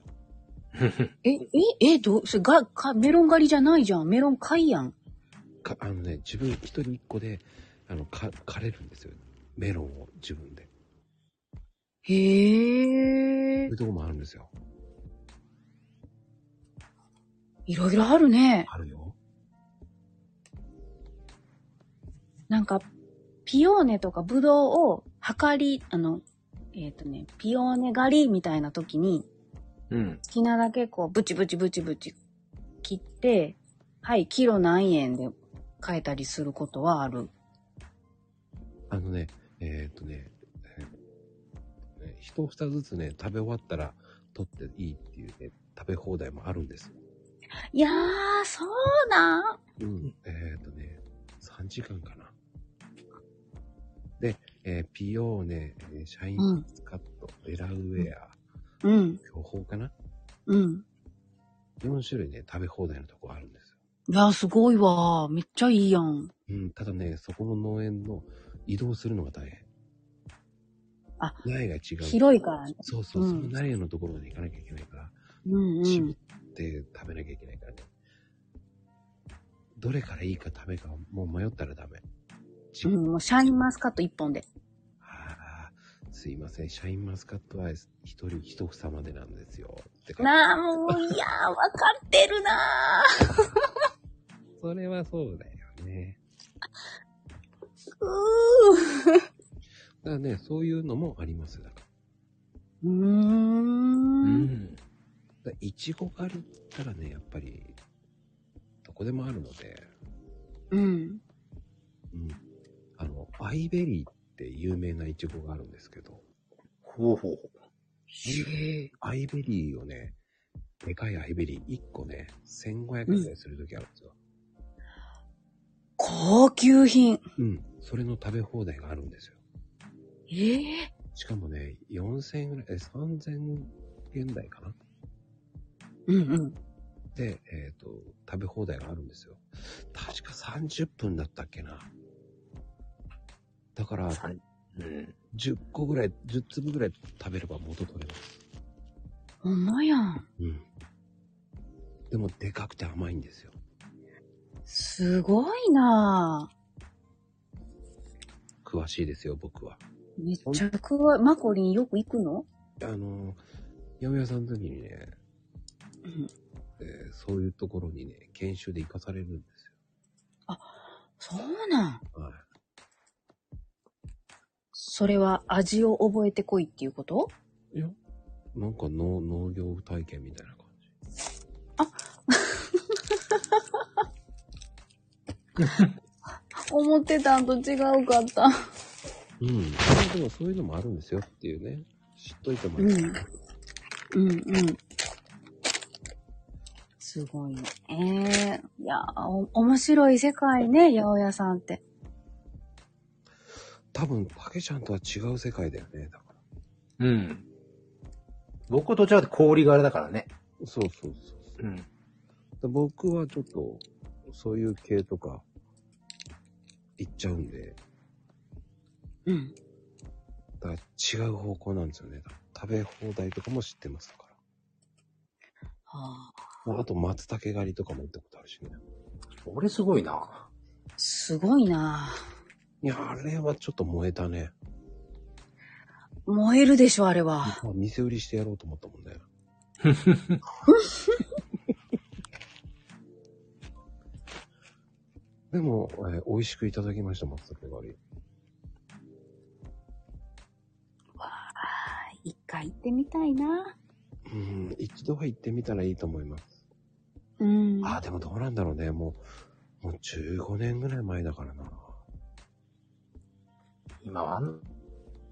え、え、え、ど、それが、か、メロン狩りじゃないじゃん。メロン買いやん。
かあのね自分一人一個であのか枯れるんですよメロンを自分でそ
へ
う
え
い。うとこもあるんですよ
いろいろあるね。
あるよ
なんか、ピオーネとかブドウを、はかり、あの、えっ、とね、ピオーネ狩りみたいな時に、
うん。
好きなだけこう、ブチブチブチブチ切って、はい、キロ何円で買えたりすることはある。
あのねえーっとねえーね一房ずつね食べ終わったら取っていいっていうね食べ放題もあるんですよ
いやー、そうなん
うんえーっとね3時間かなで、えーピオーネえーシャインマスカット、デラウェア
うん、
巨峰かな
うん。
4種類ね食べ放題のとこあるんですよ
いやー、すごいわー。めっちゃいいやん。
うん、ただね、そこの農園の移動するのが大変。
あ、
苗が違う。
広いからね。
そうそう、
うん
その苗のところまで行かなきゃいけないから、
うんう
絞
ん。
って食べなきゃいけないからね。どれからいいか食べか、もう迷ったらダメ。ち
うん、もうシャインマスカット一本で。
あーすいません、シャインマスカットは一人一房までなんですよ。ってか、
なあ、もう、いやー、わかってるなー。
それはそうだよね。
うー
だからね、そういうのもあります。だから
うーん。
だいちご狩りったらね、やっぱり、どこでもあるので、
うん。
うん。あの、アイベリーって有名なイチゴがあるんですけど、
ほうほうほ
アイベリーをね、でかいアイベリー1個ね、1500円ぐらいするときあるんですよ。
高級品。
うん、それの食べ放題があるんですよ。
ええ
しかもね、4000円ぐらい、え、3000円台かな
うんうん。
で、えっ、と、食べ放題があるんですよ。確か30分だったっけな。だから、
さんうん。
10個ぐらい、10粒ぐらい食べれば元取れます。
ほんまやん。
うん。でも、でかくて甘いんですよ。
すごいなぁ。
詳しいですよ、僕は。
めっちゃくわ、マコリンよく行くの
あの、嫁屋さんの時にね、
うん
えーそういうところにね、研修で行かされるんです
そうなん。
よ。はい。
それは味を覚えてこいっていうこと
いや、なんか農農業体験みたいな感じ。
思ってたんと違うかった。
うん。でもそういうのもあるんですよっていうね。知っといても
う
ら
ん
える。。
うんうん。すごいね。ええいや、お、面白い世界ね、八百屋さんって。
多分、たけちゃんとは違う世界だよね。だか
うん。僕どちらかというと氷があれだからね。
ら。そうそうそうそう
うん。
で僕はちょっと、そういう系とか、行っちゃうんで、
うん。
だから違う方向なんですよね。食べ放題とかも知ってますか
はあ、
ら。あと、松茸狩りとかも行ったことあるしね。
俺すごいな。
すごいない
や、あれはちょっと燃えたね。
燃えるでしょ、あれは。
まあ店売りしてやろうと思ったもん ね。でも、えー美味しくいただきました、松茸狩り。
一回行ってみたいな
うん、一度は行ってみたらいいと思います。
うん。
ああ、でもどうなんだろうね。もう、もう15年ぐらい前だからな。
今はあん、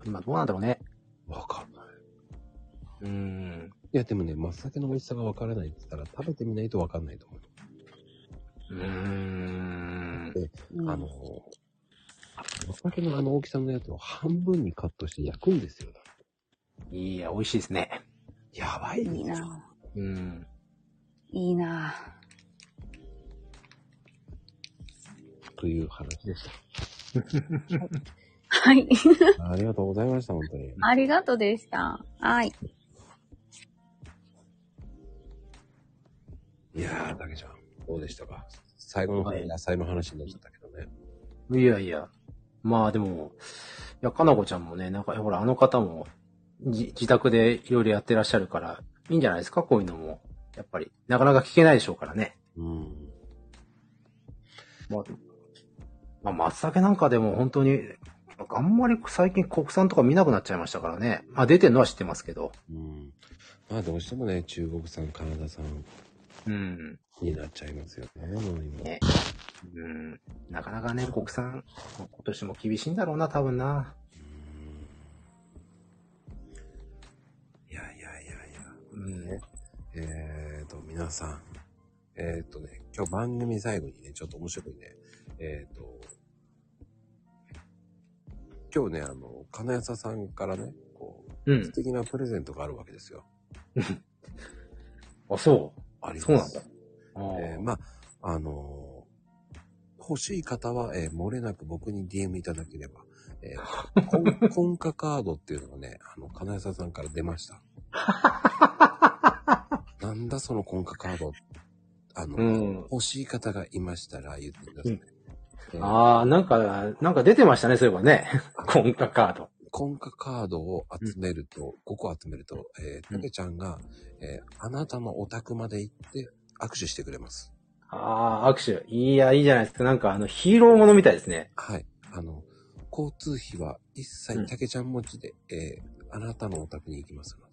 今どうなんだろうね。
わかんない。
うん。
いや、でもね、松茸の美味しさがわからないって言ったら、食べてみないとわかんないと思う。
うーん。
うん
あのー、松茸のあの大きさのやつを半分にカットして焼くんですよ。
いや、美味しいですね。
やばい
いい
ね。
な
うん。
いいな
という話でした。
はい。
ありがとうございました、本当に。
ありがとうでした。はい。
いやー、たけちゃん、どうでしたか最後の方
はい
野菜の話になっちゃったけどね。
いやいや。まあでも、いや、かなこちゃんもね、なんか、ほら、あの方も、じ自宅でいろいろやってらっしゃるから、いいんじゃないですかこういうのも。やっぱり、なかなか聞けないでしょうからね。
うん。
まあ、まあ、松茸なんかでも本当に、なんかあんまり最近国産とか見なくなっちゃいましたからね。まあ出てるのは知ってますけど。
うん。まあ、どうしてもね、中国産、カナダ産
うん。
になっちゃいますよね、もう今。
ね。うん。なかなかね、国産、今年も厳しいんだろうな、多分な。
いやいやいやいや。
うん。
えーと、皆さん。えーとね、今日番組最後にね、ちょっと面白いね。えーと、今日ね、あの、金谷さんからね、こ
う
う、素
ん。
敵なプレゼントがあるわけですよ。
あ、そ
あり
う。
ます。
そうなんだ。あ
えー
ー
まあ、あのー欲しい方は、えー漏れなく僕に DM いただければ、えー、コ ンコンカカードっていうのがね、あの、金谷さんから出ま した。なんだそのコンカカード。あの、
うん。
欲しい方がいましたら言ってください。えー
ああ、なんか、なんか出てましたね、そういえばね。 コンカカード。
コンカカードを集めると、5個集めると、えー、
うん
たけちゃんが、えーあなたのお宅まで行って握手してくれます。
ああ、握手。いや、いいじゃないですか。なんか、あの、ヒーローものみたいですね。
はい。あの、交通費は一
う
切
ん
竹ちゃん持ちで、えーあなたのお宅に行きますの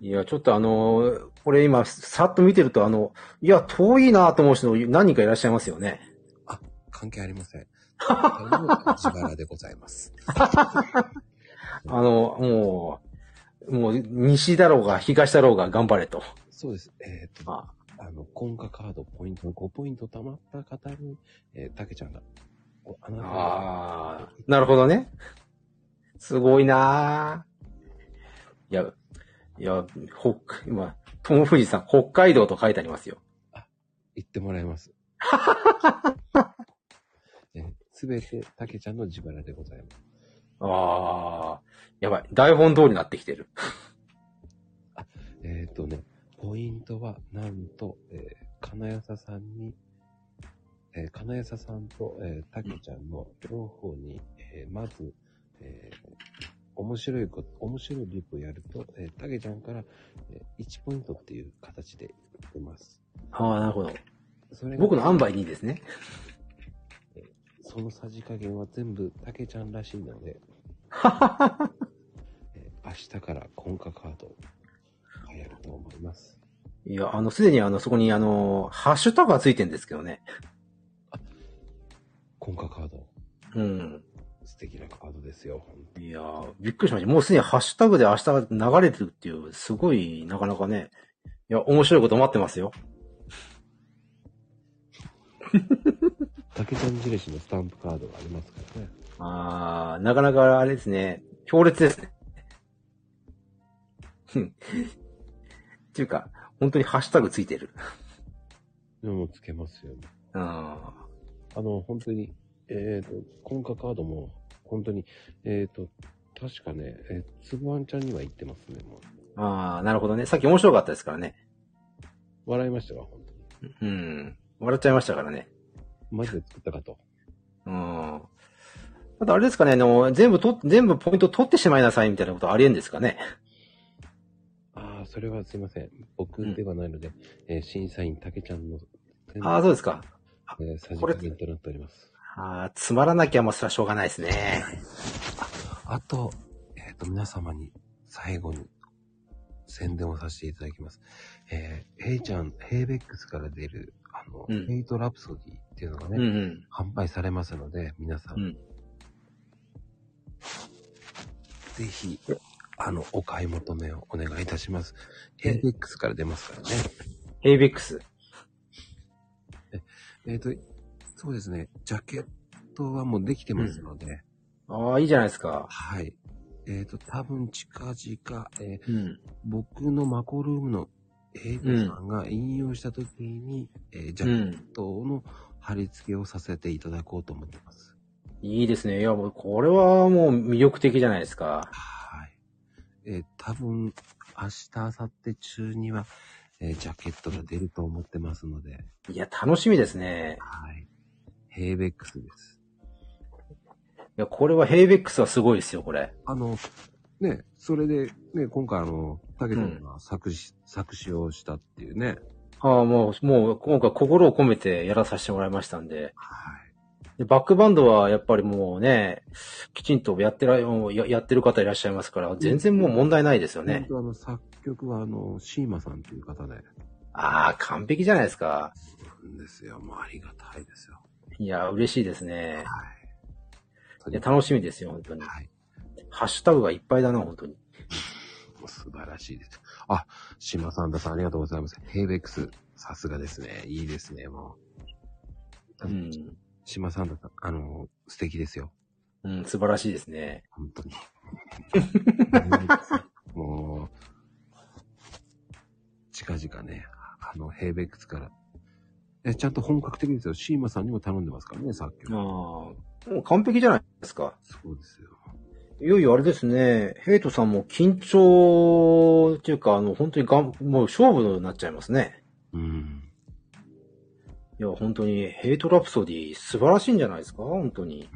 で。
いや、ちょっとあのーこれ今、さっと見てると、あの、いや、遠いなと思う人何人かいらっしゃいますよね。
関係ありま せん。あの自腹でございます。
あの、もう、もう、西だろうが、東だろうが、頑張れと。
そうです。えっ、と、
あ
あの、今回カードポイント5ポイント貯まった方に、えー、竹ちゃんが、おあなたの
あー、なるほどね。すごいなーいや、いや、北、今、ともふじさん、北海道と書いてありますよ。
言ってもらい ます。すべて、たけちゃんの自腹でございます。
ああ、やばい。台本通りになってきてる。
えっ、とね、ポイントは、なんと、えー、金谷ささんに、えー、金谷ささんと、えー、たけちゃんの両方に、えーまず、えー面白いこと、面白いリプをやると、えー、たけちゃんから、えー1ポイントっていう形で出ます。
ああ、なるほど。
それが
僕の塩梅にですね。
そのさじ加減は全部たけちゃんらしいの で、えー明日からコンカカード流行ると思います。
いや、あの、すでにあの、そこにあの、ハッシュタグがついてんですけどね。
コンカカード、
うん。
素敵なカードですよ。本
いやー、びっくりしました。もうすでにハッシュタグで明日が流れてるっていう、すごい、なかなかね。いや、面白いこと待ってますよ。
当竹ちゃん印のスタンプカードがありますからね。
ああ、なかなかあれですね。強烈ですね。 ふんっていうか、本当にハッシュタグついてる。
でもつけますよね。
うん。
あの、本当に、えっ、と、コンカカードも、本当に、えっ、と、確かね、えーつぶあんちゃんには言ってますね、もう。
ああ、なるほどね。さっき面白かったですからね。
笑いましたわ、本当に。
うん。笑っちゃいましたからね。
マジで作ったかと。
うん。ただあれですかね、あの、全部と、全部ポイント取ってしまいなさいみたいなことありえんですかね。
ああ、それはすいません。僕ではないので、えー審査員竹ちゃんの、
ああ、そうですか。
えー、さじ
これ
加減となっております。
ああ、つまらなきゃまあそれはしょうがないですね。
あと、えっ、と、皆様に最後に宣伝をさせていただきます。えー、ヘイちゃん、ヘイベックスから出る、あの、
うん
ヘイトラプソディっていうのがね、
うんうん。
販売されますので、皆さん、
うん
ぜひ、あの、お買い求めをお願いいたします。ヘイベックスから出ますからね。
ヘイビックス。
えっ、と、そうですね、ジャケットはもうできてますので、
ああ、いいじゃないですか。
はい。えっ、と、多分近々、えー
うん。
僕のマコルームの英語さんが引用した時に、えージャ
う
ケ
ん。
ットの貼り付けをさせていただこうと思ってます。
いいですね。いや、もうこれはもう魅力的じゃないですか。
はい。えー多分、明日、明後日中には、えージャケットが出ると思ってますので、
いや、楽しみですね。
はい。ヘイベックスです。
いや、これはヘイビックスはすごいですよ、これ。
あの、ね、それで、ね、今回あの、たけちゃんが作詞、作詞をしたっていうね。
ああ、もう、もう、今回心を込めてやらさせてもらいましたんで。
はい。
でバックバンドはやっぱりもうね、きちんとやってら、ややってる方いらっしゃいますから、全然もう問題ないですよ
本
ね。
当あの、作曲はあの、シーマさんという方で、
ああ、完璧じゃないですか。
なんですよ。もうありがたいですよ。
いや、嬉しいですね。
はい。
いや、楽しみですよ、本当に。
はい。
ハッシュタグがいっぱいだな、本当に。
もう素晴らしいです。あ、シーマさんださんありがとうございます。ヘイベックス、さすがですね。いいですね、もう。
うん。
シマさんださん、あの、素敵ですよ。
うん、素晴らしいですね。
本当 に。もう、近々ね、あの、ヘイベックスから。え、ちゃんと本格的ですよ。シーマさんにも頼んでますからね、作
ああ、
曲。
もう完璧じゃないですか。
そうですよ。
いよいよあれですね、ヘイトさんも緊張っていうか、あの、本当にがん、もう勝負になっちゃいますね。
うん。
いや、本当に、ヘイトラプソディ素晴らしいんじゃないですか本当に。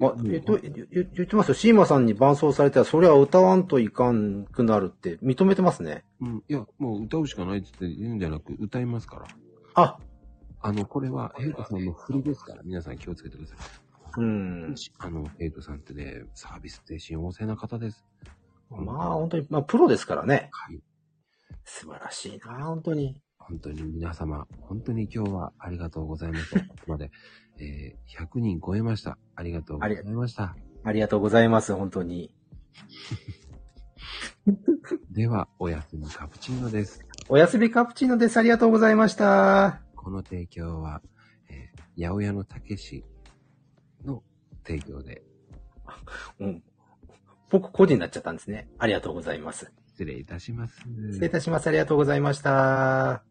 あ、えっと、言言言ってますよ。シーマさんに伴奏されたら、それは歌わんといかんくなるって認めてますね。
うん、いや、もう歌うしかないって言って言うんじゃなく、歌いますから。
あ、
あの、これは、ヘイトさんの振りですから、皆さん気をつけてくださ
うん
い。。しあの、ヘイトさんってね、サービス精神旺盛な方です。
まあ、本当に、まあ、プロですからね。
はい。
素晴らしいな、本当に。
本当に皆様、本当に今日はありがとうございました。ここまで、 えー100人超えました。ありがとうございました。
ありがとうございます、本当に。
では、おやすみカプチーノです。
おやすみカプチーノです。ありがとうございました。
この提供は、えー、八百屋のたけしの提供で
うん。僕個人になっちゃったんですね。ありがとうございます。
失礼いたします。
失礼いたします。ありがとうございました。